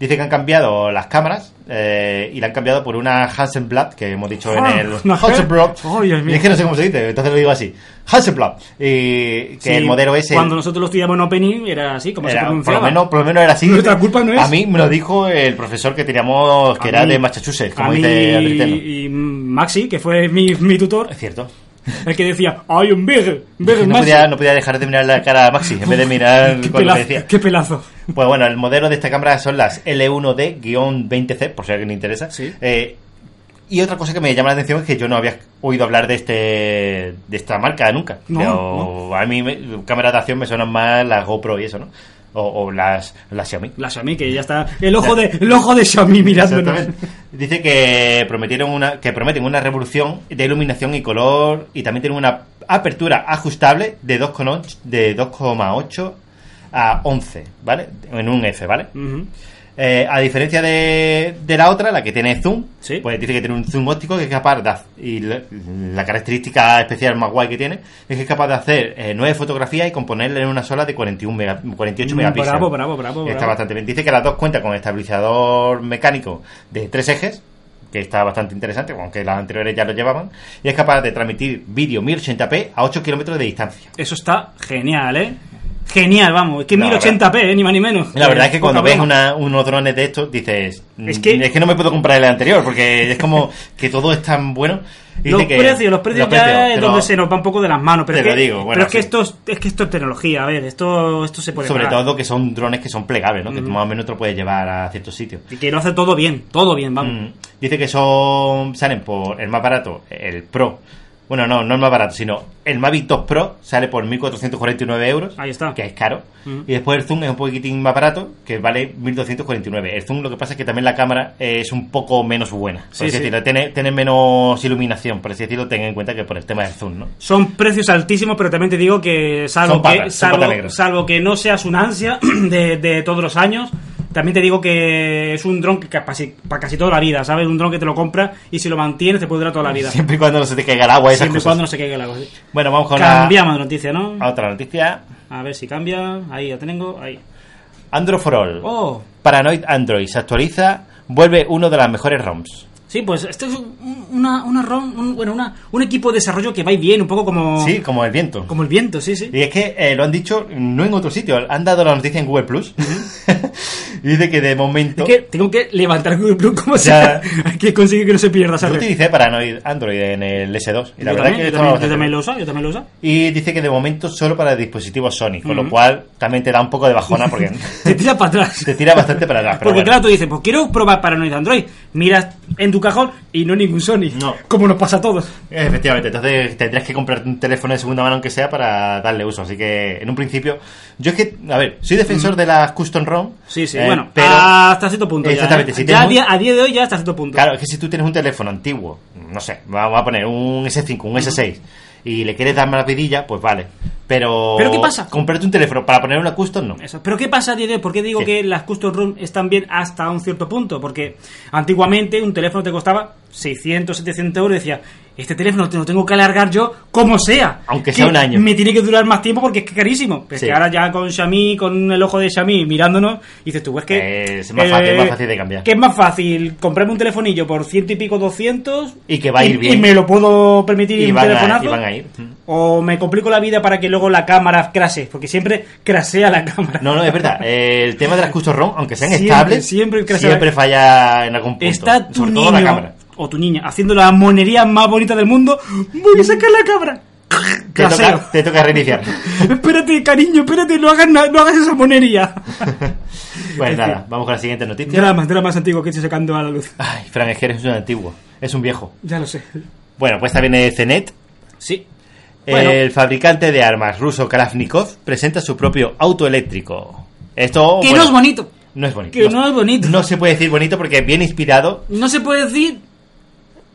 Speaker 1: Dice que han cambiado las cámaras eh, y la han cambiado por una Hasselblad que hemos dicho en
Speaker 2: Ah,
Speaker 1: el
Speaker 2: <laughs> una
Speaker 1: Hasselblad.
Speaker 2: Hasselblad. Ay, Dios mío.
Speaker 1: es que no sé cómo se dice, entonces lo digo así. Hasselblad. Y que
Speaker 2: Sí,
Speaker 1: el modelo es el-
Speaker 2: Cuando nosotros lo estudiamos en Opening era así, como
Speaker 1: era-
Speaker 2: se
Speaker 1: por, lo
Speaker 2: pronunciaba.
Speaker 1: menos, por lo menos era así.
Speaker 2: Nuestra culpa no es.
Speaker 1: A mí me lo dijo el profesor que teníamos, que
Speaker 2: A
Speaker 1: era
Speaker 2: mí-
Speaker 1: de Massachusetts, como
Speaker 2: a mí
Speaker 1: dice Alberteno.
Speaker 2: y Maxi, que fue mi, mi tutor,
Speaker 1: Es cierto.
Speaker 2: el que decía, ¡ay, un big! big
Speaker 1: No
Speaker 2: Maxi".
Speaker 1: podía, no podía dejar de mirar la cara a Maxi en vez de mirar
Speaker 2: <laughs> qué,
Speaker 1: con lo que
Speaker 2: pelazo,
Speaker 1: decía.
Speaker 2: qué pelazo.
Speaker 1: Pues bueno, el modelo de esta cámara son las L1D-20C, por si a alguien le interesa.
Speaker 2: Sí.
Speaker 1: Eh, y otra cosa que me llama la atención es que yo no había oído hablar de este de esta marca nunca.
Speaker 2: No,
Speaker 1: pero a mí me- cámaras de acción me suenan más las GoPro y eso, ¿no? O, o las, las Xiaomi.
Speaker 2: La Xiaomi, que ya está. El ojo de, el ojo de Xiaomi mirándonos.
Speaker 1: Exactamente. Dice que prometieron una que prometen una revolución de iluminación y color y también tienen una apertura ajustable de 2,8 de 2,8 a 11, ¿vale? En un F, ¿vale?
Speaker 2: Ujú.
Speaker 1: Eh, a diferencia de, de la otra, la que tiene zoom,
Speaker 2: Sí.
Speaker 1: pues dice que tiene un zoom óptico que es capaz de haz- y la, la característica especial más guay que tiene es que es capaz de hacer eh, nueve fotografías y componerla en una sola de 41 mega, 48
Speaker 2: Mm,
Speaker 1: megapíxeles.
Speaker 2: bravo, bravo, bravo,
Speaker 1: Está
Speaker 2: bravo.
Speaker 1: bastante bien. Dice que las dos cuentan con estabilizador mecánico de tres ejes que está bastante interesante, aunque las anteriores ya lo llevaban, y es capaz de transmitir vídeo 1080p a 8 kilómetros de distancia.
Speaker 2: Eso está genial, ¿eh? Genial, vamos. Es que
Speaker 1: No, la
Speaker 2: 1080p, eh, ni más ni menos.
Speaker 1: La verdad es que
Speaker 2: Poca
Speaker 1: cuando ves
Speaker 2: broma.
Speaker 1: una, unos drones de estos, dices,
Speaker 2: Es
Speaker 1: "Mm,
Speaker 2: que-
Speaker 1: es que no me puedo comprar el anterior, porque es
Speaker 2: <laughs>
Speaker 1: como que todo es tan bueno. Y
Speaker 2: Los
Speaker 1: dice que-
Speaker 2: precios, los precios ya
Speaker 1: precios,
Speaker 2: es
Speaker 1: te
Speaker 2: donde
Speaker 1: lo-
Speaker 2: se nos va un poco de las manos. Pero
Speaker 1: te
Speaker 2: es
Speaker 1: lo
Speaker 2: que,
Speaker 1: digo, bueno,
Speaker 2: pero es que
Speaker 1: sí.
Speaker 2: esto es, es que esto es tecnología, a ver, esto, esto se puede
Speaker 1: Sobre
Speaker 2: pagar.
Speaker 1: todo que son drones que son plegables, ¿no? Que más o menos te lo puedes llevar a ciertos sitios.
Speaker 2: Y que lo hace todo bien, todo bien, vamos.
Speaker 1: Mm, Dice que son salen por el más barato, el Pro. Bueno, no, no el más barato, sino el Mavic 2 Pro sale por 1.449 euros.
Speaker 2: Ahí está.
Speaker 1: Que es caro.
Speaker 2: Mm.
Speaker 1: Y después el Zoom es un poquitín más barato, que vale 1.249. El Zoom lo que pasa es que también la cámara eh, es un poco menos buena. Por
Speaker 2: Sí,
Speaker 1: así
Speaker 2: sí.
Speaker 1: decirlo, tiene, tiene menos iluminación, por así decirlo, ten en cuenta que por el tema del Zoom, ¿no?
Speaker 2: Son precios altísimos, pero también te digo que salvo,
Speaker 1: Son patas,
Speaker 2: que,
Speaker 1: son patas
Speaker 2: salvo,
Speaker 1: negras.
Speaker 2: salvo que no seas un ansia <clears throat> de, de todos los años, también te digo que es un dron que para casi, para casi toda la vida, ¿sabes? Un dron que te lo compras y si lo mantienes te puede durar toda la vida.
Speaker 1: Siempre y cuando no se te caiga el agua, y esas
Speaker 2: Siempre y
Speaker 1: cosas.
Speaker 2: cuando no se caiga la cosa.
Speaker 1: Bueno, vamos con la- Ah.
Speaker 2: Cambiamos de noticia, ¿no?
Speaker 1: a otra noticia.
Speaker 2: A ver si cambia. Ahí ya tengo. Ahí.
Speaker 1: Android for All.
Speaker 2: Oh,
Speaker 1: Paranoid Android se actualiza, vuelve uno de las mejores ROMs.
Speaker 2: sí, pues esto es un- una, una ROM, un, bueno, una, un equipo de desarrollo que va y viene, un poco como,
Speaker 1: Sí, como el viento.
Speaker 2: como el viento, sí, sí.
Speaker 1: Y es que eh, lo han dicho no en otro sitio, han dado la noticia en Google Plus. <laughs> y dice que de momento.
Speaker 2: Es que tengo que levantar Google Plus como
Speaker 1: Ya.
Speaker 2: sea. <laughs> Hay que conseguir que no se pierda,
Speaker 1: Yo
Speaker 2: ¿sabes?
Speaker 1: utilicé Paranoid Android en el S2. Y la verdad que
Speaker 2: yo también, yo
Speaker 1: estaba
Speaker 2: también, yo
Speaker 1: bastante
Speaker 2: también
Speaker 1: bien.
Speaker 2: lo uso, yo también lo uso.
Speaker 1: Y dice que de momento solo para dispositivos Sony, con lo
Speaker 2: Ujú.
Speaker 1: cual también te da un poco de bajona
Speaker 2: <laughs>
Speaker 1: porque
Speaker 2: <laughs> Te tira para atrás.
Speaker 1: te tira bastante para atrás. Pero
Speaker 2: Porque
Speaker 1: bueno.
Speaker 2: claro, tú dices, pues quiero probar Paranoid Android. Miras en tu cajón y no ningún Sony.
Speaker 1: No.
Speaker 2: Como nos pasa a todos.
Speaker 1: Efectivamente, entonces tendrías que comprar un teléfono de segunda mano aunque sea para darle uso. Así que en un principio, yo es que, a ver, soy defensor de las custom ROM.
Speaker 2: Sí, sí,
Speaker 1: eh,
Speaker 2: bueno, ah,
Speaker 1: pero
Speaker 2: hasta cierto punto. ya,
Speaker 1: Exactamente,
Speaker 2: ¿eh?
Speaker 1: si
Speaker 2: ya a,
Speaker 1: tienes
Speaker 2: día, a día de hoy ya hasta cierto punto.
Speaker 1: Claro, es que si tú tienes un teléfono antiguo, no sé, vamos a poner un S5, un S6, y le quieres dar más vidilla, pues vale. Pero.
Speaker 2: ¿Pero qué pasa?
Speaker 1: Comprarte un teléfono para poner una custom, no.
Speaker 2: Eso. Pero ¿qué pasa a día de hoy? ¿Por qué digo
Speaker 1: ¿Qué?
Speaker 2: que las custom room están bien hasta un cierto punto? Porque antiguamente un teléfono te costaba 600, 700 euros y decía, este teléfono te lo tengo que alargar yo como sea.
Speaker 1: Aunque
Speaker 2: que
Speaker 1: sea un año".
Speaker 2: Me tiene que durar más tiempo porque es que es carísimo. Pero es
Speaker 1: Sí.
Speaker 2: que ahora ya con Xiaomi, con el ojo de Xiaomi mirándonos, dices tú, es que... eh,
Speaker 1: Es más fácil, más fácil de cambiar.
Speaker 2: Que es más fácil comprarme un telefonillo por ciento y pico, 200...
Speaker 1: Y que va a ir bien.
Speaker 2: Y me lo puedo permitir
Speaker 1: Y
Speaker 2: un
Speaker 1: van, a,
Speaker 2: telefonazo.
Speaker 1: y van a ir.
Speaker 2: O me complico la vida para que luego la cámara crase, porque siempre crasea la cámara.
Speaker 1: No, no, es verdad. eh,
Speaker 2: <laughs>
Speaker 1: El tema de las custom ROM, aunque sean
Speaker 2: Siempre,
Speaker 1: estables,
Speaker 2: siempre crece la-
Speaker 1: siempre falla en algún punto.
Speaker 2: Está tu
Speaker 1: sobre
Speaker 2: niño
Speaker 1: todo la cámara.
Speaker 2: o tu niña haciendo la monería más bonita del mundo. Voy a sacar la cámara.
Speaker 1: Te
Speaker 2: Craseo.
Speaker 1: toca, te toca
Speaker 2: <laughs>
Speaker 1: reiniciar.
Speaker 2: espérate, cariño, espérate, no hagas, na- no hagas esa monería.
Speaker 1: Pues
Speaker 2: Es
Speaker 1: nada,
Speaker 2: que-
Speaker 1: vamos con la siguiente noticia.
Speaker 2: dramas, dramas antiguos que estoy sacando a la luz.
Speaker 1: Ay, Fran, es que eres un antiguo. Es un viejo.
Speaker 2: Ya lo sé.
Speaker 1: Bueno, pues esta viene Cenet.
Speaker 2: Sí. Bueno.
Speaker 1: El fabricante de armas ruso Kalashnikov presenta su propio auto eléctrico. Esto
Speaker 2: que
Speaker 1: bueno,
Speaker 2: no es bonito.
Speaker 1: no es bonito.
Speaker 2: Que no es bonito.
Speaker 1: No se puede decir bonito porque bien inspirado,
Speaker 2: No se puede decir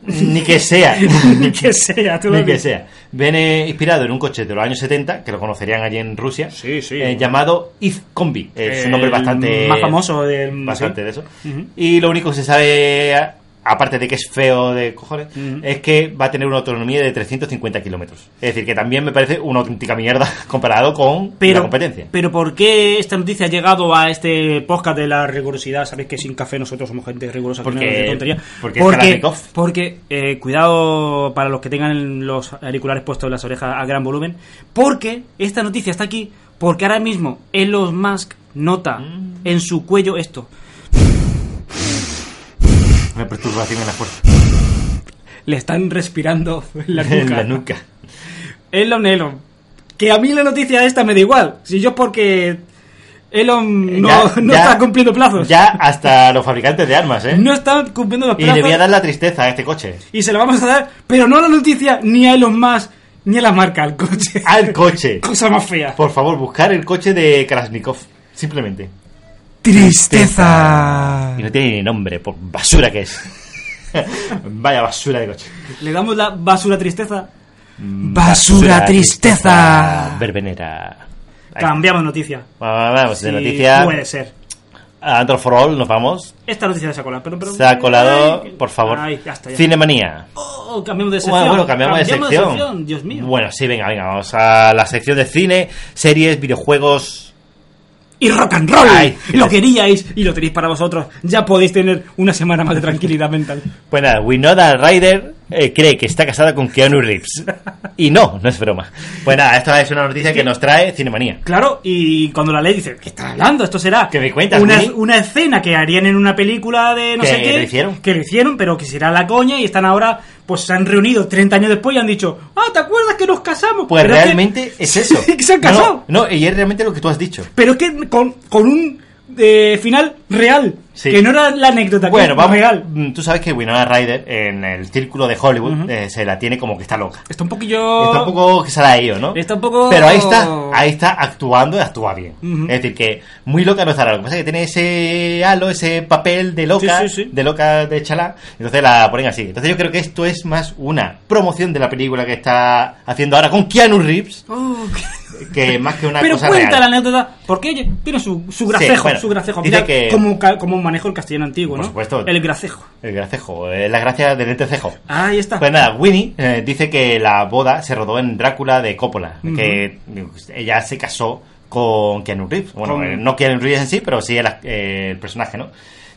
Speaker 1: ni que sea.
Speaker 2: <laughs> ni que sea. Tú lo
Speaker 1: Ni que
Speaker 2: dices.
Speaker 1: sea. Viene inspirado en un coche de los años 70, que lo conocerían allí en Rusia,
Speaker 2: Sí, sí.
Speaker 1: eh, llamado If Combi. Es un nombre
Speaker 2: El
Speaker 1: bastante...
Speaker 2: Más famoso del.
Speaker 1: bastante
Speaker 2: sí.
Speaker 1: de eso.
Speaker 2: Ujú.
Speaker 1: Y lo único que se sabe, a- aparte de que es feo de cojones,
Speaker 2: Ujú.
Speaker 1: es que va a tener una autonomía de 350 kilómetros. Es decir, que también me parece una auténtica mierda <laughs> comparado con la
Speaker 2: Pero,
Speaker 1: competencia.
Speaker 2: pero ¿por qué esta noticia ha llegado a este podcast de la rigurosidad? Sabéis que sin café nosotros somos gente rigurosa. que
Speaker 1: Porque-
Speaker 2: no nos hace tontería.
Speaker 1: porque es
Speaker 2: porque,
Speaker 1: Kalashnikov.
Speaker 2: porque, eh, cuidado para los que tengan los auriculares puestos en las orejas a gran volumen, porque esta noticia está aquí, porque ahora mismo Elon Musk nota
Speaker 1: Mm.
Speaker 2: en su cuello esto.
Speaker 1: Una perturbación en la fuerza.
Speaker 2: Le están respirando en la nuca.
Speaker 1: <laughs> En la nuca.
Speaker 2: Elon, Elon. Que a mí la noticia esta me da igual. Si yo es porque Elon no,
Speaker 1: Eh, Ya-
Speaker 2: <laughs> no
Speaker 1: ya-
Speaker 2: está cumpliendo plazos.
Speaker 1: Ya hasta los fabricantes de armas, ¿eh?
Speaker 2: No está cumpliendo los
Speaker 1: y
Speaker 2: plazos.
Speaker 1: le voy a dar la tristeza a este coche.
Speaker 2: y se lo vamos a dar, pero no a la noticia, ni a Elon Musk, ni a la marca, al coche.
Speaker 1: Al coche.
Speaker 2: Cosa más fea.
Speaker 1: Ah. Por favor, buscar el coche de Kalashnikov. Simplemente.
Speaker 2: Tristeza.
Speaker 1: Y no tiene ni nombre, por basura que <laughs> es. Vaya basura de coche.
Speaker 2: Le damos la basura tristeza.
Speaker 1: Basura, tristeza. Verbenera. Ahí.
Speaker 2: Cambiamos noticia.
Speaker 1: Vamos, vamos, pues de
Speaker 2: Sí,
Speaker 1: noticia.
Speaker 2: Puede ser.
Speaker 1: A Android for All, nos vamos.
Speaker 2: Esta noticia se ha colado. Pero, pero-
Speaker 1: Se ha colado,
Speaker 2: Ay,
Speaker 1: por favor.
Speaker 2: Ay, ya está, ya.
Speaker 1: Cinemanía.
Speaker 2: Oh, cambiamos de sección.
Speaker 1: Bueno, bueno, cambiamos, de sección.
Speaker 2: Dios mío.
Speaker 1: Bueno, sí, venga, venga, vamos a la sección de cine, series, videojuegos.
Speaker 2: Y rock and roll.
Speaker 1: Ay,
Speaker 2: lo queríais y lo tenéis para vosotros. Ya podéis tener una semana más de tranquilidad mental.
Speaker 1: Pues nada, Winona Ryder eh, cree que está casada con Keanu
Speaker 2: <laughs>
Speaker 1: Reeves. Y no, no es broma. Pues nada, esta es una noticia que nos trae Cinemanía.
Speaker 2: Claro, y cuando la ley dice, ¿qué estás hablando? Esto será
Speaker 1: ¿Qué me cuentas,
Speaker 2: una,
Speaker 1: Mini?
Speaker 2: una escena que harían en una película de no
Speaker 1: Que
Speaker 2: sé qué.
Speaker 1: lo hicieron.
Speaker 2: Que lo hicieron, pero que será la coña y están ahora, pues se han reunido 30 años después y han dicho, ah, ¿te acuerdas que nos casamos?
Speaker 1: Pues
Speaker 2: Pero es que-
Speaker 1: realmente
Speaker 2: <laughs>
Speaker 1: es eso.
Speaker 2: Sí, que se han
Speaker 1: No,
Speaker 2: casado.
Speaker 1: No, no, y es realmente lo que tú has dicho.
Speaker 2: Pero es que con, con un eh, final real.
Speaker 1: Sí.
Speaker 2: Que no era la anécdota, que
Speaker 1: Bueno,
Speaker 2: era
Speaker 1: vamos.
Speaker 2: real.
Speaker 1: mm, Tú sabes que Winona Ryder en el círculo de Hollywood
Speaker 2: Ujú.
Speaker 1: eh, se la tiene como que está loca.
Speaker 2: Está un poquillo...
Speaker 1: Está un poco que se la ha ido, ¿no?
Speaker 2: Está un poco-
Speaker 1: Pero ahí está, ahí está actuando y actúa bien.
Speaker 2: Ujú.
Speaker 1: Es decir, que muy loca no estará. Lo que pasa es que tiene ese halo, ese papel de loca,
Speaker 2: Sí, sí, sí.
Speaker 1: de loca de chalá. Entonces la ponen así. Entonces yo creo que esto es más una promoción de la película que está haciendo ahora con Keanu Reeves
Speaker 2: Oh,
Speaker 1: que más que una
Speaker 2: Pero
Speaker 1: cosa
Speaker 2: cuenta
Speaker 1: real.
Speaker 2: la anécdota, porque oye, tiene su, su gracejo,
Speaker 1: bueno,
Speaker 2: su gracejo.
Speaker 1: dice
Speaker 2: Mira,
Speaker 1: que-
Speaker 2: como, ca- como manejo el castellano antiguo,
Speaker 1: Por
Speaker 2: ¿no?
Speaker 1: supuesto.
Speaker 2: El gracejo.
Speaker 1: El gracejo, eh, la gracia del lentecejo.
Speaker 2: Ahí está.
Speaker 1: Pues nada, Winnie eh, dice que la boda se rodó en Drácula de Coppola, que ella se casó con Keanu Reeves. Bueno,
Speaker 2: Con-
Speaker 1: eh, no Keanu Reeves en sí, pero sí el, ac- eh, el personaje, ¿no?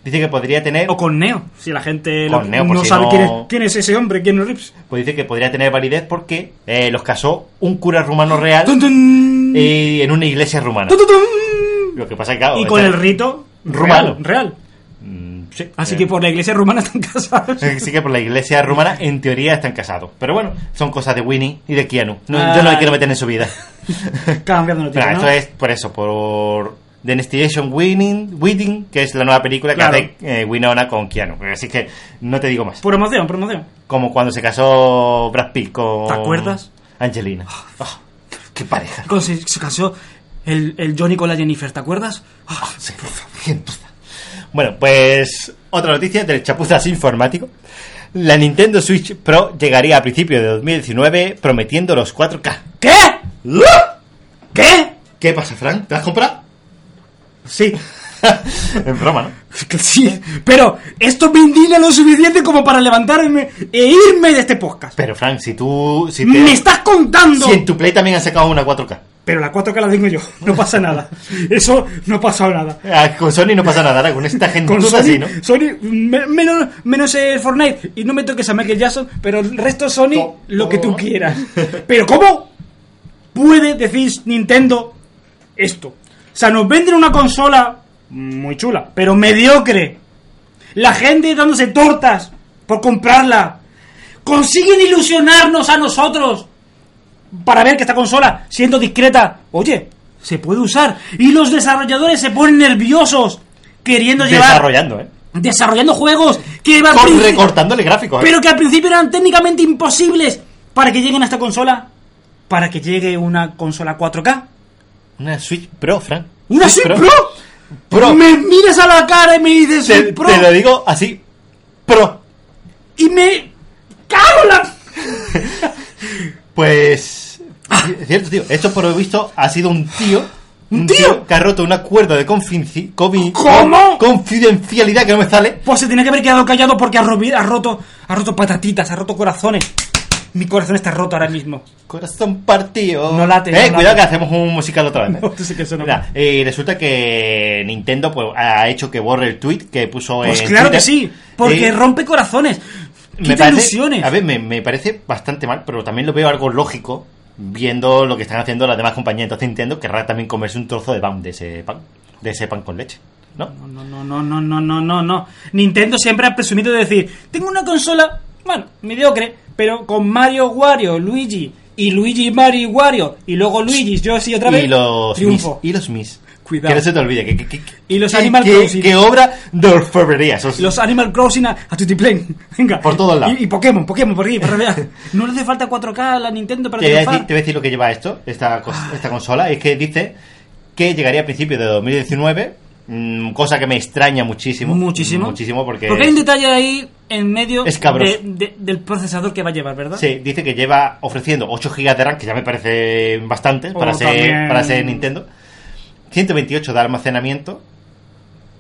Speaker 1: Dice que podría tener,
Speaker 2: O con Neo, si la gente
Speaker 1: Con
Speaker 2: lo-
Speaker 1: Neo, por
Speaker 2: no
Speaker 1: si
Speaker 2: sabe
Speaker 1: no-
Speaker 2: Quién, es, quién es ese hombre, quién es Rips.
Speaker 1: pues dice que podría tener validez porque eh, los casó un cura rumano real
Speaker 2: Tun, tun.
Speaker 1: y Oh, en una iglesia rumana.
Speaker 2: Tun, tun, tun.
Speaker 1: Lo que pasa es que claro,
Speaker 2: Y con
Speaker 1: este-
Speaker 2: el rito
Speaker 1: Rumano.
Speaker 2: real. real.
Speaker 1: Mm, Sí.
Speaker 2: Así
Speaker 1: Eh,
Speaker 2: que por la iglesia romana están <laughs> casados.
Speaker 1: Así que por la iglesia romana, en teoría, están casados. Pero bueno, son cosas de Winnie y de Keanu. No, yo no me
Speaker 2: Ay.
Speaker 1: quiero meter en su vida.
Speaker 2: Cambiando de
Speaker 1: Pero
Speaker 2: noticia,
Speaker 1: esto
Speaker 2: ¿no?
Speaker 1: es por eso, por The Destination Winning, Winning, que es la nueva película que
Speaker 2: Claro.
Speaker 1: hace eh, Winona con Keanu. Así que no te digo más.
Speaker 2: Promoción, promoción.
Speaker 1: Como cuando se casó Brad Pitt con...
Speaker 2: ¿Te acuerdas?
Speaker 1: Angelina. Ah, ¡Qué pareja!
Speaker 2: Con- Se, se casó el, el Johnny con la Jennifer, ¿te acuerdas? Ah,
Speaker 1: Sí, por favor, bien, por favor. Bueno, pues otra noticia del chapuzas informático. La Nintendo Switch Pro llegaría a principios de 2019 prometiendo los 4K.
Speaker 2: ¿Qué? ¿Qué?
Speaker 1: ¿Qué pasa, Frank? ¿Te la has comprado?
Speaker 2: Sí.
Speaker 1: <laughs> en broma, ¿no?
Speaker 2: Que <laughs> Sí, pero esto me indigna lo suficiente como para levantarme e irme de este podcast.
Speaker 1: Pero, Frank, si tú... Si, te-
Speaker 2: ¡Me estás contando!
Speaker 1: si en tu Play también has sacado una 4K.
Speaker 2: Pero la 4K la tengo yo, no pasa nada. Eso no ha pasado nada.
Speaker 1: Ah, Con Sony no pasa nada, ahora con esta gente
Speaker 2: Con
Speaker 1: tú
Speaker 2: Sony,
Speaker 1: así, ¿no?
Speaker 2: Sony, me- menos, menos el Fortnite. Y no me toques a Michael Jackson, pero el resto Sony,
Speaker 1: To-
Speaker 2: lo que tú
Speaker 1: todo. <laughs>
Speaker 2: quieras. Pero ¿cómo puede decir Nintendo esto? O sea, nos venden una consola muy chula, pero mediocre. La gente dándose tortas por comprarla. Consiguen ilusionarnos a nosotros para ver que esta consola, siendo discreta, oye, se puede usar. Y los desarrolladores se ponen nerviosos queriendo llevar
Speaker 1: Desarrollando, ¿eh?
Speaker 2: desarrollando juegos que al
Speaker 1: Con-
Speaker 2: principio-
Speaker 1: recortándole gráficos. ¿eh?
Speaker 2: pero que al principio eran técnicamente imposibles para que lleguen a esta consola, para que llegue una consola 4K.
Speaker 1: Una Switch Pro, Frank.
Speaker 2: ¡Una Switch Pro!
Speaker 1: Pro.
Speaker 2: Me miras a la cara y me dices
Speaker 1: Te,
Speaker 2: Switch Pro
Speaker 1: te lo digo así. Pro.
Speaker 2: y me cago en la
Speaker 1: Pues. Es cierto, tío. Esto, por lo visto, ha sido un tío.
Speaker 2: Ah. ¿Un tío?
Speaker 1: que ha roto un acuerdo de confinci- covi-
Speaker 2: ¿Cómo?
Speaker 1: confidencialidad que no me sale.
Speaker 2: Pues se tenía que haber quedado callado porque ha, robi- ha roto ha roto patatitas, ha roto corazones. Mi corazón está roto ahora mismo.
Speaker 1: Corazón partido.
Speaker 2: No late,
Speaker 1: Eh,
Speaker 2: no late.
Speaker 1: cuidado que hacemos un musical otra vez.
Speaker 2: <laughs> No, tú sí que eso no.
Speaker 1: Mira, eh, resulta que Nintendo pues, ha hecho que borre el tweet que puso
Speaker 2: Pues
Speaker 1: en
Speaker 2: claro que
Speaker 1: Twitter.
Speaker 2: sí, porque
Speaker 1: Eh,
Speaker 2: rompe corazones.
Speaker 1: me
Speaker 2: Quita
Speaker 1: parece-
Speaker 2: ilusiones.
Speaker 1: A ver, me, me parece bastante mal, pero también lo veo algo lógico viendo lo que están haciendo las demás compañías. Entonces Nintendo querrá también comerse un trozo de pan, de ese pan, de ese pan con leche, ¿no?
Speaker 2: No, no, no, no, no, no, no, no. Nintendo siempre ha presumido de decir, tengo una consola, bueno, mediocre, pero con Mario, Wario, Luigi y Luigi, Mario y Wario y luego Luigi, yo sí otra vez.
Speaker 1: Y los mis,
Speaker 2: triunfo.
Speaker 1: y los mis.
Speaker 2: Cuidado.
Speaker 1: Que no se te olvide. Que, que- que-
Speaker 2: Y los
Speaker 1: que-
Speaker 2: Animal
Speaker 1: que-
Speaker 2: Crossing.
Speaker 1: que obra de orfebrería. Eso es-
Speaker 2: Los Animal Crossing a, a Tutiplén. <laughs> Venga.
Speaker 1: Por todos lados.
Speaker 2: Y, y Pokémon, Pokémon, por <laughs> aquí, por allá. No le hace falta 4K a la Nintendo para
Speaker 1: te, voy a decir,
Speaker 2: triunfar.
Speaker 1: te voy a decir lo que lleva esto, esta, cos-
Speaker 2: Ah.
Speaker 1: esta consola. Es que dice que llegaría a principios de 2019. mm, cosa que me extraña muchísimo.
Speaker 2: Muchísimo.
Speaker 1: Muchísimo porque...
Speaker 2: hay un detalle ahí en medio
Speaker 1: Es cabroso.
Speaker 2: de- de- del procesador que va a llevar, ¿verdad?
Speaker 1: Sí, dice que lleva ofreciendo 8 GB de RAM, que ya me parece bastante para,
Speaker 2: Oh,
Speaker 1: ser,
Speaker 2: también.
Speaker 1: para ser Nintendo. 128 de almacenamiento.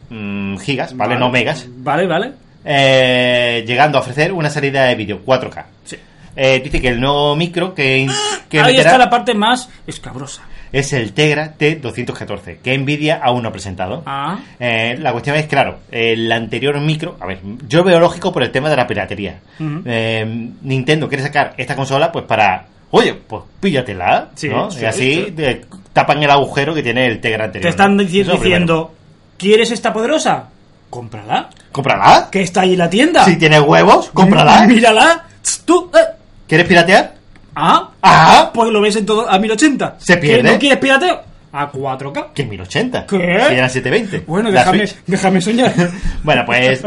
Speaker 1: mm, gigas, ¿vale? No megas.
Speaker 2: Vale, vale.
Speaker 1: Eh, llegando a ofrecer una salida de vídeo 4K.
Speaker 2: Sí.
Speaker 1: Eh, dice que el nuevo micro que, que
Speaker 2: ¡Ah! ahí
Speaker 1: meterá
Speaker 2: está la parte más escabrosa.
Speaker 1: es el Tegra T214, que Nvidia aún no ha presentado.
Speaker 2: Ah.
Speaker 1: Eh, la cuestión es, claro, el anterior micro, a ver, yo veo lógico por el tema de la piratería.
Speaker 2: Ujú.
Speaker 1: Eh, Nintendo quiere sacar esta consola pues para, oye, pues píllatela,
Speaker 2: Sí,
Speaker 1: ¿no?
Speaker 2: sí,
Speaker 1: y así
Speaker 2: sí.
Speaker 1: eh, tapan el agujero que tiene el Tegra anterior.
Speaker 2: Te están
Speaker 1: ¿no?
Speaker 2: dici-
Speaker 1: Eso es lo
Speaker 2: diciendo, ¿quieres esta poderosa? Cómprala.
Speaker 1: primero. ¿Cómprala?
Speaker 2: Que está ahí en la tienda. Ah,
Speaker 1: Si tienes huevos, cómprala. ¿eh?
Speaker 2: Mírala. Tss, Tú. eh.
Speaker 1: ¿Quieres piratear?
Speaker 2: Ah,
Speaker 1: ¡Ah!
Speaker 2: pues lo ves en todo a 1080.
Speaker 1: Se pierde.
Speaker 2: ¿Que ¿No quieres pirateo? A 4K.
Speaker 1: Que en 1080.
Speaker 2: ¿Qué?
Speaker 1: Si era 720.
Speaker 2: Bueno,
Speaker 1: La
Speaker 2: déjame,
Speaker 1: Switch.
Speaker 2: déjame soñar.
Speaker 1: <laughs> Bueno, pues.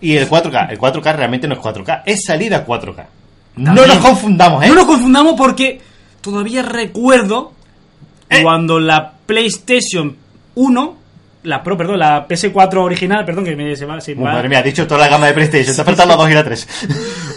Speaker 1: Y el 4K. El 4K realmente no es 4K. Es salida 4K. No
Speaker 2: También.
Speaker 1: nos confundamos, ¿eh?
Speaker 2: No nos confundamos porque todavía recuerdo
Speaker 1: Eh.
Speaker 2: cuando la PlayStation 1, la Pro, perdón, la PS4 original, perdón, que me se va, se
Speaker 1: Uy,
Speaker 2: va-
Speaker 1: Madre mía, has dicho toda la gama de PlayStation. Te ha faltado la 2 y la 3.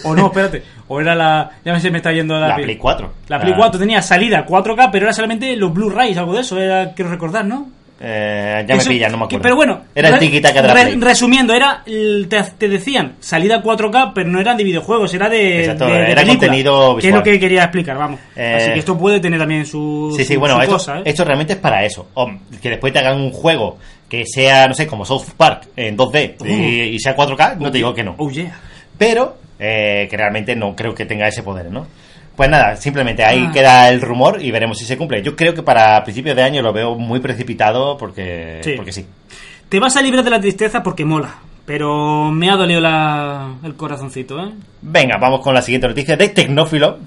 Speaker 2: O no, espérate. O era la. Ya se me está yendo la.
Speaker 1: La Play 4.
Speaker 2: La Play
Speaker 1: Ah.
Speaker 2: 4 tenía salida 4K, pero era solamente los Blu-rays, algo de eso, era, quiero recordar, ¿no?
Speaker 1: Eh, ya me
Speaker 2: Eso-
Speaker 1: pilla, no me
Speaker 2: que-
Speaker 1: acuerdo.
Speaker 2: Pero bueno,
Speaker 1: Era el
Speaker 2: re-
Speaker 1: tiki taka de la
Speaker 2: re-
Speaker 1: Play.
Speaker 2: Resumiendo, era el- te, te decían salida 4K, pero no eran de videojuegos, era de.
Speaker 1: Exacto,
Speaker 2: de- de
Speaker 1: era
Speaker 2: película,
Speaker 1: contenido
Speaker 2: Que es
Speaker 1: visual.
Speaker 2: lo que quería explicar, vamos.
Speaker 1: Eh,
Speaker 2: Así que esto puede tener también su.
Speaker 1: Sí, sí,
Speaker 2: su-
Speaker 1: bueno,
Speaker 2: su
Speaker 1: esto,
Speaker 2: cosa, ¿eh?
Speaker 1: esto realmente es para eso. Hom, que después te hagan un juego que sea, no sé, como South Park en
Speaker 2: Uh.
Speaker 1: 2D y, y sea 4K, no te digo que no.
Speaker 2: Oh, yeah.
Speaker 1: pero eh, que realmente no creo que tenga ese poder, ¿no? Pues nada, simplemente ahí
Speaker 2: Ah.
Speaker 1: queda el rumor y veremos si se cumple. Yo creo que para principios de año lo veo muy precipitado porque
Speaker 2: Sí.
Speaker 1: porque sí.
Speaker 2: Te vas a librar de la tristeza porque mola. Pero me ha dolido la- el corazoncito, ¿eh?
Speaker 1: Venga, vamos con la siguiente noticia de Tecnófilo.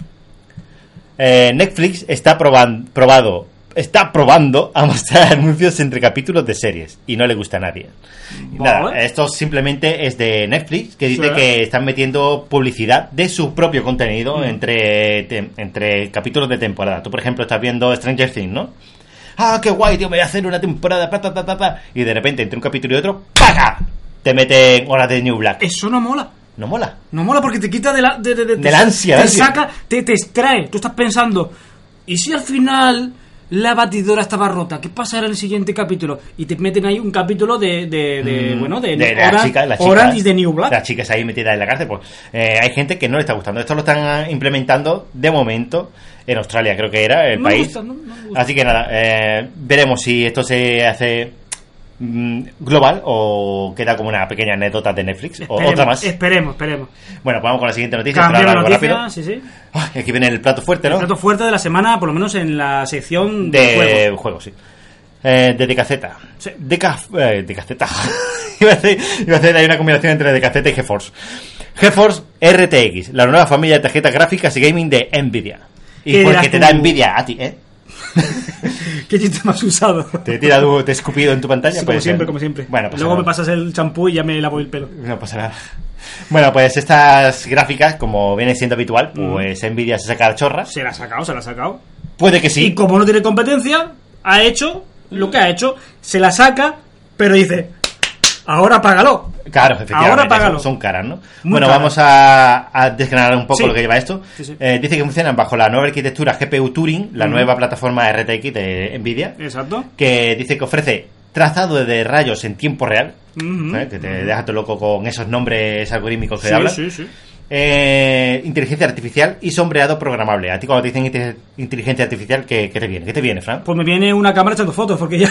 Speaker 1: Eh, Netflix está proban- probado, está probando a mostrar <laughs> anuncios entre capítulos de series y no le gusta a nadie. Y Nada,
Speaker 2: Vale.
Speaker 1: esto simplemente es de Netflix que dice
Speaker 2: Sí.
Speaker 1: que están metiendo publicidad de su propio contenido entre, tem- entre capítulos de temporada. Tú, por ejemplo, estás viendo Stranger Things, ¿no? Ah, qué guay, tío, me voy a hacer una temporada, pa, ta, ta, ta, ta. Y de repente, entre un capítulo y otro, ¡paga! Te meten horas de New Black.
Speaker 2: Eso no mola.
Speaker 1: No mola.
Speaker 2: No mola porque te quita de la, de, de- de-
Speaker 1: Del ansia,
Speaker 2: Te
Speaker 1: ansia.
Speaker 2: saca, te, te extrae. Tú estás pensando, ¿y si al final la batidora estaba rota? ¿Qué pasará en el siguiente capítulo? Y te meten ahí un capítulo de. de, de,
Speaker 1: Mm,
Speaker 2: bueno, de.
Speaker 1: la
Speaker 2: Oran-
Speaker 1: chica- la chica-
Speaker 2: Orange is the New Black.
Speaker 1: Las chicas ahí metidas en la cárcel. Pues eh, hay gente que no le está gustando. Esto lo están ah, implementando de momento en Australia, creo que era el
Speaker 2: No me
Speaker 1: país.
Speaker 2: gusta, no, no me gusta.
Speaker 1: Así que nada, eh, veremos si esto se hace mm, global o queda como una pequeña anécdota de Netflix o
Speaker 2: Esperemos,
Speaker 1: otra más.
Speaker 2: Esperemos, esperemos.
Speaker 1: Bueno, pues vamos con la siguiente noticia.
Speaker 2: Cambiamos
Speaker 1: pero ahora algo
Speaker 2: noticia,
Speaker 1: rápido.
Speaker 2: sí, sí.
Speaker 1: Ay, aquí viene el plato fuerte, ¿no?
Speaker 2: Plato fuerte de la semana, por lo menos en la sección de,
Speaker 1: de
Speaker 2: juegos. <laughs>
Speaker 1: juegos, sí. Eh, de Decaceta.
Speaker 2: Sí.
Speaker 1: Deca, eh, Decaceta. <laughs> iba, a hacer, iba a hacer ahí una combinación entre Decaceta y GeForce. GeForce RTX, la nueva familia de tarjetas gráficas y gaming de Nvidia. Y
Speaker 2: ¿Qué
Speaker 1: porque
Speaker 2: dirás
Speaker 1: te
Speaker 2: tú?
Speaker 1: da Nvidia a ti,
Speaker 2: <laughs>
Speaker 1: ¿eh?
Speaker 2: ¿Qué chiste más usado?
Speaker 1: Te he tirado, te he escupido en tu pantalla.
Speaker 2: Sí, como
Speaker 1: puede ser.
Speaker 2: siempre, como siempre.
Speaker 1: Bueno, pues
Speaker 2: Luego
Speaker 1: nada.
Speaker 2: me pasas el champú y ya me lavo el pelo.
Speaker 1: No pasa nada. <laughs> Bueno, pues estas gráficas, como viene siendo habitual, pues Nvidia se saca chorras.
Speaker 2: Se la ha sacado, se la ha sacado.
Speaker 1: Puede que sí.
Speaker 2: Y como no tiene competencia, ha hecho lo que ha hecho, se la saca, pero dice, ahora págalo.
Speaker 1: Claro, efectivamente.
Speaker 2: Ahora págalo.
Speaker 1: Son, son caras, ¿no?
Speaker 2: Muy
Speaker 1: bueno,
Speaker 2: caras.
Speaker 1: vamos a, a desgranar un poco
Speaker 2: Sí.
Speaker 1: lo que lleva esto.
Speaker 2: Sí, sí.
Speaker 1: Eh, dice que funcionan bajo la nueva arquitectura GPU Turing, la nueva plataforma RTX de Nvidia,
Speaker 2: Exacto.
Speaker 1: que dice que ofrece trazado de rayos en tiempo real.
Speaker 2: Ujú.
Speaker 1: ¿eh? Que te dejas todo loco con esos nombres algorítmicos que
Speaker 2: Sí,
Speaker 1: hablan.
Speaker 2: sí, sí.
Speaker 1: Eh, inteligencia artificial y sombreado programable. A ti cuando te dicen inte- inteligencia artificial, ¿qué, qué te viene? ¿Qué te viene, Fran?
Speaker 2: Pues me viene una cámara echando fotos,
Speaker 1: <laughs>
Speaker 2: porque ya,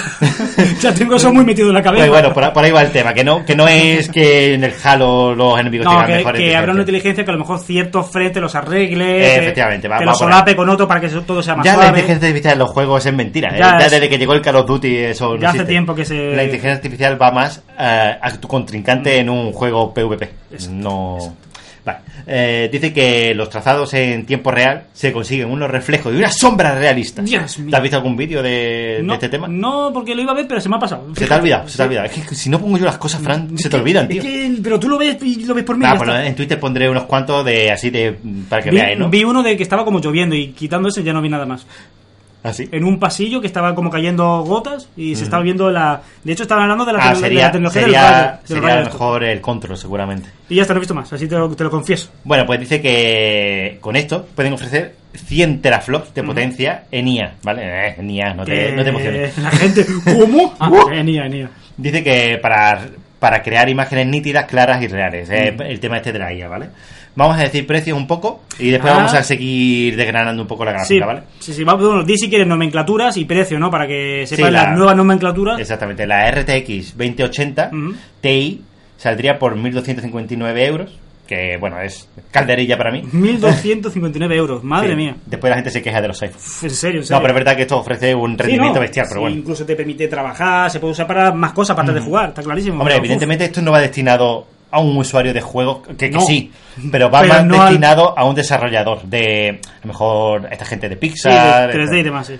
Speaker 2: ya tengo eso muy metido en la cabeza.
Speaker 1: Pues bueno, por, por ahí va el tema, que no, que no es que en el Halo los enemigos
Speaker 2: No,
Speaker 1: tengan
Speaker 2: que,
Speaker 1: mejor
Speaker 2: que habrá una
Speaker 1: inteligencia.
Speaker 2: inteligencia que a lo mejor ciertos frentes los arregle,
Speaker 1: Eh,
Speaker 2: que-
Speaker 1: efectivamente, va-
Speaker 2: que
Speaker 1: va
Speaker 2: los
Speaker 1: por ahí.
Speaker 2: solape con otro para que eso todo sea más
Speaker 1: Ya la
Speaker 2: suave.
Speaker 1: inteligencia artificial en los juegos es mentira. ¿eh? Ya,
Speaker 2: Ya es-
Speaker 1: desde que llegó el Call of Duty eso no
Speaker 2: Ya hace
Speaker 1: existe.
Speaker 2: tiempo que se- Mm.
Speaker 1: La inteligencia artificial va más eh, a tu contrincante en un juego PvP. no... Vale. Eh, dice que los trazados en tiempo real se consiguen unos reflejos y una sombra realista.
Speaker 2: Dios mío.
Speaker 1: ¿Te has visto algún vídeo de,
Speaker 2: no,
Speaker 1: de este tema?
Speaker 2: No, porque lo iba a ver, pero se me ha pasado.
Speaker 1: Se te ha olvidado, se te ha olvidado. Es que si no pongo yo las cosas, Fran, se te olvidan, tío.
Speaker 2: Es que- pero tú lo ves y lo ves por mí.
Speaker 1: Ah,
Speaker 2: ya
Speaker 1: bueno,
Speaker 2: está.
Speaker 1: en Twitter pondré unos cuantos de así de para que
Speaker 2: vi,
Speaker 1: veáis, ¿no?
Speaker 2: vi uno de que estaba como lloviendo y quitando ese ya no vi nada más.
Speaker 1: Así.
Speaker 2: en un pasillo que estaba como cayendo gotas y se estaba viendo la. De hecho, estaban hablando de la,
Speaker 1: Mm. Ah,
Speaker 2: tecno- de la
Speaker 1: sería,
Speaker 2: tecnología
Speaker 1: sería,
Speaker 2: del rayo. del
Speaker 1: sería
Speaker 2: rayo esto.
Speaker 1: mejor el control, seguramente.
Speaker 2: Y ya está, no he visto más, así te lo, te lo confieso.
Speaker 1: Bueno, pues dice que con esto pueden ofrecer 100 teraflops de potencia en IA, ¿vale? Eh, en IA, no te,
Speaker 2: Que
Speaker 1: no te emociones.
Speaker 2: La gente,
Speaker 1: <laughs>
Speaker 2: ¿cómo? Ah, Enia, Enia.
Speaker 1: Dice que para, para crear imágenes nítidas, claras y reales. eh, el tema este de la IA, ¿vale? Vamos a decir precios un poco y después
Speaker 2: Ah.
Speaker 1: vamos a seguir desgranando un poco la gráfica,
Speaker 2: Sí,
Speaker 1: ¿vale?
Speaker 2: sí, sí, va- bueno, di si quieres nomenclaturas y precio, ¿no? Para que sepas
Speaker 1: Sí, la-
Speaker 2: las nuevas nomenclaturas.
Speaker 1: Exactamente, la RTX 2080
Speaker 2: Ujú.
Speaker 1: Ti saldría por 1.259 euros, que bueno, es calderilla para mí.
Speaker 2: 1.259 euros, madre
Speaker 1: Sí,
Speaker 2: mía.
Speaker 1: Después la gente se queja de los iPhones.
Speaker 2: Uf, En serio, en serio.
Speaker 1: No, pero es verdad que esto ofrece un
Speaker 2: Sí,
Speaker 1: rendimiento
Speaker 2: no,
Speaker 1: bestial, pero
Speaker 2: sí,
Speaker 1: bueno.
Speaker 2: Incluso te permite trabajar, se puede usar para más cosas, aparte de jugar, está clarísimo.
Speaker 1: Hombre,
Speaker 2: Pero, uf,
Speaker 1: evidentemente esto no va destinado a un usuario de juegos, que, que
Speaker 2: pues- No.
Speaker 1: sí, pero va
Speaker 2: <laughs> Pero
Speaker 1: más
Speaker 2: no al-
Speaker 1: destinado a un desarrollador de, a lo mejor, esta gente de
Speaker 2: Sí, de
Speaker 1: Pixar.
Speaker 2: 3D y
Speaker 1: esta-
Speaker 2: demás, sí.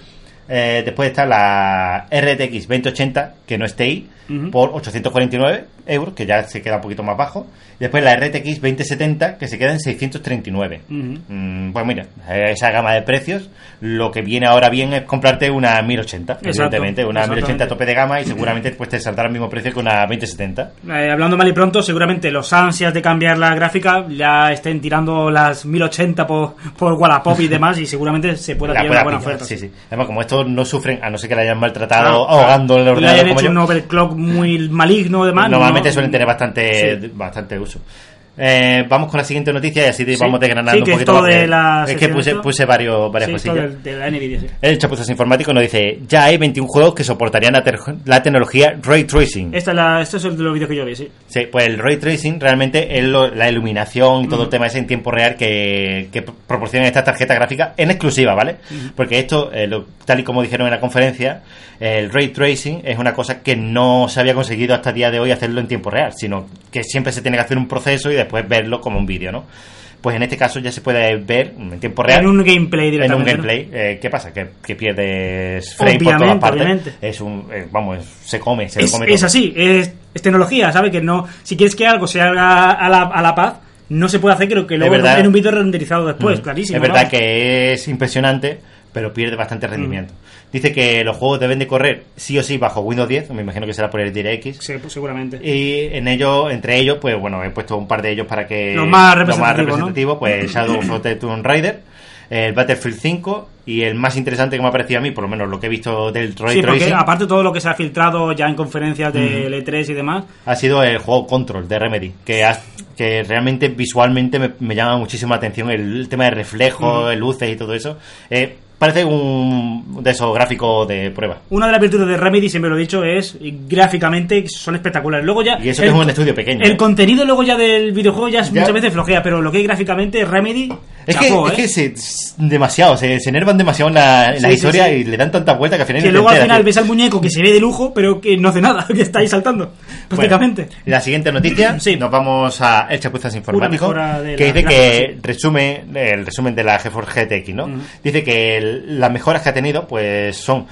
Speaker 1: Eh, después está la RTX 2080, que no es TI,
Speaker 2: Ujú.
Speaker 1: por 849 euros, que ya se queda un poquito más bajo. Y después la RTX 2070, que se queda en 639.
Speaker 2: Ujú.
Speaker 1: Mm, pues mira, eh, esa gama de precios, lo que viene ahora bien es comprarte una 1080,
Speaker 2: Exacto,
Speaker 1: evidentemente, una 1080
Speaker 2: exactamente.
Speaker 1: a tope de gama y seguramente pues, te saldrá al mismo precio que una 2070.
Speaker 2: Eh, hablando mal y pronto, seguramente los ansias de cambiar la gráfica ya estén tirando las 1080 por, por Wallapop
Speaker 1: <laughs>
Speaker 2: y demás, y seguramente se pueda
Speaker 1: La
Speaker 2: pillar
Speaker 1: pueda
Speaker 2: una buena
Speaker 1: pillar,
Speaker 2: oferta.
Speaker 1: sí, sí. Además, como estos no sufren, a no ser que la hayan maltratado
Speaker 2: Claro, claro.
Speaker 1: ahogando en el
Speaker 2: ah, Le hayan
Speaker 1: ordenador como
Speaker 2: hecho
Speaker 1: yo.
Speaker 2: un overclock muy maligno, y demás.
Speaker 1: Normalmente
Speaker 2: no-
Speaker 1: suelen tener bastante,
Speaker 2: Sí.
Speaker 1: bastante uso. Eh, vamos con la siguiente noticia y así te
Speaker 2: Sí.
Speaker 1: vamos desgranando
Speaker 2: Sí, que
Speaker 1: un poquito
Speaker 2: esto
Speaker 1: más, porque
Speaker 2: de la
Speaker 1: Es que
Speaker 2: sección
Speaker 1: puse,
Speaker 2: esto-
Speaker 1: puse varios, varias
Speaker 2: Sí, esto
Speaker 1: cosillas.
Speaker 2: del- de la NVIDIA, sí.
Speaker 1: El chapuzas informático nos dice: Ya hay 21 juegos que soportarían la, ter- la tecnología ray tracing.
Speaker 2: Esta es la, esto es el de los vídeos que yo vi, sí.
Speaker 1: Sí, pues el ray tracing realmente es lo- la iluminación y todo el tema ese en tiempo real que, que proporcionan estas tarjetas gráficas en exclusiva, ¿vale? Porque esto, eh, lo- tal y como dijeron en la conferencia, el ray tracing es una cosa que no se había conseguido hasta el día de hoy hacerlo en tiempo real, sino que siempre se tiene que hacer un proceso y después verlo como un vídeo, ¿no? Pues en este caso ya se puede ver en tiempo real
Speaker 2: En un gameplay
Speaker 1: en un
Speaker 2: directamente. ¿no?
Speaker 1: gameplay, eh, ¿qué pasa? Que, que pierdes frame por todas
Speaker 2: Obviamente,
Speaker 1: partes.
Speaker 2: obviamente.
Speaker 1: Es un, eh, vamos, se come, se lo
Speaker 2: Es,
Speaker 1: come
Speaker 2: es
Speaker 1: todo.
Speaker 2: así, es, es tecnología, ¿sabes? Que no, si quieres que algo se haga a la, a la paz, no se puede hacer que lo que luego
Speaker 1: verdad.
Speaker 2: en un vídeo renderizado después,
Speaker 1: Mm.
Speaker 2: Pues clarísimo.
Speaker 1: Es verdad
Speaker 2: ¿no?
Speaker 1: que es impresionante, pero pierde bastante rendimiento.
Speaker 2: Mm.
Speaker 1: Dice que los juegos deben de correr sí o sí bajo Windows 10, me imagino que será por el DirectX.
Speaker 2: Sí, pues seguramente.
Speaker 1: Y en ellos, entre ellos, pues bueno, he puesto un par de ellos para que...
Speaker 2: Los más representativos,
Speaker 1: representativos,
Speaker 2: <coughs>
Speaker 1: pues Shadow of the Tomb Raider, el Battlefield 5 y el más interesante que me ha parecido a mí, por lo menos lo que he visto del Ray
Speaker 2: sí, porque
Speaker 1: Tracing,
Speaker 2: aparte todo lo que se ha filtrado ya en conferencias de E3 y demás,
Speaker 1: ha sido el juego Control de Remedy, que, ha- que realmente visualmente me, me llama muchísimo la atención el, tema de reflejos, luces y todo eso. Eh, parece un de esos gráficos de prueba.
Speaker 2: una de las virtudes de Remedy, siempre lo he dicho, es y gráficamente son espectaculares. Luego ya
Speaker 1: Y eso
Speaker 2: el-
Speaker 1: que es un estudio pequeño.
Speaker 2: El
Speaker 1: ¿eh?
Speaker 2: contenido luego ya del videojuego ya, es
Speaker 1: Ya.
Speaker 2: muchas veces flojea, pero lo que es gráficamente Remedy,
Speaker 1: Es que,
Speaker 2: chapó,
Speaker 1: es
Speaker 2: ¿eh?
Speaker 1: que se, s- demasiado, se, se enervan demasiado en la, en la
Speaker 2: Sí, sí,
Speaker 1: historia
Speaker 2: sí.
Speaker 1: y le dan tantas vueltas que al final...
Speaker 2: Que
Speaker 1: ni te
Speaker 2: luego al
Speaker 1: enteras,
Speaker 2: final
Speaker 1: tío.
Speaker 2: ves al muñeco que se ve de lujo, pero que no hace nada, <laughs> que está ahí saltando,
Speaker 1: Bueno,
Speaker 2: prácticamente.
Speaker 1: la siguiente noticia,
Speaker 2: Sí.
Speaker 1: nos vamos a El Chapuzas Informático,
Speaker 2: Una mejora de
Speaker 1: que
Speaker 2: la
Speaker 1: dice
Speaker 2: gráfica,
Speaker 1: que resume el resumen de la GeForce GTX, ¿no? Dice que el- las mejoras que ha tenido pues son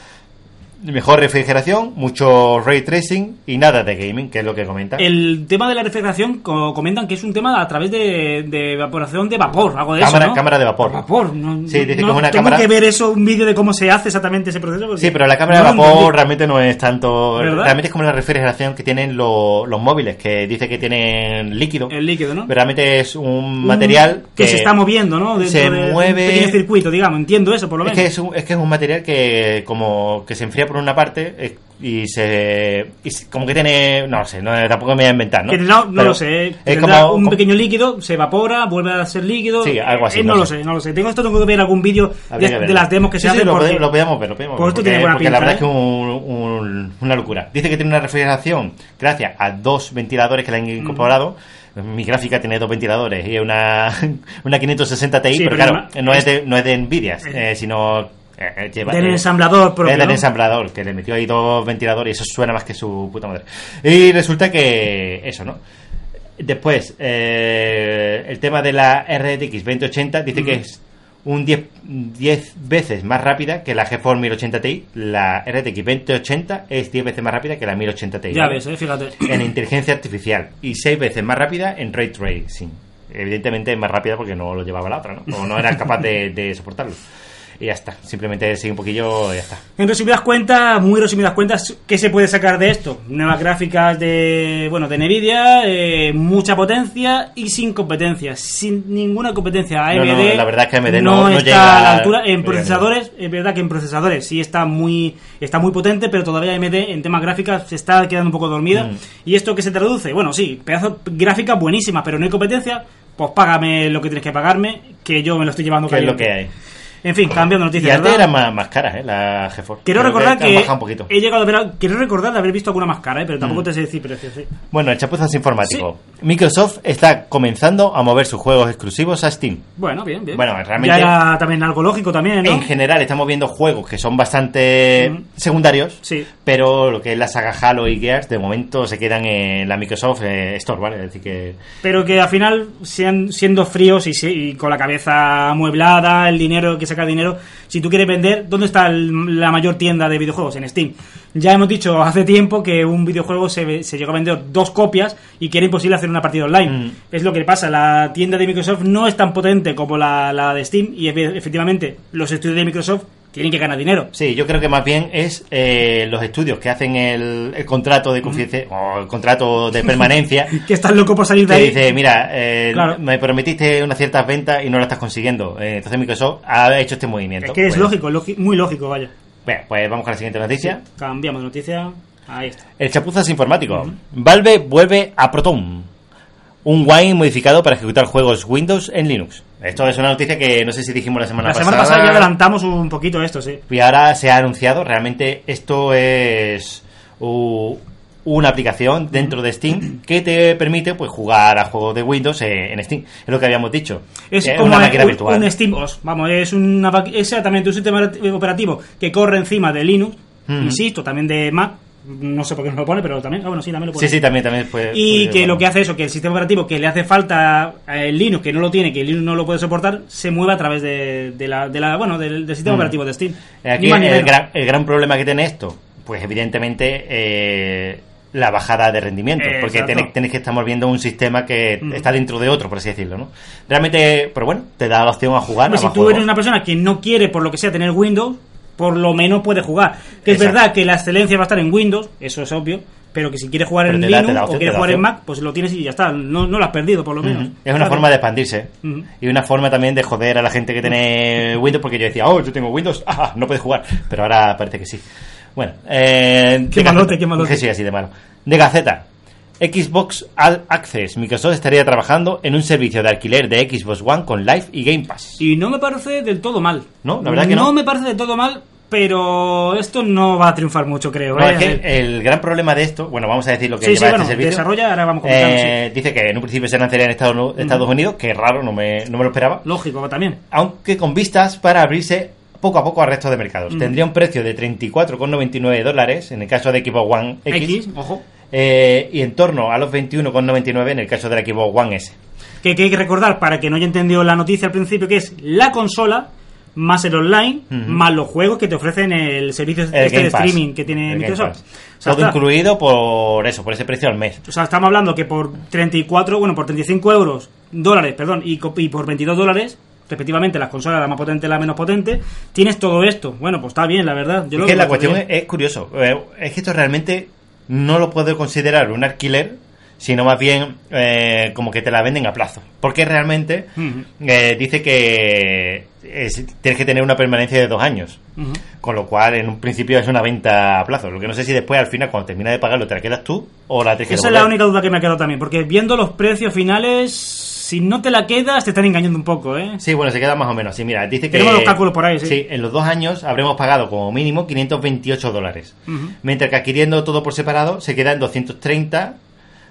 Speaker 1: mejor refrigeración, mucho ray tracing y nada de gaming, que es lo que comenta.
Speaker 2: El tema de la refrigeración co- comentan que es un tema a través de, de evaporación de vapor, algo de
Speaker 1: Cámara-
Speaker 2: eso, ¿no?
Speaker 1: cámara de vapor.
Speaker 2: Vapor, no,
Speaker 1: Sí, dice
Speaker 2: no-
Speaker 1: que es una
Speaker 2: tengo
Speaker 1: cámara-
Speaker 2: que ver eso, un vídeo de cómo se hace exactamente ese proceso. porque
Speaker 1: Sí, pero la cámara
Speaker 2: no
Speaker 1: de
Speaker 2: lo
Speaker 1: vapor
Speaker 2: entendí.
Speaker 1: realmente no es tanto.
Speaker 2: ¿Verdad?
Speaker 1: Realmente es como la refrigeración que tienen lo- los móviles, que dice que tienen líquido.
Speaker 2: El líquido, ¿no?
Speaker 1: Pero realmente es un
Speaker 2: Un-
Speaker 1: material
Speaker 2: que, se está moviendo, ¿no? Dentro
Speaker 1: se
Speaker 2: de un
Speaker 1: mueve-
Speaker 2: pequeño circuito, digamos, entiendo eso por lo
Speaker 1: Es
Speaker 2: menos.
Speaker 1: que es, un, es que es un material que como que se enfría por una parte eh, y se y se- como que tiene no sé no tampoco me voy a inventar no
Speaker 2: Que no, no
Speaker 1: Pero
Speaker 2: lo sé. eh.
Speaker 1: es
Speaker 2: tendrá
Speaker 1: como
Speaker 2: un
Speaker 1: como-
Speaker 2: pequeño líquido, se evapora, vuelve a ser líquido.
Speaker 1: Sí, algo así,
Speaker 2: Eh, no,
Speaker 1: no
Speaker 2: lo
Speaker 1: sé.
Speaker 2: sé, no lo sé. Tengo esto, tengo que ver algún vídeo
Speaker 1: habría
Speaker 2: de,
Speaker 1: que
Speaker 2: de
Speaker 1: verlo.
Speaker 2: las demos que
Speaker 1: Sí,
Speaker 2: se
Speaker 1: sí,
Speaker 2: hacen.
Speaker 1: lo,
Speaker 2: porque-
Speaker 1: podemos, lo podemos ver lo podemos ver,
Speaker 2: Por esto
Speaker 1: porque,
Speaker 2: tiene buena
Speaker 1: porque
Speaker 2: pinta,
Speaker 1: la verdad
Speaker 2: ¿eh?
Speaker 1: es que es un- un- una locura dice que tiene una refrigeración gracias a dos ventiladores que le
Speaker 2: Mm.
Speaker 1: han incorporado mi gráfica tiene dos ventiladores y una <laughs> una 560 Ti
Speaker 2: Sí,
Speaker 1: pero,
Speaker 2: pero
Speaker 1: claro
Speaker 2: además-
Speaker 1: no es de no es de Nvidia eh, sino eh, eh, lleva
Speaker 2: del
Speaker 1: eh,
Speaker 2: ensamblador propio.
Speaker 1: Era el
Speaker 2: ¿no?
Speaker 1: ensamblador, que le metió ahí dos ventiladores y eso suena más que su puta madre. Y resulta que eso, ¿no? Después, eh, el tema de la RTX 2080 dice que es un 10, 10 veces más rápida que la GeForce 1080 Ti. La RTX 2080 es 10 veces más rápida que la 1080 Ti.
Speaker 2: Ya
Speaker 1: ¿vale?
Speaker 2: ves, eh, fíjate.
Speaker 1: En inteligencia artificial y 6 veces más rápida en ray tracing. Evidentemente es más rápida porque no lo llevaba la otra, ¿no? O no era capaz de, de soportarlo. Y ya está. Simplemente sigue un poquillo y ya está.
Speaker 2: En resumidas cuentas, muy resumidas cuentas, ¿qué se puede sacar de esto? Nuevas gráficas de, bueno, de Nvidia, eh, mucha potencia y sin competencia, sin ninguna competencia. AMD
Speaker 1: No, no, la verdad es que AMD no- no
Speaker 2: está
Speaker 1: llega
Speaker 2: a la
Speaker 1: a-
Speaker 2: altura en
Speaker 1: no
Speaker 2: procesadores, es verdad que en procesadores sí está muy está muy potente, pero todavía AMD en temas gráficas se está quedando un poco dormida.
Speaker 1: Mm.
Speaker 2: ¿Y esto que se traduce? Bueno, sí, pedazo de gráfica buenísima, pero no hay competencia, pues págame lo que tienes que pagarme, que yo me lo estoy llevando
Speaker 1: que es lo
Speaker 2: caliente.
Speaker 1: que hay.
Speaker 2: En fin, cambiando noticias,
Speaker 1: Y antes
Speaker 2: ¿verdad?
Speaker 1: eran más, más caras, ¿eh? La GeForce.
Speaker 2: Quiero
Speaker 1: Creo
Speaker 2: recordar
Speaker 1: han
Speaker 2: que,
Speaker 1: bajado un poquito. Mm.
Speaker 2: he llegado a ver, quiero recordar de haber visto alguna más cara, ¿eh? pero tampoco te sé decir precios. sí.
Speaker 1: Bueno, el chapuzas informático. Microsoft está comenzando a mover sus juegos exclusivos a Steam.
Speaker 2: Bueno, bien, bien.
Speaker 1: Bueno, realmente-
Speaker 2: Ya era también algo lógico también, ¿no?
Speaker 1: En general estamos viendo juegos que son bastante
Speaker 2: Mm.
Speaker 1: secundarios,
Speaker 2: Sí.
Speaker 1: pero lo que es la saga Halo y Gears de momento se quedan en la Microsoft eh, Store, ¿vale? Es decir que
Speaker 2: Pero que al final, sean, siendo fríos y, se- y con la cabeza amueblada, el dinero, que saca dinero, si tú quieres vender, ¿dónde está el- la mayor tienda de videojuegos? En Steam. Ya hemos dicho hace tiempo que un videojuego se, ve- se llegó a vender dos copias y que era imposible hacer una partida online.
Speaker 1: Mm.
Speaker 2: Es lo que pasa, la tienda de Microsoft no es tan potente como la, la de Steam y efe- efectivamente los estudios de Microsoft tienen que ganar dinero. <laughs>
Speaker 1: Sí, yo creo que más bien es eh, los estudios que hacen el, el contrato de
Speaker 2: Mm.
Speaker 1: confidencia o el contrato de
Speaker 2: <laughs>
Speaker 1: permanencia
Speaker 2: que estás loco por salir de
Speaker 1: que
Speaker 2: ahí.
Speaker 1: dice, mira, eh,
Speaker 2: Claro.
Speaker 1: me prometiste unas ciertas ventas y no las estás consiguiendo. Eh, entonces Microsoft ha hecho este movimiento.
Speaker 2: es que es
Speaker 1: Bueno,
Speaker 2: lógico, logi- muy lógico, vaya.
Speaker 1: bueno, pues vamos con la siguiente noticia.
Speaker 2: Cambiamos de noticia. Ahí está.
Speaker 1: El chapuzas informático. Valve vuelve a Proton. un Wine modificado para ejecutar juegos Windows en Linux. Esto es una noticia que no sé si dijimos la semana
Speaker 2: La
Speaker 1: pasada.
Speaker 2: semana pasada ya adelantamos un poquito esto, sí.
Speaker 1: Y ahora se ha anunciado, realmente esto es u- una aplicación dentro de Steam que te permite pues jugar a juegos de Windows eh, en Steam. Es lo que habíamos dicho.
Speaker 2: Es
Speaker 1: Eh,
Speaker 2: como
Speaker 1: una máquina
Speaker 2: un,
Speaker 1: virtual.
Speaker 2: un SteamOS, vamos, es una, va- exactamente un sistema operativo que corre encima de Linux,
Speaker 1: Ujú.
Speaker 2: insisto, también de Mac, no sé por qué no lo pone, pero también, ah, bueno, sí, también lo pone.
Speaker 1: sí, sí, también, también puede-
Speaker 2: Y
Speaker 1: puede-
Speaker 2: que lo
Speaker 1: bueno.
Speaker 2: que hace eso, que el sistema operativo que le hace falta al Linux, que no lo tiene, que Linux no lo puede soportar, se mueve a través de, de la, de la- bueno, del, del sistema
Speaker 1: Mm.
Speaker 2: operativo de Steam.
Speaker 1: Aquí
Speaker 2: Ni más ni
Speaker 1: el
Speaker 2: menos.
Speaker 1: gran, el gran problema que tiene esto, pues evidentemente eh, la bajada de rendimiento,
Speaker 2: Eh,
Speaker 1: porque
Speaker 2: exacto. Mm.
Speaker 1: tenéis, tenéis que estar moviendo un sistema que
Speaker 2: Ujú.
Speaker 1: está dentro de otro, por así decirlo, ¿no? Realmente, pero bueno, te da la opción a jugar.
Speaker 2: Hombre,
Speaker 1: Ah, a
Speaker 2: si
Speaker 1: más
Speaker 2: tú
Speaker 1: juegos.
Speaker 2: eres una persona que no quiere, por lo que sea, tener Windows, por lo menos puedes jugar. Que es
Speaker 1: Exacto.
Speaker 2: verdad que la excelencia va a estar en Windows, eso es obvio, pero que si quieres jugar
Speaker 1: Pero
Speaker 2: en
Speaker 1: te da- te
Speaker 2: Linux
Speaker 1: da
Speaker 2: o
Speaker 1: opción, te
Speaker 2: quieres
Speaker 1: da
Speaker 2: jugar en
Speaker 1: opción.
Speaker 2: Mac, pues lo tienes y ya está. No, no lo has perdido, por lo
Speaker 1: Ujú.
Speaker 2: menos.
Speaker 1: Es una
Speaker 2: Claro.
Speaker 1: forma de expandirse. ¿eh?
Speaker 2: Ujú.
Speaker 1: Y una forma también de joder a la gente que tiene Windows, porque yo decía, oh, yo tengo Windows, <laughs> ah, no puedes jugar. Pero ahora parece que sí. Bueno, eh,
Speaker 2: Qué
Speaker 1: de
Speaker 2: malote,
Speaker 1: Gaceta.
Speaker 2: qué malote.
Speaker 1: Que sí, así de malo. De Gaceta. Xbox All Access. Microsoft estaría trabajando en un servicio de alquiler de Xbox One con Live y Game Pass.
Speaker 2: Y no me parece del todo mal.
Speaker 1: No, la verdad que no.
Speaker 2: me parece del todo mal, pero esto no va a triunfar mucho, creo.
Speaker 1: No,
Speaker 2: ¿eh?
Speaker 1: es que el gran problema de esto, bueno, vamos a decir lo que
Speaker 2: Sí,
Speaker 1: lleva
Speaker 2: sí,
Speaker 1: este
Speaker 2: bueno,
Speaker 1: servicio.
Speaker 2: desarrolla, ahora vamos comentando,
Speaker 1: Eh, Dice que en un principio se lanzaría en Estados, Estados Unidos, que raro, no me, no me lo esperaba.
Speaker 2: Lógico, también.
Speaker 1: aunque con vistas para abrirse poco a poco al resto de mercados.
Speaker 2: Mm.
Speaker 1: Tendría un precio de 34,99 dólares en el caso de Xbox One X,
Speaker 2: X, ojo.
Speaker 1: eh, y en torno a los 21,99 en el caso de la Xbox One S.
Speaker 2: que, que hay que recordar para que no haya entendido la noticia al principio, que es la consola más el online,
Speaker 1: Ujú.
Speaker 2: más los juegos que te ofrecen el servicio
Speaker 1: El
Speaker 2: este de
Speaker 1: Game Pass.
Speaker 2: streaming que tiene
Speaker 1: El Game
Speaker 2: Microsoft.
Speaker 1: Pass.
Speaker 2: O sea,
Speaker 1: Todo
Speaker 2: está-
Speaker 1: incluido por eso, por ese precio al mes.
Speaker 2: o sea, estamos hablando que por 34, bueno, por 35 euros, dólares, perdón, y, co- y por 22 dólares, respectivamente, las consolas, la más potente y la menos potente, tienes todo esto. Bueno, pues está bien, la verdad. Yo
Speaker 1: Es
Speaker 2: lo
Speaker 1: que la
Speaker 2: veo
Speaker 1: cuestión
Speaker 2: bien.
Speaker 1: es, es curioso. Eh, Es que esto realmente no lo puedo considerar un alquiler, sino más bien eh, como que te la venden a plazo. Porque realmente
Speaker 2: Ujú.
Speaker 1: eh, dice que es- tienes que tener una permanencia de dos años.
Speaker 2: Ujú.
Speaker 1: Con lo cual, en un principio es una venta a plazo. Lo que no sé si después, al final, cuando terminas de pagarlo, te la quedas tú o la tienes que
Speaker 2: Esa es
Speaker 1: devolver.
Speaker 2: la única duda que me ha quedado también, porque viendo los precios finales, si no te la quedas, te están engañando un poco, ¿eh?
Speaker 1: Sí, bueno, se queda más o menos. Sí, mira, dice que.
Speaker 2: Tenemos los cálculos por ahí, sí.
Speaker 1: en los dos años habremos pagado como mínimo 528 dólares.
Speaker 2: Ujú.
Speaker 1: Mientras que adquiriendo todo por separado se queda en 230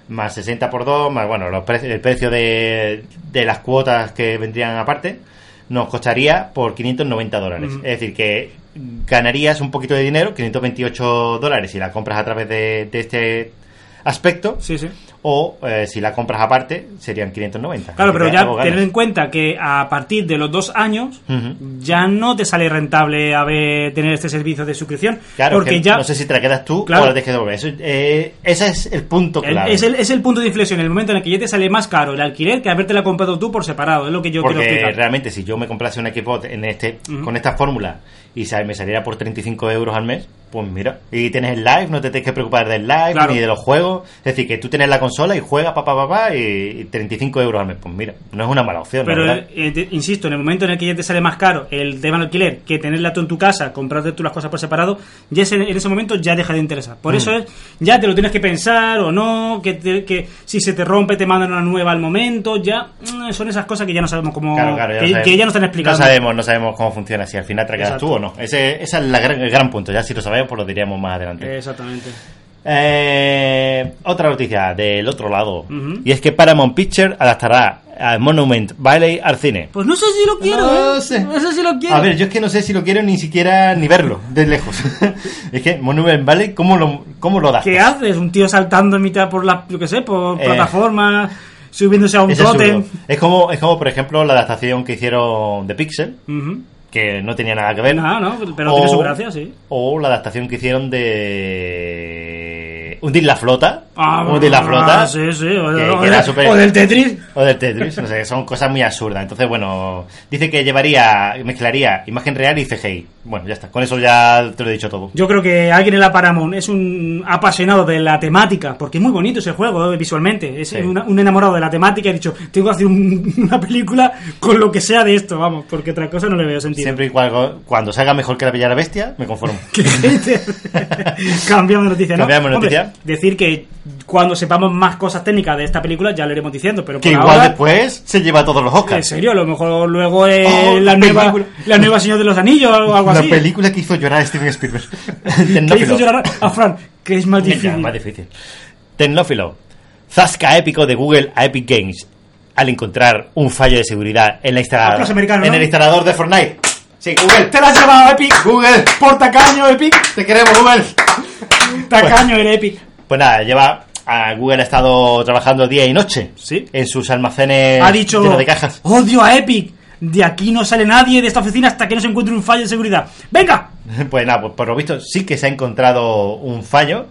Speaker 1: más 60 por 2, más bueno, los pre- el precio de, de las cuotas que vendrían aparte, nos costaría por 590 dólares.
Speaker 2: Ujú.
Speaker 1: Es decir, que ganarías un poquito de dinero, 528 dólares, si la compras a través de, de este aspecto,
Speaker 2: Sí, sí.
Speaker 1: o eh, si la compras aparte, serían 590.
Speaker 2: Claro, pero
Speaker 1: Así que
Speaker 2: ya
Speaker 1: algo ganas.
Speaker 2: tener en cuenta que a partir de los dos años
Speaker 1: Ujú.
Speaker 2: ya no te sale rentable haber, tener este servicio de suscripción.
Speaker 1: Claro,
Speaker 2: porque
Speaker 1: que
Speaker 2: ya
Speaker 1: no sé si te la quedas tú
Speaker 2: Claro.
Speaker 1: o la dejes de volver. Eso, eh, ese es el punto
Speaker 2: el-
Speaker 1: clave.
Speaker 2: es, el, es el punto de inflexión, el momento en el que ya te sale más caro el alquiler que habértela comprado tú por separado. Es lo que yo quiero
Speaker 1: Porque
Speaker 2: explicar.
Speaker 1: realmente si yo me comprase un equipo en este,
Speaker 2: Ujú.
Speaker 1: con esta fórmula y sa- me saliera por 35 euros al mes, pues mira, y tienes el live, no te tienes que preocupar del live
Speaker 2: Claro.
Speaker 1: ni de los juegos. Es decir, que tú tienes la consola y juegas papá papá y, y 35 euros al mes, pues mira, no es una mala opción. la
Speaker 2: Pero
Speaker 1: verdad.
Speaker 2: eh, te- insisto, en el momento en el que ya te sale más caro el tema del alquiler que tenerla tú en tu casa, comprarte tú las cosas por separado, ya ese- en ese momento ya deja de interesar.
Speaker 1: Mm.
Speaker 2: Por eso es, ya te lo tienes que pensar o no, que, te- que si se te rompe te mandan una nueva al momento, ya mm, son esas cosas que ya no sabemos cómo...
Speaker 1: Claro, claro, ya
Speaker 2: que,
Speaker 1: lo sabemos.
Speaker 2: que ya nos están explicando.
Speaker 1: No sabemos, no sabemos cómo funciona, si al final te la quedas
Speaker 2: Exacto.
Speaker 1: tú o no. Ese, ese es la gran- el gran punto, ya si lo sabemos, pues lo diríamos más adelante.
Speaker 2: Exactamente.
Speaker 1: Eh, otra noticia del otro lado.
Speaker 2: Ujú.
Speaker 1: Y es que Paramount Pictures adaptará a Monument Valley al cine.
Speaker 2: Pues no sé si lo quiero,
Speaker 1: No
Speaker 2: ¿eh?
Speaker 1: sé.
Speaker 2: No sé si lo quiero.
Speaker 1: A ver, yo es que no sé si lo quiero ni siquiera ni verlo, de lejos. <laughs> es que Monument Valley, ¿cómo lo, cómo lo das?
Speaker 2: ¿Qué haces? Un tío saltando en mitad por la, yo qué sé, por
Speaker 1: Eh.
Speaker 2: plataformas, subiéndose a un
Speaker 1: Es, absurdo.
Speaker 2: tótem.
Speaker 1: es como, es como, por ejemplo, la adaptación que hicieron de Pixel,
Speaker 2: Ujú.
Speaker 1: que no tenía nada que ver.
Speaker 2: Nada, ¿no? Pero tiene su gracia, sí.
Speaker 1: O la adaptación que hicieron de... Hundir la flota. Hundir la flota.
Speaker 2: ah, Sí, sí. O,
Speaker 1: que-
Speaker 2: o-
Speaker 1: que era súper-
Speaker 2: o del Tetris.
Speaker 1: O del Tetris, no sé, son cosas muy absurdas. Entonces, bueno, dice que llevaría, mezclaría imagen real y CGI. Bueno, ya está, con eso ya te lo he dicho todo.
Speaker 2: Yo creo que alguien en la Paramount es un apasionado de la temática, porque es muy bonito ese juego eh, visualmente. Es
Speaker 1: Sí.
Speaker 2: una- un enamorado de la temática y ha dicho, tengo que hacer un- <laughs> una película con lo que sea de esto, vamos, porque otra cosa no le veo sentido. <laughs>
Speaker 1: Siempre y cuando, cuando salga mejor que la Bella y la Bestia, me conformo. <laughs>
Speaker 2: Qué hater. Cambiamos de noticia, ¿no?
Speaker 1: Cambiamos de
Speaker 2: Hombre,
Speaker 1: noticia.
Speaker 2: decir que cuando sepamos más cosas técnicas de esta película ya lo iremos diciendo, pero por
Speaker 1: Que igual
Speaker 2: ahora,
Speaker 1: después se lleva todos los
Speaker 2: En
Speaker 1: Oscars.
Speaker 2: serio, a lo mejor luego es
Speaker 1: Oh,
Speaker 2: la, nueva,
Speaker 1: película.
Speaker 2: la nueva Señor de los Anillos o algo
Speaker 1: <laughs> La
Speaker 2: así.
Speaker 1: película que hizo llorar a Steven Spielberg. <laughs>
Speaker 2: Que hizo
Speaker 1: Tecnófilo.
Speaker 2: llorar a Fran, que es más
Speaker 1: Ya,
Speaker 2: difícil.
Speaker 1: más difícil. Tecnófilo. Zasca épico de Google a Epic Games al encontrar un fallo de seguridad en, la instala-
Speaker 2: Aplauso americano,
Speaker 1: en
Speaker 2: ¿no?
Speaker 1: el instalador de Fortnite. Sí, Google.
Speaker 2: Te la has llevado, Epic.
Speaker 1: Google.
Speaker 2: Porta caño, Epic.
Speaker 1: Te queremos, Google.
Speaker 2: Tacaño, el Epic.
Speaker 1: Pues nada, lleva a Google ha estado trabajando día y noche
Speaker 2: Sí.
Speaker 1: en sus almacenes
Speaker 2: ha dicho
Speaker 1: llenos Eh, de cajas. <laughs>
Speaker 2: odio a Epic de aquí no sale nadie de esta oficina hasta que no se encuentre un fallo de seguridad venga
Speaker 1: Pues nada, pues por lo visto sí que se ha encontrado un fallo,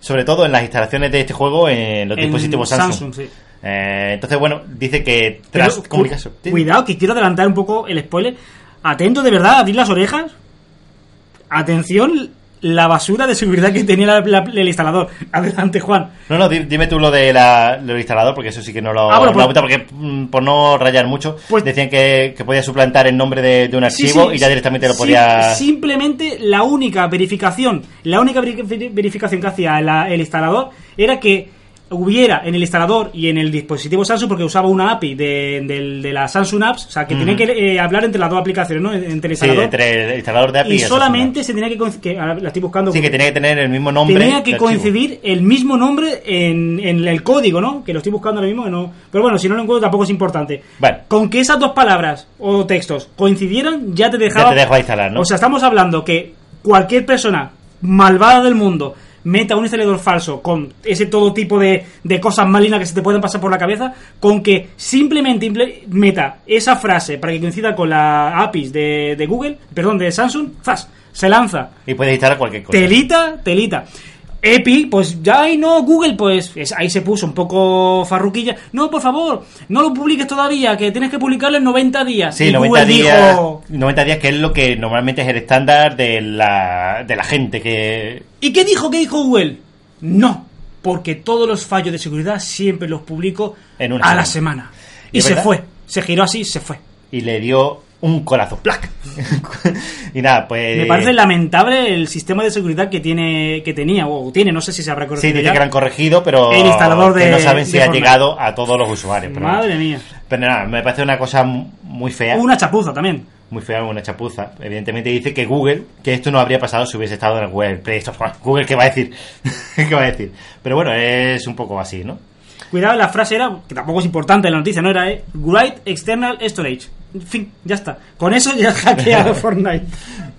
Speaker 1: sobre todo en las instalaciones de este juego en los
Speaker 2: En
Speaker 1: dispositivos Samsung.
Speaker 2: Samsung, sí.
Speaker 1: Eh, entonces, bueno, dice que tras
Speaker 2: Pero, cu-
Speaker 1: comunicarse.
Speaker 2: cuidado que quiero adelantar un poco el spoiler atento de verdad abrir las orejas atención la basura de seguridad que tenía la- la- el instalador <laughs> adelante Juan
Speaker 1: No, no, di- dime tú lo de la, lo del instalador, porque eso sí que no lo
Speaker 2: Ah, bueno,
Speaker 1: no
Speaker 2: pues-
Speaker 1: lo he comentado, porque mm, por no rayar mucho,
Speaker 2: Pues-
Speaker 1: decían que, que podía suplantar el nombre de, de un
Speaker 2: Sí,
Speaker 1: archivo
Speaker 2: sí,
Speaker 1: y ya
Speaker 2: sí,
Speaker 1: directamente lo
Speaker 2: sí,
Speaker 1: podía...
Speaker 2: simplemente la única verificación, la única veri- veri- verificación que hacía la- el instalador era que hubiera en el instalador y en el dispositivo Samsung, porque usaba una API de, del- de la Samsung Apps, o sea, que tenía que eh, hablar entre las dos aplicaciones, ¿no? Entre el
Speaker 1: Sí,
Speaker 2: instalador.
Speaker 1: entre el instalador de API
Speaker 2: y
Speaker 1: el
Speaker 2: solamente se tenía que, coinc- que ahora la estoy buscando.
Speaker 1: software. Sí, que tenía que tener el mismo nombre.
Speaker 2: Tenía que
Speaker 1: de archivo.
Speaker 2: coincidir el mismo nombre en, en el código, ¿no? Que lo estoy buscando ahora mismo, que no. Pero bueno, si no lo encuentro tampoco es importante.
Speaker 1: Vale.
Speaker 2: Con que esas dos palabras o textos coincidieran, ya te dejaba.
Speaker 1: Ya te dejaba instalar, ¿no?
Speaker 2: O sea, estamos hablando que cualquier persona malvada del mundo meta un instalador falso con ese todo tipo de, de cosas malignas que se te pueden pasar por la cabeza, con que simplemente imple- meta esa frase para que coincida con la APIs de, de Google, perdón, de Samsung, ¡zas! Se lanza.
Speaker 1: Y puedes instalar cualquier cosa.
Speaker 2: Telita, telita. Epic, pues ya ahí no, Google, pues es- ahí se puso un poco farruquilla. No, por favor, no lo publiques todavía, que tienes que publicarlo en 90 días.
Speaker 1: Sí,
Speaker 2: Y
Speaker 1: 90
Speaker 2: Google
Speaker 1: días,
Speaker 2: dijo,
Speaker 1: 90 días, que es lo que normalmente es el estándar de la, de la gente que...
Speaker 2: ¿Y qué dijo? ¿Qué dijo Google? No, porque todos los fallos de seguridad siempre los publico
Speaker 1: En
Speaker 2: a
Speaker 1: una
Speaker 2: la
Speaker 1: semana.
Speaker 2: semana.
Speaker 1: ¿Y
Speaker 2: Y se
Speaker 1: verdad?
Speaker 2: fue, se giró así, se fue.
Speaker 1: Y le dio un corazón. ¡Plac! <laughs> y nada, pues...
Speaker 2: Me parece lamentable el sistema de seguridad que tiene, que tenía, o tiene, no sé si se habrá
Speaker 1: Sí,
Speaker 2: corregido.
Speaker 1: dice
Speaker 2: ya.
Speaker 1: que lo han corregido, pero
Speaker 2: El instalador
Speaker 1: que
Speaker 2: de-
Speaker 1: no saben si
Speaker 2: de
Speaker 1: ha
Speaker 2: Fortnite.
Speaker 1: llegado a todos los usuarios. Pero,
Speaker 2: Madre mía.
Speaker 1: pero nada, me parece una cosa muy fea,
Speaker 2: Una chapuza también.
Speaker 1: muy fea, una chapuza. Evidentemente dice que Google, que esto no habría pasado si hubiese estado en el Google Play Store. Google, ¿qué va a decir? <laughs> ¿Qué va a decir? Pero bueno, es un poco así, ¿no?
Speaker 2: Cuidado, la frase era, que tampoco es importante en la noticia, no era, eh, Great External Storage. En fin, ya está. Con eso
Speaker 1: <laughs>
Speaker 2: ya hackeado Fortnite.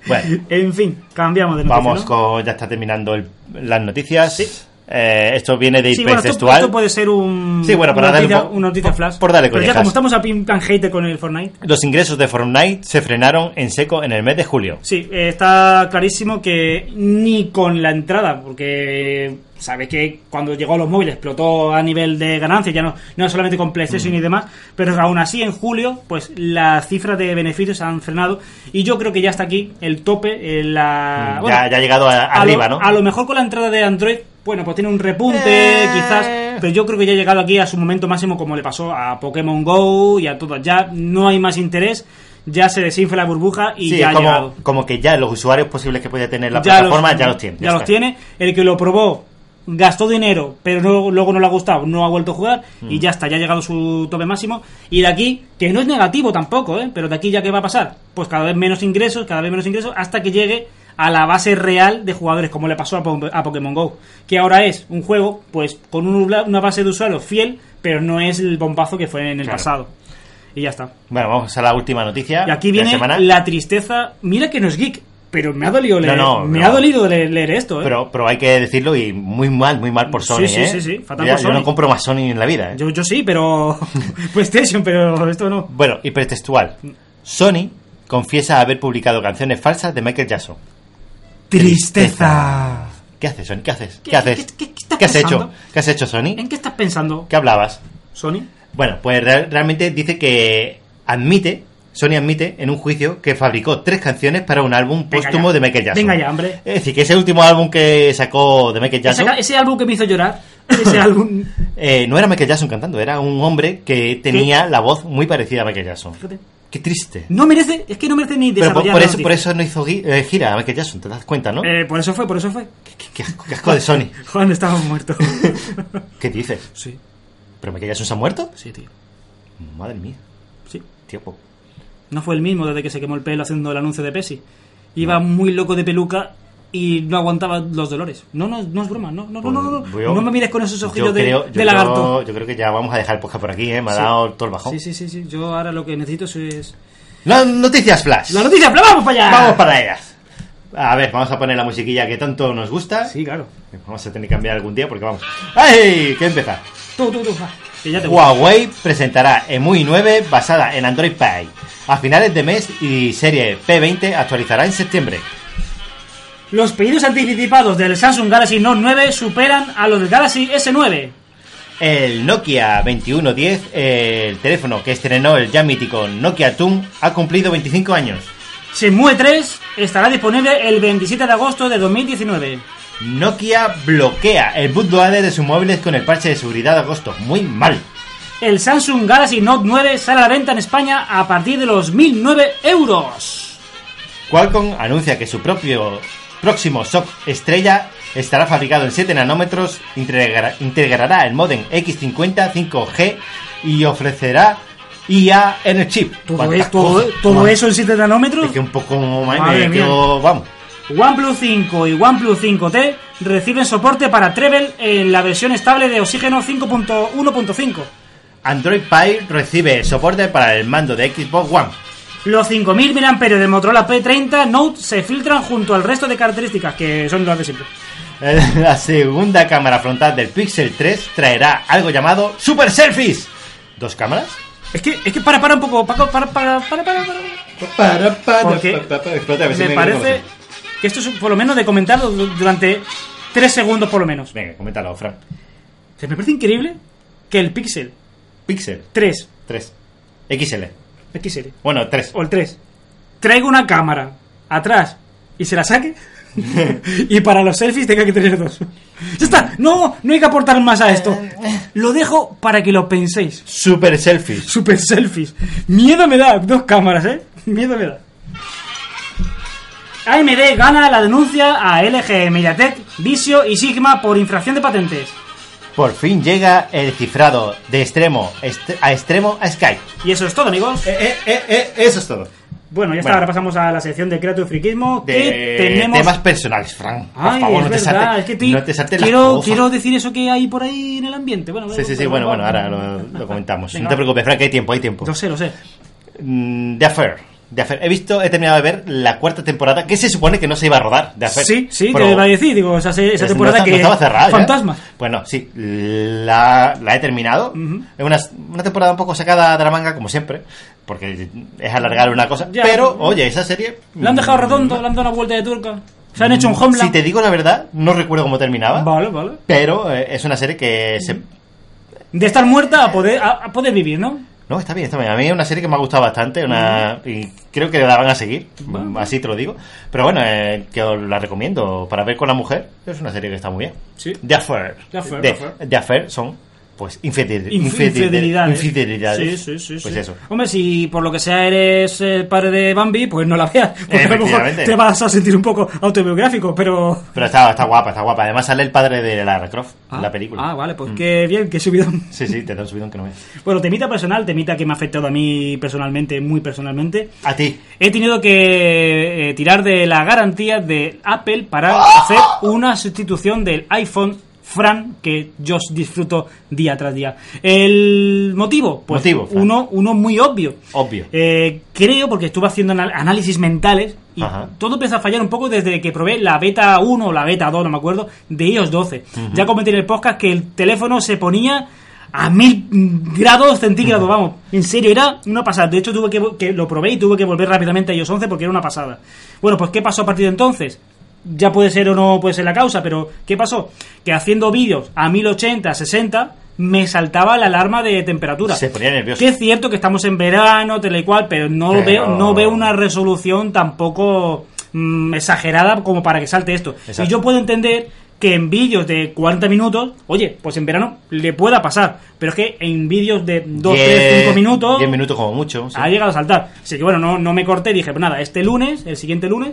Speaker 1: Bueno.
Speaker 2: En fin, cambiamos de noticia.
Speaker 1: Vamos,
Speaker 2: ¿no?
Speaker 1: con- ya está terminando el- las noticias. Eh, esto viene de
Speaker 2: Sí,
Speaker 1: IP
Speaker 2: bueno, esto,
Speaker 1: textual.
Speaker 2: esto puede ser un,
Speaker 1: Sí, bueno, para
Speaker 2: una,
Speaker 1: darle un
Speaker 2: noticia,
Speaker 1: po-
Speaker 2: una noticia
Speaker 1: por-
Speaker 2: flash.
Speaker 1: por darle
Speaker 2: Pero ya
Speaker 1: collejas.
Speaker 2: como estamos a pim tan hater con el Fortnite.
Speaker 1: Los ingresos de Fortnite se frenaron en seco en el mes de julio.
Speaker 2: Sí, eh, está clarísimo que ni con la entrada, porque sabes que cuando llegó a los móviles explotó a nivel de ganancias, ya no, no solamente con PlayStation
Speaker 1: Mm.
Speaker 2: y demás, pero aún así en julio, pues las cifras de beneficios han frenado y yo creo que ya está aquí el tope, eh, la...
Speaker 1: Ya,
Speaker 2: bueno,
Speaker 1: Mm, ya ha llegado a-
Speaker 2: a lo-
Speaker 1: arriba, ¿no?
Speaker 2: A lo mejor con la entrada de Android, bueno, pues tiene un repunte,
Speaker 1: Eh.
Speaker 2: quizás, pero yo creo que ya ha llegado aquí a su momento máximo, como le pasó a Pokémon Go y a todas. Ya no hay más interés, ya se desinfla la burbuja y
Speaker 1: Sí,
Speaker 2: ya
Speaker 1: es
Speaker 2: ha llegado.
Speaker 1: como, como que ya los usuarios posibles que podía tener la
Speaker 2: Ya
Speaker 1: plataforma
Speaker 2: los-
Speaker 1: ya los tiene.
Speaker 2: ya los
Speaker 1: está.
Speaker 2: tiene. El que lo probó gastó dinero, pero no- luego no le ha gustado, no ha vuelto a jugar
Speaker 1: Mm.
Speaker 2: y ya está, ya ha llegado su tope máximo. Y de aquí, que no es negativo tampoco, ¿eh? pero de aquí ya qué va a pasar, pues cada vez menos ingresos, cada vez menos ingresos, hasta que llegue a la base real de jugadores, como le pasó a, Po- a Pokémon Go, que ahora es un juego pues con un- una base de usuarios fiel, pero no es el bombazo que fue en el
Speaker 1: Claro.
Speaker 2: pasado. Y ya está.
Speaker 1: Bueno, vamos a la última noticia.
Speaker 2: Y aquí
Speaker 1: de
Speaker 2: viene
Speaker 1: la semana.
Speaker 2: la tristeza. Mira que no es geek, pero me ha dolido leer,
Speaker 1: no,
Speaker 2: me
Speaker 1: no.
Speaker 2: ha dolido leer, leer esto. ¿eh?
Speaker 1: Pero, pero hay que decirlo y muy mal, muy mal por
Speaker 2: Sí,
Speaker 1: Sony.
Speaker 2: sí,
Speaker 1: ¿eh?
Speaker 2: sí, sí, fatal
Speaker 1: yo,
Speaker 2: por
Speaker 1: yo
Speaker 2: Sony.
Speaker 1: no compro más Sony en la vida. ¿eh?
Speaker 2: Yo, yo sí, pero. <laughs> PlayStation, pero esto no.
Speaker 1: Bueno, hipertextual. Sony confiesa haber publicado canciones falsas de Michael Jackson. Tristeza. ¿Qué haces, Sony? ¿Qué haces? ¿Qué,
Speaker 2: ¿Qué-
Speaker 1: haces?
Speaker 2: qué- qué- qué estás
Speaker 1: has hecho?
Speaker 2: pensando?
Speaker 1: ¿Qué has hecho, Sony?
Speaker 2: ¿En qué estás pensando,
Speaker 1: ¿Qué hablabas?
Speaker 2: Sony?
Speaker 1: Bueno, pues re- realmente dice que admite, Sony admite en un juicio que fabricó tres canciones para un álbum
Speaker 2: Venga
Speaker 1: póstumo
Speaker 2: ya.
Speaker 1: de Michael Jackson.
Speaker 2: Venga ya, hombre.
Speaker 1: Es decir, que ese último álbum que sacó de Michael Jackson
Speaker 2: Ese, ese álbum que me hizo llorar.
Speaker 1: <laughs>
Speaker 2: Ese álbum.
Speaker 1: eh, no era Michael Jackson cantando, era un hombre que tenía la voz muy parecida a Michael Jackson.
Speaker 2: Fíjate.
Speaker 1: Qué triste.
Speaker 2: No merece, es que no merece ni
Speaker 1: Pero
Speaker 2: desarrollar
Speaker 1: por,
Speaker 2: la
Speaker 1: por eso,
Speaker 2: noticia.
Speaker 1: por eso no hizo gui- eh, gira a Michael Jackson, te das cuenta, ¿no?
Speaker 2: Eh, por eso fue, por eso fue.
Speaker 1: Qué, qué- qué asco, qué asco de Sony.
Speaker 2: Juan
Speaker 1: <laughs>
Speaker 2: estaba muerto.
Speaker 1: ¿Qué dices?
Speaker 2: sí,
Speaker 1: ¿Pero Michael Jackson se ha muerto?
Speaker 2: sí, tío.
Speaker 1: Madre mía,
Speaker 2: Sí.
Speaker 1: tío. pues po-
Speaker 2: No fue el mismo desde que se quemó el pelo haciendo el anuncio de Pepsi. Iba muy loco de peluca y no aguantaba los dolores. No, no, no es broma. No, no, no, no, no, no.
Speaker 1: Pues Yo-
Speaker 2: No me mires con esos ojillos
Speaker 1: yo
Speaker 2: de,
Speaker 1: creo-
Speaker 2: de
Speaker 1: yo
Speaker 2: lagarto.
Speaker 1: creo- yo creo que ya vamos a dejar el podcast por aquí, ¿eh? Me ha
Speaker 2: Sí.
Speaker 1: dado todo el bajón.
Speaker 2: Sí, sí, sí, sí. Yo ahora lo que necesito es...
Speaker 1: No- noticias Flash.
Speaker 2: ¡La noticia! ¡Pero vamos para allá!
Speaker 1: Vamos para ellas. A ver, vamos a poner la musiquilla que tanto nos gusta.
Speaker 2: Sí, claro.
Speaker 1: Vamos a tener que cambiar algún día porque vamos. ¡Ay! ¿Qué empieza?
Speaker 2: Tú, tú, tú. va, Que ya te gusta.
Speaker 1: Huawei presentará EMUI 9 basada en Android Pie a finales de mes y serie P20 actualizará en septiembre.
Speaker 2: Los pedidos anticipados del Samsung Galaxy Note 9 superan a los del Galaxy S9.
Speaker 1: El Nokia 2110, el teléfono que estrenó el ya mítico Nokia Tune, ha cumplido 25 años.
Speaker 2: Shenmue 3 estará disponible el 27 de agosto de 2019.
Speaker 1: Nokia bloquea el bootloader de sus móviles con el parche de seguridad de agosto. Muy mal.
Speaker 2: El Samsung Galaxy Note 9 sale a la venta en España a partir de los 1009 euros.
Speaker 1: Qualcomm anuncia que su propio próximo SOC estrella estará fabricado en 7 nanómetros, integra- integrará el modem X50 5G y ofrecerá IA en el chip.
Speaker 2: Todo,
Speaker 1: ¿Cuántas
Speaker 2: es- todo, e,
Speaker 1: cosas?
Speaker 2: todo
Speaker 1: Madre-
Speaker 2: eso en 7 nanómetros.
Speaker 1: Es que un poco me-
Speaker 2: Madre
Speaker 1: me
Speaker 2: mía.
Speaker 1: quedo- vamos.
Speaker 2: OnePlus 5 y OnePlus 5T reciben soporte para Treble en la versión estable de Oxígeno 5.1.5.
Speaker 1: Android Pie recibe soporte para el mando de Xbox One.
Speaker 2: Los 5000 mAh de Motorola P30 Note se filtran junto al resto de características que son las de siempre.
Speaker 1: <laughs> La segunda cámara frontal del Pixel 3 traerá algo llamado Super Selfies. ¿Dos cámaras?
Speaker 2: Es que, es que para, para un poco, para, para, para, para, para, para.
Speaker 1: Para, para,
Speaker 2: Porque me parece que esto es por lo menos de comentarlo du- durante 3 segundos por lo menos.
Speaker 1: Venga, coméntalo, Fran.
Speaker 2: Que me parece increíble que el Pixel
Speaker 1: Pixel
Speaker 2: 3,
Speaker 1: 3. XL.
Speaker 2: XL,
Speaker 1: Bueno, 3.
Speaker 2: o el 3, traiga una cámara atrás y se la saque. y para los selfies tenga que tener dos. Ya está, no, no hay que aportar más a esto. Lo dejo para que lo penséis.
Speaker 1: Super selfies.
Speaker 2: Super selfies. Miedo me da, dos cámaras, ¿eh? Miedo me da. AMD gana la denuncia a LG, Mediatek, Visio y Sigma por infracción de patentes.
Speaker 1: Por fin llega el cifrado de extremo est- a extremo a Skype.
Speaker 2: Y eso es todo, amigos.
Speaker 1: Eh, eso es todo.
Speaker 2: Bueno, ya está,
Speaker 1: Bueno.
Speaker 2: ahora pasamos a la sección de Creative Friquismo.
Speaker 1: De
Speaker 2: que Eh, tenemos...
Speaker 1: temas personales, Fran. Por
Speaker 2: Ay,
Speaker 1: favor,
Speaker 2: es
Speaker 1: no te
Speaker 2: verdad,
Speaker 1: saltes.
Speaker 2: es que estoy-
Speaker 1: no te saltes las
Speaker 2: quiero,
Speaker 1: cosas.
Speaker 2: quiero decir eso que hay por ahí en el ambiente. Bueno,
Speaker 1: Sí, sí, sí, bueno, bueno, ahora lo, lo comentamos.
Speaker 2: Venga,
Speaker 1: No te
Speaker 2: va.
Speaker 1: preocupes, Fran, que hay tiempo, hay tiempo.
Speaker 2: Lo sé, lo sé.
Speaker 1: Mm, The Affair. The Affair. He visto, he terminado de ver la cuarta temporada, que se supone que no se iba a rodar. The Affair.
Speaker 2: Sí, sí,
Speaker 1: Pero-
Speaker 2: te iba a decir, digo, esa, esa
Speaker 1: Es-
Speaker 2: temporada
Speaker 1: no está-
Speaker 2: que...
Speaker 1: no estaba cerrada. ya.
Speaker 2: Fantasmas.
Speaker 1: Bueno, sí, la, la he terminado.
Speaker 2: Ujú.
Speaker 1: Es una, una temporada un poco sacada de la manga, como siempre, porque es alargar una cosa.
Speaker 2: Ya.
Speaker 1: pero, oye, esa serie.
Speaker 2: Lo han dejado redondo, le han dado una vuelta de turca. Se han hecho un homeland.
Speaker 1: Mm. Si te digo la verdad, no recuerdo cómo terminaba.
Speaker 2: Vale, vale.
Speaker 1: Pero eh, es una serie que se.
Speaker 2: De estar muerta a poder, a, a poder vivir, ¿no?
Speaker 1: No, está bien, está bien. A mí es una serie que me ha gustado bastante. Una... Y creo que la van a seguir.
Speaker 2: Vale.
Speaker 1: Así te lo digo. Pero bueno, eh, que os la recomiendo para ver con la mujer. Es una serie que está muy bien.
Speaker 2: Sí.
Speaker 1: The Affair.
Speaker 2: The Affair, The Affair.
Speaker 1: The Affair son, pues, infidel-
Speaker 2: Inf-
Speaker 1: infidel-
Speaker 2: Infidelidades.
Speaker 1: infidelidades.
Speaker 2: Sí, sí, sí.
Speaker 1: Pues
Speaker 2: sí.
Speaker 1: eso.
Speaker 2: Hombre, si por lo que sea eres eh, padre de Bambi, pues no la veas. Porque a lo mejor
Speaker 1: Efectivamente.
Speaker 2: te vas a sentir un poco autobiográfico, pero.
Speaker 1: Pero está, está guapa, está guapa. Además sale el padre de Lara Croft en la película. Mm.
Speaker 2: Ah, vale, pues qué bien, qué subidón.
Speaker 1: Sí, sí, te da un subidón que no me...
Speaker 2: <laughs> Bueno, temita personal, temita que me ha afectado a mí personalmente, muy personalmente.
Speaker 1: A ti.
Speaker 2: He tenido que eh, tirar de la garantía de Apple para hacer una sustitución del iPhone Fran que yo disfruto día tras día. El motivo, pues
Speaker 1: Motivo, Fran.
Speaker 2: uno, uno muy obvio.
Speaker 1: Obvio.
Speaker 2: Eh, creo porque estuve haciendo anal- análisis mentales y
Speaker 1: Ajá.
Speaker 2: todo empieza a fallar un poco desde que probé la beta 1 o la beta 2, no me acuerdo, de iOS 12. Ya comenté en el podcast que el teléfono se ponía a mil mm, grados centígrados, vamos. En serio, era una pasada. De hecho, tuve que, vo- que lo probé y tuve que volver rápidamente a iOS 11 porque era una pasada. Bueno, pues ¿qué pasó a partir de entonces? Ya puede ser o no puede ser la causa, pero ¿qué pasó? Que haciendo vídeos a 1080, 60, me saltaba la alarma de temperatura.
Speaker 1: Se ponía nervioso.
Speaker 2: Que es cierto que estamos en verano, tal y cual, pero no
Speaker 1: Pero-
Speaker 2: veo no veo una resolución tampoco mm, exagerada como para que salte esto.
Speaker 1: Exacto.
Speaker 2: Y yo puedo entender que en vídeos de 40 minutos, oye, pues en verano le pueda pasar, pero es que en vídeos de 2, 3, 5 minutos
Speaker 1: 10 minutos como mucho. sí.
Speaker 2: ha llegado a saltar. Así que bueno, no, no me corté, dije, pues nada, este lunes, el siguiente lunes,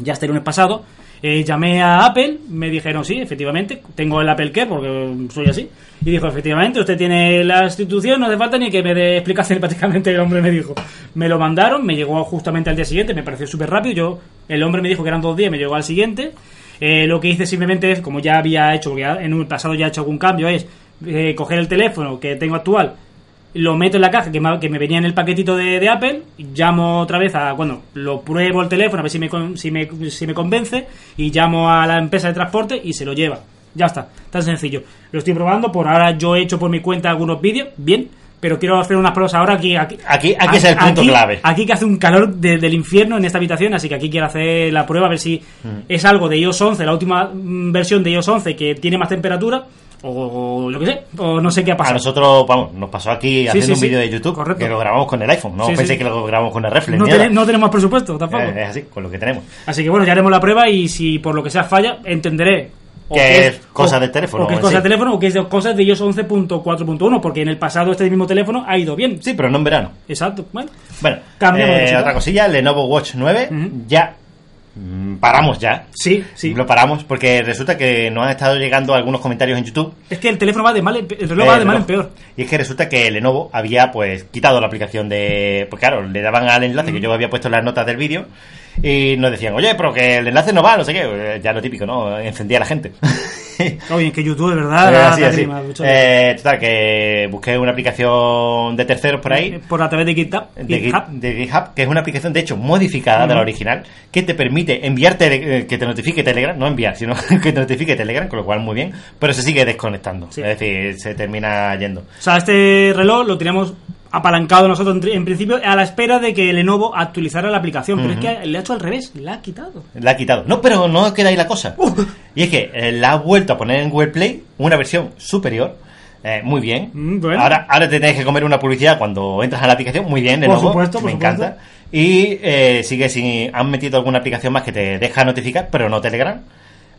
Speaker 2: ya este lunes pasado, eh, llamé a Apple, me dijeron, sí, efectivamente, tengo el Apple Care porque mm, soy así. Y dijo, efectivamente, usted tiene la institución, no hace falta ni que me dé explicación <laughs> prácticamente, el hombre me dijo. Me lo mandaron, me llegó justamente al día siguiente, me pareció súper rápido, yo, el hombre me dijo que eran dos días, me llegó al siguiente. Eh, lo que hice simplemente es, como ya había hecho, porque ya en el pasado ya he hecho algún cambio, es eh, coger el teléfono que tengo actual, lo meto en la caja que me, que me venía en el paquetito de, de Apple, llamo otra vez a, bueno, lo pruebo el teléfono a ver si me, con- si, me, si me convence y llamo a la empresa de transporte y se lo lleva. Ya está, tan sencillo. Lo estoy probando, por ahora yo he hecho por mi cuenta algunos vídeos, bien, pero quiero hacer unas pruebas ahora aquí. Aquí,
Speaker 1: Aquí- aquí es el punto clave.
Speaker 2: Aquí que hace un calor de- del infierno en esta habitación, así que aquí quiero hacer la prueba a ver si
Speaker 1: Mm.
Speaker 2: es algo de iOS 11, la última mm, versión de iOS 11 que tiene más temperatura, o, lo que sé, o no sé qué ha
Speaker 1: A
Speaker 2: pasado.
Speaker 1: nosotros, vamos, nos pasó aquí haciendo
Speaker 2: sí,
Speaker 1: un
Speaker 2: sí.
Speaker 1: vídeo de YouTube
Speaker 2: Correcto.
Speaker 1: que lo grabamos con el iPhone. No
Speaker 2: Sí, sí.
Speaker 1: pensé que lo grabamos con el reflex.
Speaker 2: No,
Speaker 1: ni nada.
Speaker 2: tene- no tenemos más presupuesto tampoco.
Speaker 1: Eh, es así, con lo que tenemos.
Speaker 2: Así que bueno, ya haremos la prueba y si por lo que sea falla, entenderé. o
Speaker 1: Que es cosa del teléfono,
Speaker 2: O que es
Speaker 1: en
Speaker 2: cosa
Speaker 1: sí.
Speaker 2: del teléfono o que es de cosas de iOS 11.4.1, porque en el pasado este mismo teléfono ha ido bien.
Speaker 1: Sí, pero no en verano.
Speaker 2: Exacto. Bueno,
Speaker 1: Bueno,
Speaker 2: Cambiamos de
Speaker 1: eh,
Speaker 2: cosita.
Speaker 1: otra cosilla, Lenovo Watch 9,
Speaker 2: Ujú.
Speaker 1: ya mm, paramos ya.
Speaker 2: sí, sí.
Speaker 1: Lo paramos porque resulta que nos han estado llegando algunos comentarios en YouTube.
Speaker 2: Es que el teléfono va de mal en, pe- el reloj
Speaker 1: Eh,
Speaker 2: va de mal
Speaker 1: reloj.
Speaker 2: en peor.
Speaker 1: Y es que resulta que Lenovo había pues quitado la aplicación de. Pues claro, le daban al enlace que yo había puesto en las notas del vídeo. Y nos decían, oye, pero que el enlace no va, no sé qué. Eh, Ya lo típico, ¿no? Encendía la gente. <laughs>
Speaker 2: Oye, es que YouTube de verdad.
Speaker 1: Eh,
Speaker 2: da
Speaker 1: así, así.
Speaker 2: lágrimas, mucho.
Speaker 1: Eh, total, que busqué una aplicación de terceros por ahí.
Speaker 2: Por a través de GitHub.
Speaker 1: de, Git-
Speaker 2: Eh, GitHub.
Speaker 1: de GitHub, que es una aplicación de hecho modificada de la
Speaker 2: Ujú.
Speaker 1: original, que te permite enviar tele- eh, que te notifique Telegram, no enviar, sino <laughs> que te notifique Telegram, con lo cual muy bien, pero se sigue desconectando,
Speaker 2: Sí.
Speaker 1: es decir, se termina yendo.
Speaker 2: O sea, este reloj lo teníamos apalancado nosotros en, tri- en principio a la espera de que Lenovo actualizara la aplicación. Pero es que le ha hecho al revés, la
Speaker 1: <laughs>
Speaker 2: ha quitado.
Speaker 1: La ha quitado. No, pero no queda ahí la cosa.
Speaker 2: Uh.
Speaker 1: Y es que eh, la ha vuelto a poner en Google Play una versión superior. eh, muy bien.
Speaker 2: Mm, bueno.
Speaker 1: Ahora, ahora te tienes que comer una publicidad cuando entras a la aplicación. Muy bien, de
Speaker 2: Por
Speaker 1: nuevo.
Speaker 2: supuesto, por
Speaker 1: Me
Speaker 2: supuesto.
Speaker 1: encanta. Y eh, sigue sin. Han metido alguna aplicación más que te deja notificar, pero no Telegram.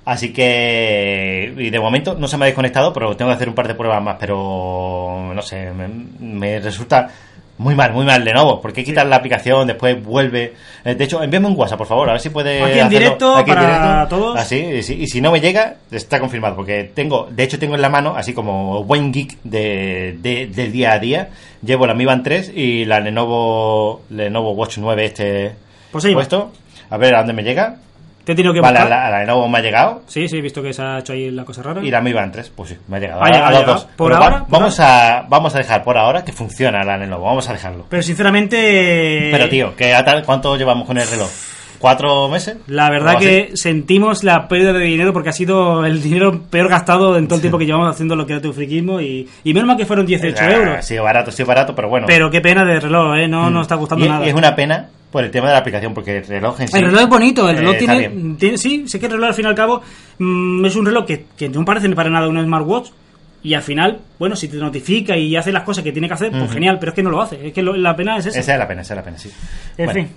Speaker 1: Así que. Y de momento no se me ha desconectado, pero tengo que hacer un par de pruebas más. Pero. No sé, me, me resulta. Muy mal, muy mal, de nuevo. Porque quitas la aplicación, después vuelve. Eh, De hecho, envíame un WhatsApp, por favor, a ver si puede.
Speaker 2: Aquí en
Speaker 1: hacerlo.
Speaker 2: directo, para todos.
Speaker 1: Así, y si, y si no me llega, está confirmado. Porque tengo, de hecho, tengo en la mano, así como buen geek de, de- del día a día, llevo la Mi Band 3 y la Lenovo, Lenovo Watch 9 este
Speaker 2: Pues ahí va.
Speaker 1: puesto. A ver a dónde me llega.
Speaker 2: Te he tenido que
Speaker 1: Vale, a
Speaker 2: buscar.
Speaker 1: la, a la Lenovo me ha llegado.
Speaker 2: Sí, sí, he visto que se ha hecho ahí la cosa rara.
Speaker 1: Y la Mi Band 3, pues sí, me ha llegado. A-
Speaker 2: Ha
Speaker 1: a
Speaker 2: llegado,
Speaker 1: los
Speaker 2: ha llegado.
Speaker 1: dos.
Speaker 2: Por
Speaker 1: Pero
Speaker 2: ahora,
Speaker 1: va-
Speaker 2: por
Speaker 1: vamos, a, vamos a dejar por ahora que funciona la Lenovo, vamos a dejarlo.
Speaker 2: Pero sinceramente.
Speaker 1: Pero tío, ¿qué, a tal- ¿cuánto llevamos con el reloj? ¿Cuatro meses?
Speaker 2: La verdad
Speaker 1: ¿Algo así?
Speaker 2: que sentimos la pérdida de dinero porque ha sido el dinero peor gastado en todo el tiempo que llevamos haciendo lo que era tu friquismo y, y menos mal que fueron 18
Speaker 1: Ah, Ha
Speaker 2: euros.
Speaker 1: sido barato, ha sido barato, pero bueno.
Speaker 2: Pero qué pena de reloj, ¿eh? No
Speaker 1: Mm.
Speaker 2: nos está gustando
Speaker 1: Y-
Speaker 2: nada.
Speaker 1: Y es una pena por el tema de la aplicación, porque el reloj en sí.
Speaker 2: El reloj es bonito, el
Speaker 1: eh,
Speaker 2: reloj
Speaker 1: está
Speaker 2: tiene,
Speaker 1: bien.
Speaker 2: tiene- Sí, sé que el reloj al fin y al cabo mm, es un reloj que, que no parece para nada un smartwatch. Y al final, bueno, si te notifica y hace las cosas que tiene que hacer, pues
Speaker 1: Ujú.
Speaker 2: genial, pero es que no lo hace. Es que lo- la pena es esa.
Speaker 1: Esa es la pena, esa es la pena, sí.
Speaker 2: En
Speaker 1: Bueno,
Speaker 2: fin.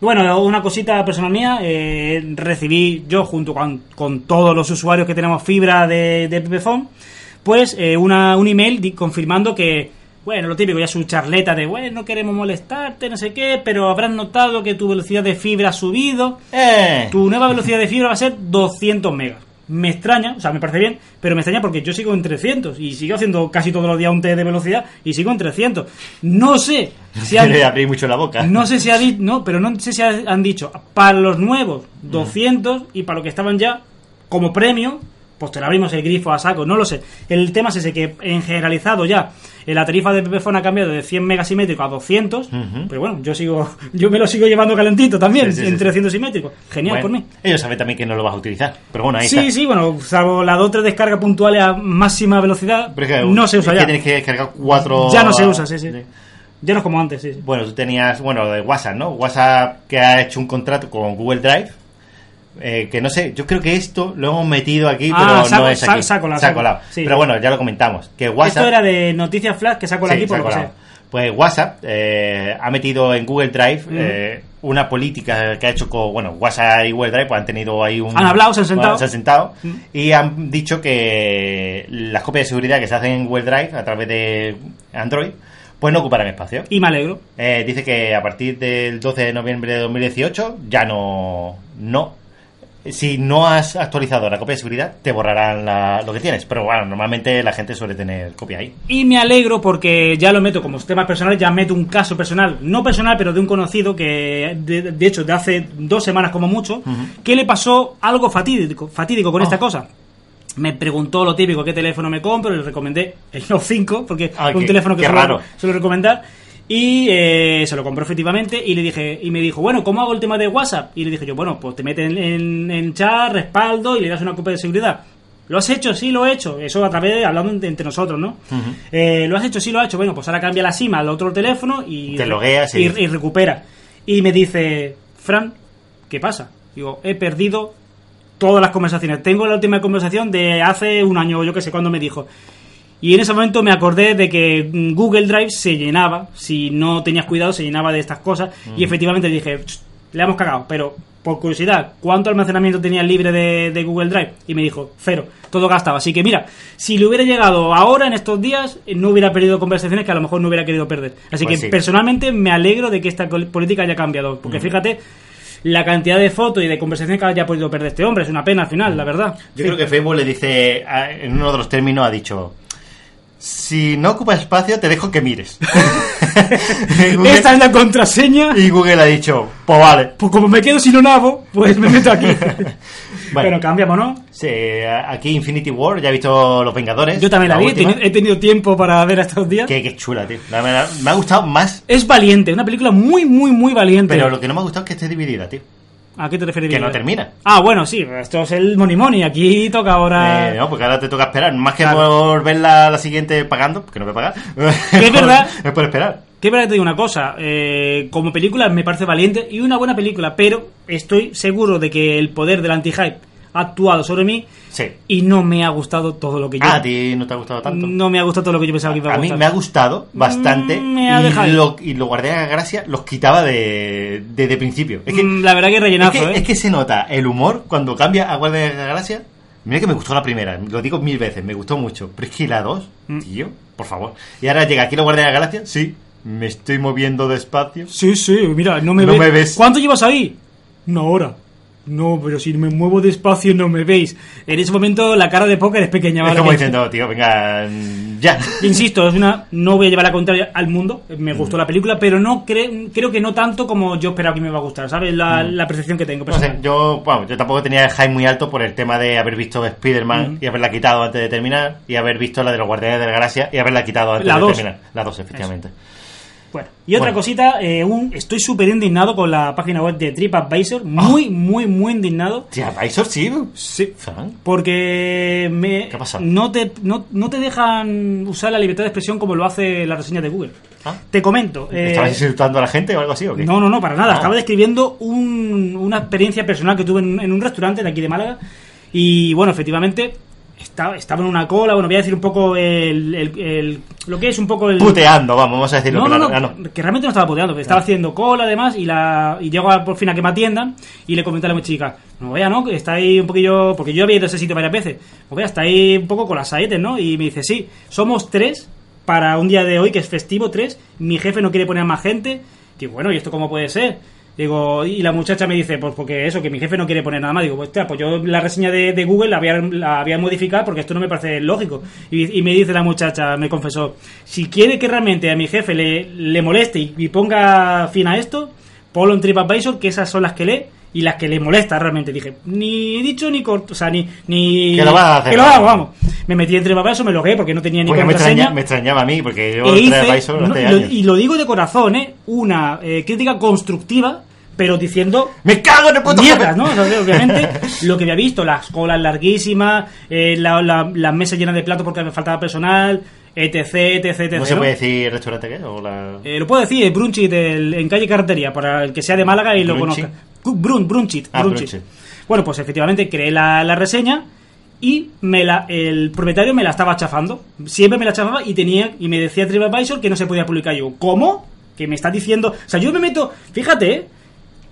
Speaker 2: Bueno, una cosita personal mía, eh, recibí yo junto con, con todos los usuarios que tenemos fibra de, de Pepefon, pues eh, una, un email di- confirmando que, bueno, lo típico, ya su charleta de, bueno, no queremos molestarte, no sé qué, pero habrás notado que tu velocidad de fibra ha subido,
Speaker 1: Eh, <laughs>
Speaker 2: tu nueva velocidad de fibra va a ser 200 megas. Me extraña, o sea, me parece bien, pero me extraña porque yo sigo en 300 y sigo haciendo casi todos los días un test de velocidad y sigo en 300. No sé si han,
Speaker 1: le abrí mucho la boca.
Speaker 2: no sé si ha dicho, no, pero no sé si ha- han dicho para los nuevos
Speaker 1: Mm.
Speaker 2: 200 y para los que estaban ya como premio, pues te le abrimos el grifo a saco, no lo sé. El tema es ese que en generalizado ya eh, la tarifa de Pepefone ha cambiado de 100 megas simétricos a 200,
Speaker 1: Ujú.
Speaker 2: pero bueno, yo sigo <laughs> yo me lo sigo llevando calentito también
Speaker 1: Sí, sí, sí,
Speaker 2: en
Speaker 1: sí.
Speaker 2: 300 simétricos. Genial
Speaker 1: Bueno,
Speaker 2: por mí.
Speaker 1: Ellos saben también que no lo vas a utilizar, pero bueno, ahí
Speaker 2: Sí,
Speaker 1: está.
Speaker 2: sí, bueno, salvo las dos o tres descargas puntuales a máxima velocidad,
Speaker 1: Pero es que-
Speaker 2: no se usa
Speaker 1: es
Speaker 2: ya.
Speaker 1: Que tienes que descargar cuatro.
Speaker 2: Ya no se usa, sí, sí. Ya no es como antes, sí, sí.
Speaker 1: Bueno, tú tenías, bueno, lo de WhatsApp, ¿no? WhatsApp que ha hecho un contrato con Google Drive. eh, que no sé, yo creo que esto lo hemos metido aquí,
Speaker 2: Ah,
Speaker 1: pero
Speaker 2: saco-
Speaker 1: no es
Speaker 2: sa-
Speaker 1: aquí.
Speaker 2: saco la-
Speaker 1: Se ha colado.
Speaker 2: sí.
Speaker 1: Pero bueno, ya lo comentamos. Que WhatsApp.
Speaker 2: Esto era de Noticias Flash que saco
Speaker 1: Sí,
Speaker 2: aquí
Speaker 1: se
Speaker 2: por
Speaker 1: ha
Speaker 2: lo que
Speaker 1: colado.
Speaker 2: sea.
Speaker 1: Pues WhatsApp eh, ha metido en Google Drive eh, una política que ha hecho con. Bueno, WhatsApp y Google Drive pues, han tenido ahí un.
Speaker 2: Han hablado, se han sentado.
Speaker 1: Bueno, sentado y han dicho que las copias de seguridad que se hacen en Google Drive a través de Android pues no ocuparán espacio.
Speaker 2: Y me alegro.
Speaker 1: Eh, dice que a partir del 12 de noviembre de 2018 ya no. no si no has actualizado la copia de seguridad, te borrarán la- lo que tienes. Pero bueno, normalmente la gente suele tener copia ahí.
Speaker 2: Y me alegro porque ya lo meto como temas personales, ya meto un caso personal, no personal, pero de un conocido que, de, de hecho, de hace dos semanas como mucho, que le pasó algo fatídico, fatídico
Speaker 1: Ah.
Speaker 2: con esta cosa. Me preguntó lo típico, qué teléfono me compro, le recomendé el No 5, porque
Speaker 1: Ah,
Speaker 2: es un
Speaker 1: qué-
Speaker 2: teléfono que
Speaker 1: qué
Speaker 2: suelo,
Speaker 1: raro.
Speaker 2: suelo recomendar. Y eh, se lo compró efectivamente y le dije y me dijo, bueno, ¿cómo hago el tema de WhatsApp? Y le dije yo, bueno, pues te metes en, en, en chat, respaldo y le das una copia de seguridad. ¿Lo has hecho? Sí, lo he hecho. Eso a través de hablando entre, entre nosotros, ¿no? Eh, ¿Lo has hecho? Sí, lo has hecho. Bueno, pues ahora cambia la SIM al otro teléfono y...
Speaker 1: Te logueas
Speaker 2: y,
Speaker 1: y-
Speaker 2: y recupera. Y me dice, Fran, ¿qué pasa? Digo, he perdido todas las conversaciones. Tengo la última conversación de hace un año, o yo que sé cuándo me dijo. Y en ese momento me acordé de que mm, Google Drive se llenaba, si no tenías cuidado, se llenaba de estas cosas.
Speaker 1: Mm.
Speaker 2: Y efectivamente dije, "Ch, le hemos cagado, pero por curiosidad, ¿cuánto almacenamiento tenía libre de, de Google Drive? Y me dijo, cero, todo gastado. Así que mira, si le hubiera llegado ahora, en estos días, eh, no hubiera perdido conversaciones que a lo mejor no hubiera querido perder. Así
Speaker 1: Pues
Speaker 2: que
Speaker 1: sí. Mm.
Speaker 2: personalmente me alegro de que esta col- política haya cambiado, porque fíjate la cantidad de fotos y de conversaciones que haya podido perder este hombre, es una pena al final, la verdad.
Speaker 1: Yo creo que Facebook le dice, a- en uno de los términos ha dicho, si no ocupas espacio, te dejo que
Speaker 2: <laughs>
Speaker 1: mires. Y Google-
Speaker 2: Esta es la contraseña.
Speaker 1: Y Google ha dicho, pues vale.
Speaker 2: Pues como me quedo sin un nabo, pues me meto
Speaker 1: <laughs>
Speaker 2: aquí.
Speaker 1: Bueno.
Speaker 2: Pero cambiamos, ¿no?
Speaker 1: Sí, a- aquí Infinity War, ya he visto Los Vengadores.
Speaker 2: Yo también la, vi, he
Speaker 1: última.
Speaker 2: teni- he tenido tiempo para ver estos días.
Speaker 1: Qué, qué chula, tío. La verdad, me ha gustado más,
Speaker 2: Es valiente, una película muy, muy, muy valiente.
Speaker 1: pero lo que no me ha gustado es que esté dividida, tío.
Speaker 2: ¿A qué te refieres?
Speaker 1: Que
Speaker 2: Miguel?
Speaker 1: no termina.
Speaker 2: Ah, bueno, sí, esto es el Money Money, aquí toca ahora...
Speaker 1: Eh, no, porque ahora te toca esperar. Más que
Speaker 2: Ah. Claro.
Speaker 1: por ver la, la siguiente pagando, porque no voy a pagar.
Speaker 2: es verdad.
Speaker 1: <laughs> Es por esperar.
Speaker 2: Que es verdad que te digo una cosa, eh, como película me parece valiente y una buena película, pero estoy seguro de que el poder del anti-hype ha actuado sobre mí
Speaker 1: Sí.
Speaker 2: y no me ha gustado todo lo que yo...
Speaker 1: Ah, a ti no te ha gustado tanto.
Speaker 2: no me ha gustado todo lo que yo pensaba que iba a,
Speaker 1: A mí
Speaker 2: gustar.
Speaker 1: me ha gustado bastante
Speaker 2: Mm, me ha dejado.
Speaker 1: y, lo, y lo guardé a gracia, los quitaba de, de, de principio. Es que,
Speaker 2: Mm, La verdad que
Speaker 1: es,
Speaker 2: rellenazo,
Speaker 1: que,
Speaker 2: ¿eh?
Speaker 1: es que se nota el humor cuando cambia a guardia a gracia. Mira que me gustó la primera, lo digo mil veces, me gustó mucho. Pero es que la dos,
Speaker 2: Mm.
Speaker 1: tío, por favor. Y ahora llega aquí la guardia de la gracia, sí, me estoy moviendo despacio.
Speaker 2: Sí, sí, mira, no me,
Speaker 1: No
Speaker 2: ve-
Speaker 1: me ves.
Speaker 2: ¿Cuánto llevas ahí? Una hora. No, pero si me muevo despacio no me veis. En ese momento la cara de póker es pequeña,
Speaker 1: es
Speaker 2: ¿vale?
Speaker 1: como
Speaker 2: Que-
Speaker 1: diciendo, tío, venga, mm, ya.
Speaker 2: Insisto, es una no voy a llevar la contraria al mundo. Me gustó
Speaker 1: Mm.
Speaker 2: la película, pero no cre- creo que no tanto como yo esperaba que me iba a gustar, ¿sabes? La, la percepción que tengo.
Speaker 1: Mm. Pues No sé,
Speaker 2: personal.
Speaker 1: yo, bueno, yo tampoco tenía el hype muy alto por el tema de haber visto Spider-Man y haberla quitado antes de terminar, y haber visto la de los Guardianes de la Galaxia y haberla quitado antes
Speaker 2: La
Speaker 1: de
Speaker 2: dos.
Speaker 1: terminar. Las dos, efectivamente.
Speaker 2: Bueno, y otra
Speaker 1: Bueno.
Speaker 2: cosita, eh, un- estoy súper indignado con la página web de
Speaker 1: Ah.
Speaker 2: TripAdvisor, muy, muy, muy indignado.
Speaker 1: Tía, Visor sí.
Speaker 2: Sí.
Speaker 1: Fran.
Speaker 2: Porque me,
Speaker 1: ¿Qué ha pasado?
Speaker 2: No, te, no, no te dejan usar la libertad de expresión como lo hace la reseña de Google.
Speaker 1: Ah.
Speaker 2: Te comento. eh,
Speaker 1: ¿Estabas insultando a la gente o algo así o qué?
Speaker 2: no, no, no, para nada.
Speaker 1: Ah.
Speaker 2: Estaba describiendo un- una experiencia personal que tuve en, en un restaurante de aquí de Málaga. Y bueno, efectivamente, estaba, estaba en una cola. Bueno, voy a decir un poco el, el- el- lo que es un poco el.
Speaker 1: Puteando, vamos, vamos a decirlo
Speaker 2: No, no,
Speaker 1: claro.
Speaker 2: no,
Speaker 1: Ah, no.
Speaker 2: que realmente no estaba puteando, que estaba haciendo cola además y la y llego a- por fin a que me atiendan y le comenté a la chica, no vea, ¿no? Que está ahí un poquillo, porque yo había ido a ese sitio varias veces, no vea, está ahí un poco con las saetes, ¿no? Y me dice, sí, somos tres para un día de hoy que es festivo, tres, mi jefe no quiere poner más gente, digo, bueno, ¿y esto cómo puede ser? Digo, y la muchacha me dice, pues porque eso, que mi jefe no quiere poner nada más. Digo, pues, tía, pues yo la reseña de, de Google la había, la había modificado porque esto no me parece lógico. Y, y me dice la muchacha, me confesó, si quiere que realmente a mi jefe le, le moleste y, y ponga fin a esto, ponlo en TripAdvisor, que esas son las que lee y las que le molesta realmente. Dije, ni dicho ni corto, o sea, ni... ni
Speaker 1: Que lo vas a hacer,
Speaker 2: que lo
Speaker 1: vamos.
Speaker 2: hago, vamos. Me metí en TripAdvisor, me logué porque no tenía ni
Speaker 1: Porque me,
Speaker 2: contraseña.
Speaker 1: extraña- me extrañaba a mí, porque yo
Speaker 2: E hice-
Speaker 1: traía Visor hace
Speaker 2: no, lo-
Speaker 1: años.
Speaker 2: y lo digo de corazón, ¿eh? Una eh, crítica constructiva, pero diciendo
Speaker 1: ¡Me cago en el puto
Speaker 2: mierdas,
Speaker 1: jefe!
Speaker 2: ¿no? O sea, obviamente, <laughs> lo que había visto, las colas larguísimas, eh, la- la- las mesas llenas de platos porque me faltaba personal, etc, etc, etc.
Speaker 1: ¿No se puede decir restaurante qué? O la...
Speaker 2: Eh, lo puedo decir, el Brunchit del- en calle Carretería, para el que sea de Málaga y lo
Speaker 1: Brunchit.
Speaker 2: conozca. Cu- Brun, brunchit,
Speaker 1: Ah,
Speaker 2: brunchit.
Speaker 1: Brunchit.
Speaker 2: Bueno, pues efectivamente creé la, la reseña y me la, el propietario me la estaba chafando. Siempre me la chafaba y tenía y me decía TripAdvisor que no se podía publicar. Yo, ¿cómo? Que me está diciendo. O sea, yo me meto. Fíjate, ¿eh?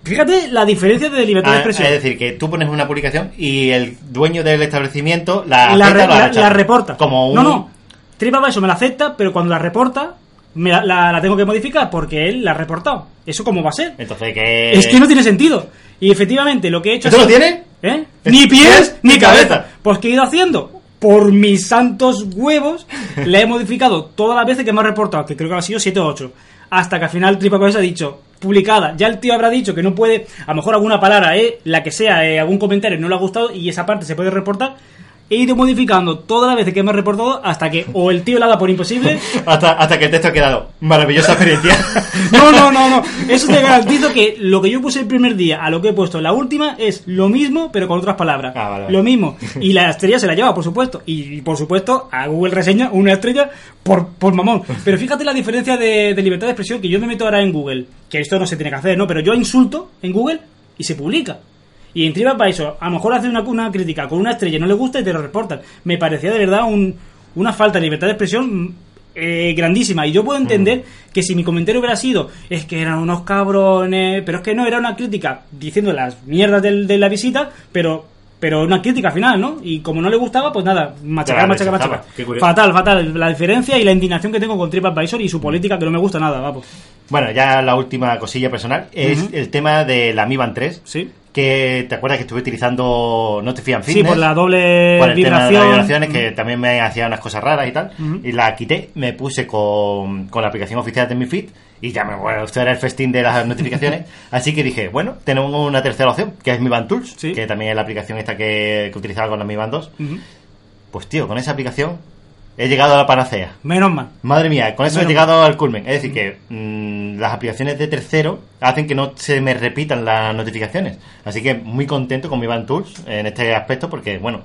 Speaker 2: Fíjate la diferencia de libertad
Speaker 1: Ah,
Speaker 2: de
Speaker 1: es
Speaker 2: expresión.
Speaker 1: decir, que tú pones una publicación y el dueño del establecimiento la,
Speaker 2: la,
Speaker 1: acepta
Speaker 2: re-
Speaker 1: o la
Speaker 2: la-
Speaker 1: rechaza.
Speaker 2: la reporta.
Speaker 1: Como un...
Speaker 2: No, no. TripAdvisor me la acepta, pero cuando la reporta, me la, la- la tengo que modificar porque él la ha reportado. ¿Eso cómo va a ser?
Speaker 1: Entonces, que...
Speaker 2: Es que no tiene sentido. Y efectivamente, lo que he hecho.
Speaker 1: Eh, ¿Esto lo
Speaker 2: es-
Speaker 1: tiene?
Speaker 2: ¿Eh?
Speaker 1: Es-
Speaker 2: Ni pies
Speaker 1: pies,
Speaker 2: ni
Speaker 1: ni
Speaker 2: cabeza.
Speaker 1: cabeza.
Speaker 2: Pues ¿qué he ido haciendo? Por mis santos huevos, le he modificado todas las veces que me ha reportado, que creo que ha sido 7 o 8. Hasta que al final TripAdvisor ha dicho, publicada. Ya el tío habrá dicho que no puede, a lo mejor alguna palabra, eh, la que sea, eh, algún comentario no le ha gustado y esa parte se puede reportar. He ido modificando todas las veces que me ha reportado hasta que o el tío la da
Speaker 1: <laughs>
Speaker 2: por imposible
Speaker 1: Hasta, hasta que el texto ha quedado. Maravillosa experiencia. <laughs>
Speaker 2: No, no, no, no. Eso te garantizo que lo que yo puse el primer día a lo que he puesto en la última es lo mismo, pero con otras palabras.
Speaker 1: Ah, vale, vale.
Speaker 2: Lo mismo.
Speaker 1: <laughs>
Speaker 2: Y la estrella se la lleva, por supuesto. Y, y, por supuesto, a Google reseña una estrella por, por mamón. Pero fíjate la diferencia de, de libertad de expresión que yo me meto ahora en Google. Que esto no se tiene que hacer, ¿no? Pero yo insulto en Google y se publica. Y en TripAdvisor, a lo mejor hace una, una crítica con una estrella y no le gusta y te lo reportan. Me parecía de verdad un- una falta de libertad de expresión eh, grandísima. Y yo
Speaker 1: Mm.
Speaker 2: puedo entender que si mi comentario hubiera sido, es que eran unos cabrones, pero es que no, era una crítica diciendo las mierdas del- de la visita, pero, pero una crítica al final, ¿no? Y como no le gustaba, pues nada, machacar,
Speaker 1: Claro,
Speaker 2: machacar,
Speaker 1: rechazaba.
Speaker 2: machacar.
Speaker 1: Qué curioso. Mm.
Speaker 2: Fatal, fatal. La diferencia y la indignación que tengo con TripAdvisor y su política que no me gusta nada, vamos.
Speaker 1: bueno, ya la última cosilla personal es
Speaker 2: Ujú.
Speaker 1: el tema de la Mi Band 3.
Speaker 2: Sí.
Speaker 1: Que te acuerdas que estuve utilizando No te fían
Speaker 2: Sí,
Speaker 1: fitness.
Speaker 2: por la doble
Speaker 1: por el tema de
Speaker 2: Eh, vibración.
Speaker 1: las vibraciones que también me hacían unas cosas raras y tal
Speaker 2: Ujú.
Speaker 1: y la quité me puse con, con la aplicación oficial de mi feed y ya me bueno esto era el festín de las <laughs> notificaciones así que dije bueno tenemos una tercera opción que es mi band tools
Speaker 2: Sí.
Speaker 1: que también es la aplicación esta que, que utilizaba con la mi band 2
Speaker 2: Ujú.
Speaker 1: pues tío con esa aplicación he llegado a la panacea
Speaker 2: Menos mal.
Speaker 1: Madre mía, con eso
Speaker 2: Bueno.
Speaker 1: he llegado al culmen. Es decir, que mm, las aplicaciones de tercero hacen que no se me repitan las notificaciones. Así que muy contento con mi Van Tools en este aspecto porque, bueno,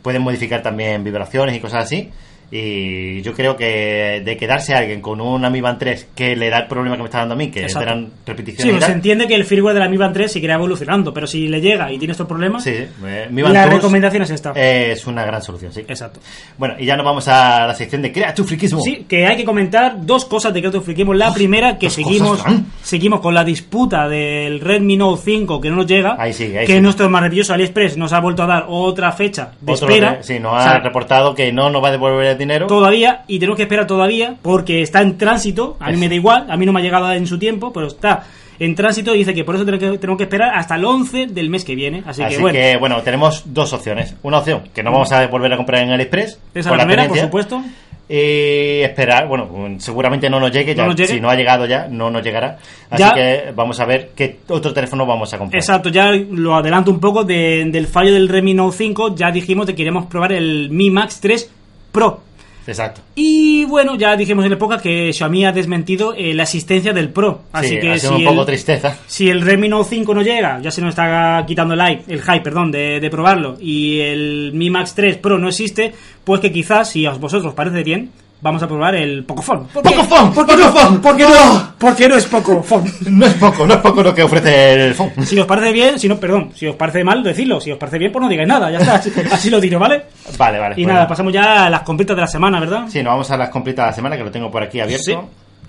Speaker 1: pueden modificar también vibraciones y cosas así. Y yo creo que de quedarse alguien con una Mi Band 3 que le da el problema que me está dando a mí, que
Speaker 2: Exacto.
Speaker 1: eran
Speaker 2: Sí,
Speaker 1: repeticiones y
Speaker 2: pues se
Speaker 1: tal.
Speaker 2: entiende que el firmware de la Mi Band 3 seguirá evolucionando, pero si le llega y tiene estos problemas,
Speaker 1: Sí, eh, Mi Band
Speaker 2: la
Speaker 1: Tools,
Speaker 2: recomendación es esta.
Speaker 1: eh, es una gran solución, sí.
Speaker 2: Exacto.
Speaker 1: Bueno, y ya nos vamos a la sección de Crea tu friquismo.
Speaker 2: Sí, que hay que comentar dos cosas de que friquemos. La primera, que
Speaker 1: dos
Speaker 2: seguimos,
Speaker 1: cosas, Fran.
Speaker 2: seguimos con la disputa del Redmi Note 5 que no nos llega.
Speaker 1: Ahí sigue, ahí
Speaker 2: que
Speaker 1: sigue.
Speaker 2: nuestro maravilloso AliExpress nos ha vuelto a dar otra fecha de
Speaker 1: Otro
Speaker 2: espera.
Speaker 1: re- sí, nos ha
Speaker 2: O sea,
Speaker 1: reportado que no nos va a devolver el dinero.
Speaker 2: todavía y tenemos que esperar todavía porque está en tránsito. A mí
Speaker 1: Es-
Speaker 2: me da igual, a mí no me ha llegado en su tiempo, pero está en tránsito y dice que por eso tenemos que, tenemos que esperar hasta el 11 del mes que viene. Así,
Speaker 1: Así
Speaker 2: que bueno.
Speaker 1: tenemos dos opciones. Una opción, que no vamos a volver a comprar en AliExpress.
Speaker 2: Esa
Speaker 1: por
Speaker 2: es la primera, por
Speaker 1: experiencia.
Speaker 2: supuesto.
Speaker 1: Y esperar, bueno, mm, seguramente no nos llegue,
Speaker 2: No
Speaker 1: ya,
Speaker 2: nos llegue.
Speaker 1: si no ha llegado ya, no nos llegará. Así
Speaker 2: Ya.
Speaker 1: que vamos a ver qué otro teléfono vamos a comprar.
Speaker 2: Exacto, ya lo adelanto un poco de- del fallo del Redmi Note 5. Ya dijimos que queríamos probar el Mi Max 3 Pro.
Speaker 1: Exacto.
Speaker 2: Y bueno, ya dijimos en la época que Xiaomi ha desmentido eh, la existencia del Pro. Así
Speaker 1: Sí,
Speaker 2: que
Speaker 1: ha sido
Speaker 2: si
Speaker 1: un poco
Speaker 2: el-
Speaker 1: tristeza.
Speaker 2: si el Redmi Note 5 no llega, ya se nos está quitando el hype, el hype perdón, de, de probarlo, y el Mi Max 3 Pro no existe, pues que quizás, si a vosotros os parece bien, vamos a probar el Pocophone. ¿Por qué?
Speaker 1: ¡Pocophone!
Speaker 2: ¿Por qué
Speaker 1: ¡Pocophone!
Speaker 2: no? ¿Por qué no? ¿Por qué no es Pocophone?
Speaker 1: No es poco, no es poco lo que ofrece el
Speaker 2: <laughs>
Speaker 1: phone.
Speaker 2: Si os parece bien, si no, perdón, si os parece mal, decirlo. Si os parece bien, pues no digáis nada,
Speaker 1: <laughs>
Speaker 2: ya está. Así, así lo digo, ¿vale?
Speaker 1: Vale, vale. pues
Speaker 2: Y
Speaker 1: bueno.
Speaker 2: nada, pasamos ya a las completas de la semana, ¿verdad?
Speaker 1: Sí, nos vamos a las completas de la semana, que lo tengo por aquí abierto.
Speaker 2: Sí.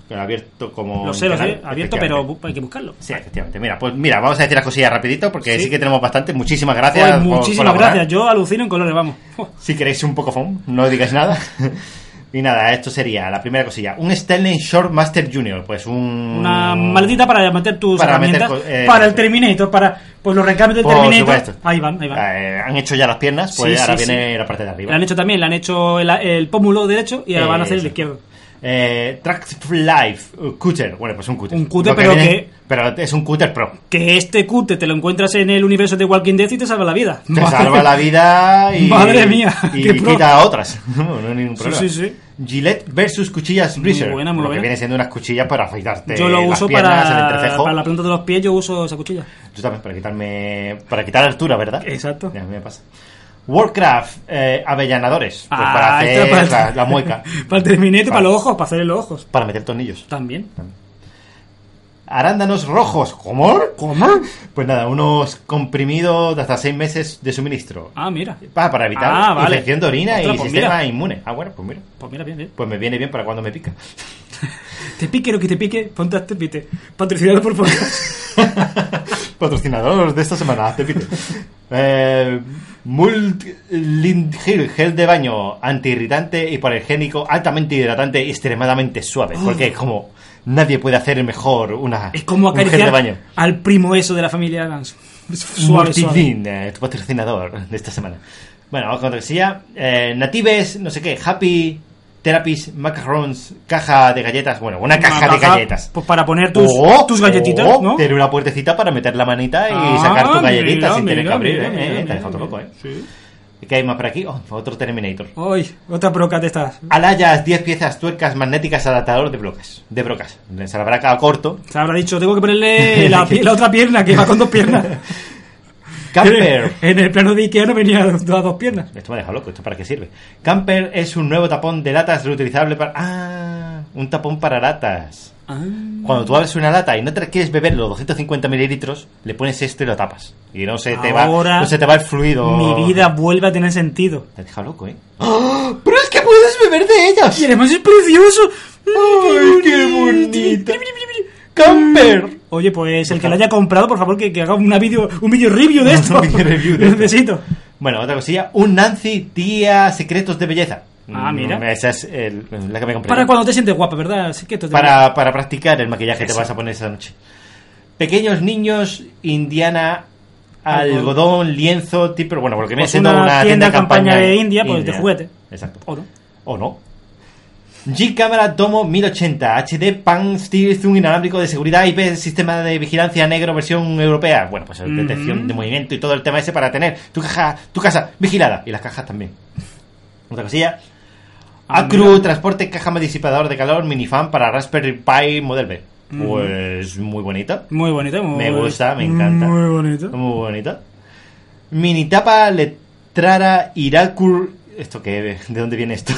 Speaker 1: Bueno, Abierto como.
Speaker 2: Lo sé, lo sé,
Speaker 1: literal,
Speaker 2: abierto, pero
Speaker 1: efectivamente.
Speaker 2: bu- hay que buscarlo.
Speaker 1: Sí, efectivamente. Mira, pues mira, vamos a decir las cosillas rapidito porque
Speaker 2: Sí.
Speaker 1: sí, que tenemos bastante. Muchísimas
Speaker 2: Pues
Speaker 1: gracias. por
Speaker 2: muchísimas
Speaker 1: colaborar.
Speaker 2: gracias, yo alucino en colores, vamos.
Speaker 1: Si queréis un poco fun, no digáis
Speaker 2: <laughs>
Speaker 1: nada. y nada, esto sería la primera cosilla. Un Stanley Short Master Junior, pues un...
Speaker 2: Una maletita para meter tus
Speaker 1: Mm. Para meter
Speaker 2: herramientas.
Speaker 1: co- eh,
Speaker 2: para el Terminator, para pues los recambios del
Speaker 1: Por
Speaker 2: Terminator.
Speaker 1: supuesto.
Speaker 2: Ahí van, ahí van.
Speaker 1: Eh, han hecho ya las piernas, pues
Speaker 2: Sí,
Speaker 1: ahora
Speaker 2: sí,
Speaker 1: viene la parte de arriba.
Speaker 2: Le han hecho también, le han hecho el, el pómulo derecho y ahora
Speaker 1: Eh,
Speaker 2: van a hacer el
Speaker 1: sí.
Speaker 2: izquierdo.
Speaker 1: Eh, Track Life, uh, cutter. Bueno, pues un cutter.
Speaker 2: Un cutter,
Speaker 1: Lo
Speaker 2: pero
Speaker 1: viene-
Speaker 2: que-
Speaker 1: Pero es un cutter pro.
Speaker 2: Que este cute te lo encuentras en el universo de Walking Dead y te salva la vida.
Speaker 1: Te salva la vida y...
Speaker 2: Madre mía,
Speaker 1: Y
Speaker 2: qué pro.
Speaker 1: quita otras. <laughs> no, no hay ningún
Speaker 2: Sí,
Speaker 1: problema.
Speaker 2: sí, sí.
Speaker 1: Gillette versus cuchillas
Speaker 2: Muy
Speaker 1: Breezer.
Speaker 2: buena, muy
Speaker 1: lo
Speaker 2: buena.
Speaker 1: que viene siendo unas cuchillas para afeitarte
Speaker 2: Yo lo
Speaker 1: las
Speaker 2: uso
Speaker 1: piernas, el
Speaker 2: para,
Speaker 1: entrecejo.
Speaker 2: para la planta de los pies, yo uso esa cuchilla.
Speaker 1: Yo también, para quitarme. Para quitar altura, ¿verdad?
Speaker 2: Exacto.
Speaker 1: Ya, a mí me pasa. Warcraft, eh, avellanadores. Pues para
Speaker 2: Ah, esto
Speaker 1: hacer
Speaker 2: para-
Speaker 1: la, la mueca.
Speaker 2: <laughs> Para el Terminator,
Speaker 1: Vale.
Speaker 2: para los ojos, para hacer los ojos.
Speaker 1: Para meter tornillos.
Speaker 2: También.
Speaker 1: arándanos rojos. ¿Cómo?
Speaker 2: ¿Cómo?
Speaker 1: Pues nada, unos comprimidos de hasta seis meses de suministro.
Speaker 2: Ah, mira.
Speaker 1: Pa- para evitar
Speaker 2: Ah, vale.
Speaker 1: infección de orina
Speaker 2: Ostras,
Speaker 1: y
Speaker 2: pues
Speaker 1: sistema
Speaker 2: mira.
Speaker 1: inmune. Ah, bueno, pues mira.
Speaker 2: Pues mira, bien, bien.
Speaker 1: Pues me viene bien para cuando me pica. <laughs>
Speaker 2: Te pique lo que te pique, ponte a tepite. Patrocinado por favor.
Speaker 1: <laughs> Patrocinador de esta semana, te pido. Eh, Multlindgel, gel de baño antiirritante, hipoalergénico, altamente hidratante y extremadamente suave. Porque es como nadie puede hacer mejor una
Speaker 2: Oh. Es como
Speaker 1: un gel de
Speaker 2: acariciar
Speaker 1: baño.
Speaker 2: al primo eso de la familia Adams. Suave, suave.
Speaker 1: Multilin, eh, tu patrocinador de esta semana. Bueno, vamos con lo que sea. Eh, natives, no sé qué, Happy Therapies, Macarons, caja de galletas. Bueno, una caja de galletas.
Speaker 2: Pues para poner tus,
Speaker 1: Oh,
Speaker 2: tus galletitas,
Speaker 1: oh,
Speaker 2: ¿no?
Speaker 1: Tener una puertecita para meter la manita y
Speaker 2: Ah,
Speaker 1: sacar tu galletita
Speaker 2: mira,
Speaker 1: sin tener que
Speaker 2: mira,
Speaker 1: abrir,
Speaker 2: mira,
Speaker 1: ¿eh?
Speaker 2: mira,
Speaker 1: Eh, Te
Speaker 2: mira,
Speaker 1: ha dejado
Speaker 2: mira.
Speaker 1: loco, ¿eh? ¿Qué hay más por aquí? Oh, otro Terminator.
Speaker 2: Ay, otra broca de estas.
Speaker 1: Alayas, 10 piezas tuercas magnéticas adaptador de brocas. De brocas. Se la habrá quedado corto.
Speaker 2: Se habrá dicho, tengo que ponerle la, pie- la otra pierna, que va con dos piernas.
Speaker 1: <laughs> Camper.
Speaker 2: <laughs> En el plano de Ikea no venía a dos piernas.
Speaker 1: Esto me ha dejado loco, ¿esto para qué sirve? Camper es un nuevo tapón de latas reutilizable para... Ah, un tapón para latas.
Speaker 2: Ah.
Speaker 1: Cuando tú abres una lata y no te quieres beber los 250 mililitros, le pones esto y lo tapas. Y no se te
Speaker 2: Ahora
Speaker 1: va, no se te va el fluido.
Speaker 2: Mi vida vuelve a tener sentido.
Speaker 1: Te has dejado loco, ¿eh?
Speaker 2: ¡Ah!
Speaker 1: ¡Pero es que puedes beber de ellas!
Speaker 2: Y además es precioso.
Speaker 1: ¡Ay, qué bonita! ¡Camper!
Speaker 2: Oye, pues el que lo haya comprado, por favor, que, que haga una video, un video review de
Speaker 1: <laughs>
Speaker 2: esto.
Speaker 1: Un video review de
Speaker 2: <laughs> Lo
Speaker 1: esto.
Speaker 2: Necesito.
Speaker 1: Bueno, otra cosilla. Un Nancy Tía Secretos de Belleza.
Speaker 2: Ah, mira.
Speaker 1: Mm, Esa es el- la que me compré.
Speaker 2: Para
Speaker 1: yo.
Speaker 2: cuando te sientes guapa, ¿verdad? Así que esto te-
Speaker 1: para, para practicar el maquillaje que te
Speaker 2: Eso.
Speaker 1: vas a poner esa noche. Pequeños niños, Indiana,
Speaker 2: Algodón.
Speaker 1: algodón, lienzo, tipo... Bueno, porque me
Speaker 2: Pues
Speaker 1: siendo
Speaker 2: una
Speaker 1: una,
Speaker 2: tienda
Speaker 1: tienda
Speaker 2: de campaña de India, pues, de juguete.
Speaker 1: Exacto.
Speaker 2: ¿O no?
Speaker 1: ¿O no? G-Cámara Domo 1080, HD Pan Steel Zoom inalámbrico de seguridad IP, sistema de vigilancia negro versión europea. Bueno, pues
Speaker 2: Mm.
Speaker 1: detección de movimiento y todo el tema ese para tener tu caja, tu casa vigilada y las cajas también. Otra cosilla.
Speaker 2: Ah,
Speaker 1: Acru, transporte, caja disipador de calor, minifan para Raspberry Pi Model B. Pues muy bonita.
Speaker 2: Muy bonito. Muy
Speaker 1: Me gusta, me encanta.
Speaker 2: Muy bonito.
Speaker 1: Muy bonita. Mini tapa, letrara, iracur. ¿Esto qué? ¿De dónde viene esto?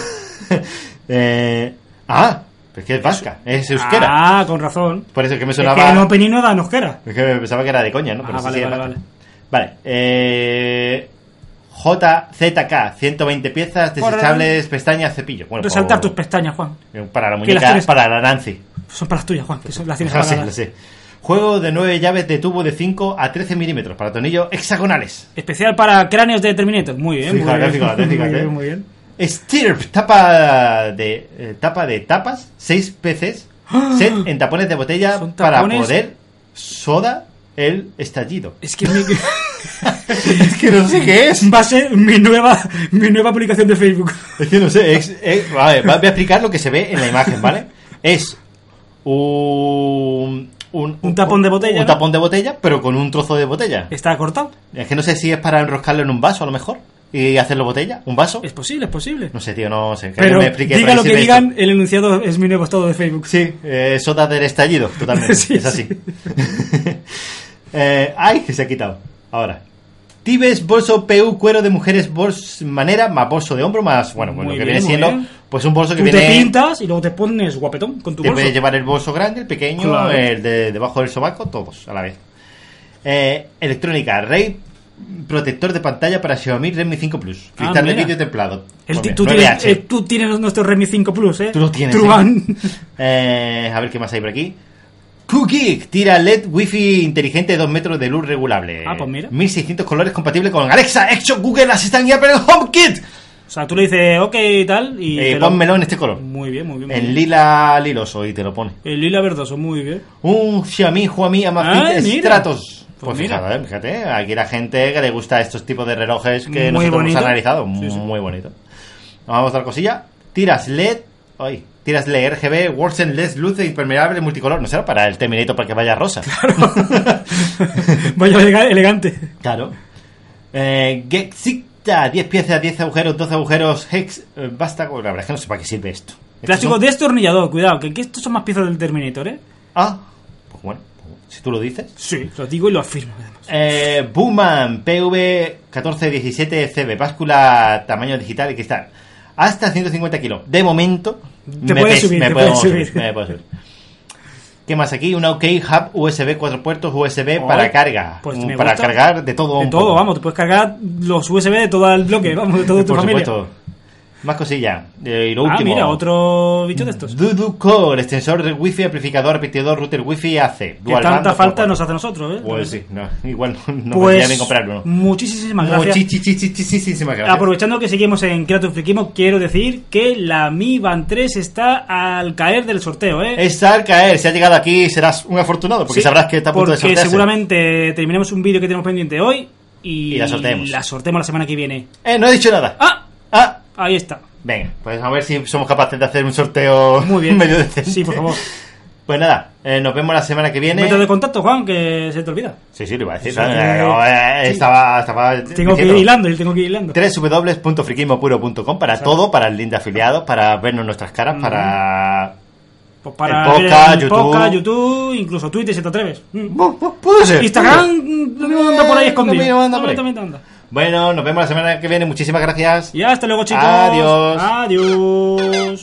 Speaker 1: <laughs> eh, ah, pues que es vasca, es euskera.
Speaker 2: Ah, con razón.
Speaker 1: Por eso que me
Speaker 2: Es que
Speaker 1: sonaba.
Speaker 2: no penino da nosquera.
Speaker 1: Es que me pensaba que era de coña, ¿no? Pero
Speaker 2: Ah,
Speaker 1: sí,
Speaker 2: vale,
Speaker 1: sí, es
Speaker 2: vale,
Speaker 1: vasca.
Speaker 2: vale.
Speaker 1: Vale, eh, JZK, 120 piezas,
Speaker 2: Para-
Speaker 1: desechables, pestañas, cepillo. Bueno,
Speaker 2: Resaltar
Speaker 1: por- eh,
Speaker 2: tus pestañas, Juan.
Speaker 1: Para la
Speaker 2: que las
Speaker 1: muñeca,
Speaker 2: tienes-
Speaker 1: para la Nancy.
Speaker 2: Son para las tuyas, Juan, que son las tienes
Speaker 1: Ah, <laughs> sí,
Speaker 2: apagadas.
Speaker 1: lo sé. Juego de 9 llaves de tubo de 5 a 13 milímetros para tornillos hexagonales.
Speaker 2: Especial para cráneos de Terminator. Muy bien, muy
Speaker 1: Fíjate,
Speaker 2: bien.
Speaker 1: fíjate,
Speaker 2: <laughs> Muy
Speaker 1: fíjate.
Speaker 2: bien, muy bien.
Speaker 1: Stirp, tapa de, eh, tapa de tapas, 6
Speaker 2: <gasps>
Speaker 1: PCs, set en tapones de botella
Speaker 2: ¡Ah! Son
Speaker 1: para
Speaker 2: tapones.
Speaker 1: poder soda el
Speaker 2: <laughs>
Speaker 1: estallido.
Speaker 2: Es que mi-
Speaker 1: Es que no sé qué es.
Speaker 2: va a ser mi nueva, mi nueva publicación de Facebook.
Speaker 1: <laughs> Es que no sé. es- es- a ver, va- voy a explicar lo que se ve en la imagen, ¿vale? Es un... Un,
Speaker 2: Un tapón de botella,
Speaker 1: Un
Speaker 2: ¿no?
Speaker 1: tapón de botella, pero con un trozo de botella.
Speaker 2: Está cortado.
Speaker 1: Es que no sé si es para enroscarlo en un vaso, a lo mejor, y hacerlo botella. ¿Un vaso?
Speaker 2: Es posible, es posible.
Speaker 1: No sé, tío, no sé. que alguien
Speaker 2: Pero
Speaker 1: me explique
Speaker 2: diga
Speaker 1: para
Speaker 2: lo
Speaker 1: si
Speaker 2: que
Speaker 1: ve esto.
Speaker 2: digan, el enunciado es mi nuevo estado de Facebook.
Speaker 1: Sí, eh, soda del estallido, totalmente.
Speaker 2: <laughs> Sí,
Speaker 1: es así. <laughs> Eh, ay, que se ha quitado. Ahora. Tibes, bolso, PU, cuero de mujeres, bolso, manera, más bolso de hombro, más. Bueno, pues
Speaker 2: Muy
Speaker 1: lo que
Speaker 2: bien,
Speaker 1: viene
Speaker 2: muy
Speaker 1: siendo.
Speaker 2: bien.
Speaker 1: Pues un bolso que
Speaker 2: Tú
Speaker 1: viene.
Speaker 2: te pintas y luego te pones guapetón con tu
Speaker 1: te
Speaker 2: bolso.
Speaker 1: puedes llevar el bolso grande, el pequeño,
Speaker 2: Claro.
Speaker 1: el de debajo del sobaco, todos a la vez. Eh, electrónica, Rey, protector de pantalla para Xiaomi Redmi 5 Plus.
Speaker 2: Ah,
Speaker 1: Cristal de
Speaker 2: mira.
Speaker 1: vídeo templado.
Speaker 2: El,
Speaker 1: Muy
Speaker 2: ti-
Speaker 1: bien,
Speaker 2: tú, tienes,
Speaker 1: 9H.
Speaker 2: eh, tú tienes nuestro Remi 5 Plus, ¿eh?
Speaker 1: Tú lo tienes,
Speaker 2: Truman.
Speaker 1: Eh, a ver qué más hay por aquí. Cookie tira LED wifi inteligente de 2 metros de luz regulable.
Speaker 2: Ah, pues mira.
Speaker 1: 1600 colores compatible con Alexa, Echo, Google Assistant y Apple HomeKit.
Speaker 2: O sea, tú le dices, ok y tal. Y
Speaker 1: Eh,
Speaker 2: te lo- Mm.
Speaker 1: pónmelo en este color.
Speaker 2: Muy bien, muy bien. muy
Speaker 1: En
Speaker 2: bien.
Speaker 1: lila liloso y te lo pone.
Speaker 2: El lila verdoso, muy bien. <laughs>
Speaker 1: Un Xiaomi Huami
Speaker 2: Ah,
Speaker 1: Amazfit
Speaker 2: mira.
Speaker 1: Stratos. Pues,
Speaker 2: Pues mira.
Speaker 1: fíjate, eh, fíjate, aquí la gente que le gusta estos tipos de relojes que
Speaker 2: Muy
Speaker 1: nosotros
Speaker 2: bonito.
Speaker 1: hemos analizado.
Speaker 2: Sí, sí.
Speaker 1: Muy bonito. Vamos a otra cosilla. Tiras LED. Ay, tiras LED RGB, Worsen LED, luces impermeable, multicolor. No será para el Terminator para que vaya rosa.
Speaker 2: Vaya elega- elegante.
Speaker 1: Claro. Eh, Gexita, 10 piezas, 10 agujeros, 12 agujeros, hex, eh, basta. con- La verdad es que no sé para qué sirve esto. Estos
Speaker 2: Plástico
Speaker 1: son-
Speaker 2: destornillador, cuidado, que, que estos son más piezas del Terminator, ¿eh?
Speaker 1: Ah, pues bueno, si tú lo dices.
Speaker 2: Sí, lo digo y lo afirmo, además.
Speaker 1: Eh, Booman PV1417CB, báscula tamaño digital y cristal. Hasta 150 kilos. De momento,
Speaker 2: Te puedes
Speaker 1: pes-
Speaker 2: subir, te
Speaker 1: puedo
Speaker 2: puedes subir.
Speaker 1: me puedo subir. ¿Qué más aquí? Una OK Hub USB cuatro puertos USB
Speaker 2: Oh,
Speaker 1: para carga.
Speaker 2: pues
Speaker 1: Un-
Speaker 2: me
Speaker 1: para
Speaker 2: gusta.
Speaker 1: cargar de todo.
Speaker 2: De
Speaker 1: un
Speaker 2: todo,
Speaker 1: poco.
Speaker 2: vamos, te puedes cargar los USB de todo el bloque, vamos, de toda tu
Speaker 1: Por
Speaker 2: familia.
Speaker 1: supuesto. Más cosillas. Eh, y lo
Speaker 2: Ah,
Speaker 1: último.
Speaker 2: mira, otro bicho de estos.
Speaker 1: Dudu Core, extensor de Wi-Fi, amplificador, repetidor, router Wi-Fi AC.
Speaker 2: Que tanta falta nos hace a nosotros, ¿eh?
Speaker 1: Pues sí, no, <laughs> igual no- no
Speaker 2: Pues,
Speaker 1: podría bien comprar uno.
Speaker 2: muchísimas gracias.
Speaker 1: Muchísimas gracias.
Speaker 2: Aprovechando que seguimos en Creative Friquismo, quiero decir que la Mi Band 3 está al caer del sorteo, ¿eh?
Speaker 1: Estar caer, si has llegado aquí serás un afortunado porque
Speaker 2: Sí,
Speaker 1: sabrás que está a punto de
Speaker 2: porque
Speaker 1: sortearse.
Speaker 2: seguramente terminemos un vídeo que tenemos pendiente hoy y,
Speaker 1: Y la sorteemos.
Speaker 2: la sorteamos la semana que viene.
Speaker 1: Eh, no he dicho nada.
Speaker 2: ¡Ah!
Speaker 1: Ah,
Speaker 2: Ahí está.
Speaker 1: venga, pues a ver si somos capaces de hacer un sorteo
Speaker 2: Muy
Speaker 1: <laughs>
Speaker 2: bien.
Speaker 1: medio decente.
Speaker 2: Sí, por favor.
Speaker 1: Pues nada, eh, nos vemos la semana que viene.
Speaker 2: Método de contacto, Juan, que se te olvida.
Speaker 1: Sí, sí, lo iba a decir.
Speaker 2: O sea
Speaker 1: Eh,
Speaker 2: que-
Speaker 1: eh, Estaba, estaba
Speaker 2: Tengo que ir
Speaker 1: diciéndolo.
Speaker 2: hilando, yo tengo que ir hilando.
Speaker 1: www.friquismopuro.com para
Speaker 2: Exacto.
Speaker 1: todo, para el link de afiliados, para vernos nuestras caras,
Speaker 2: Ujú.
Speaker 1: para...
Speaker 2: Pues
Speaker 1: el
Speaker 2: ver
Speaker 1: podcast,
Speaker 2: el
Speaker 1: YouTube.
Speaker 2: podcast, YouTube, incluso Twitter si te atreves. Mm.
Speaker 1: Bu- bu- Puede ser.
Speaker 2: Instagram, mm, lo mismo anda por ahí
Speaker 1: Eh,
Speaker 2: escondido.
Speaker 1: lo mismo anda por ahí.
Speaker 2: También anda.
Speaker 1: Bueno, nos vemos la semana que viene. Muchísimas gracias.
Speaker 2: Y hasta luego, chicos.
Speaker 1: Adiós.
Speaker 2: Adiós.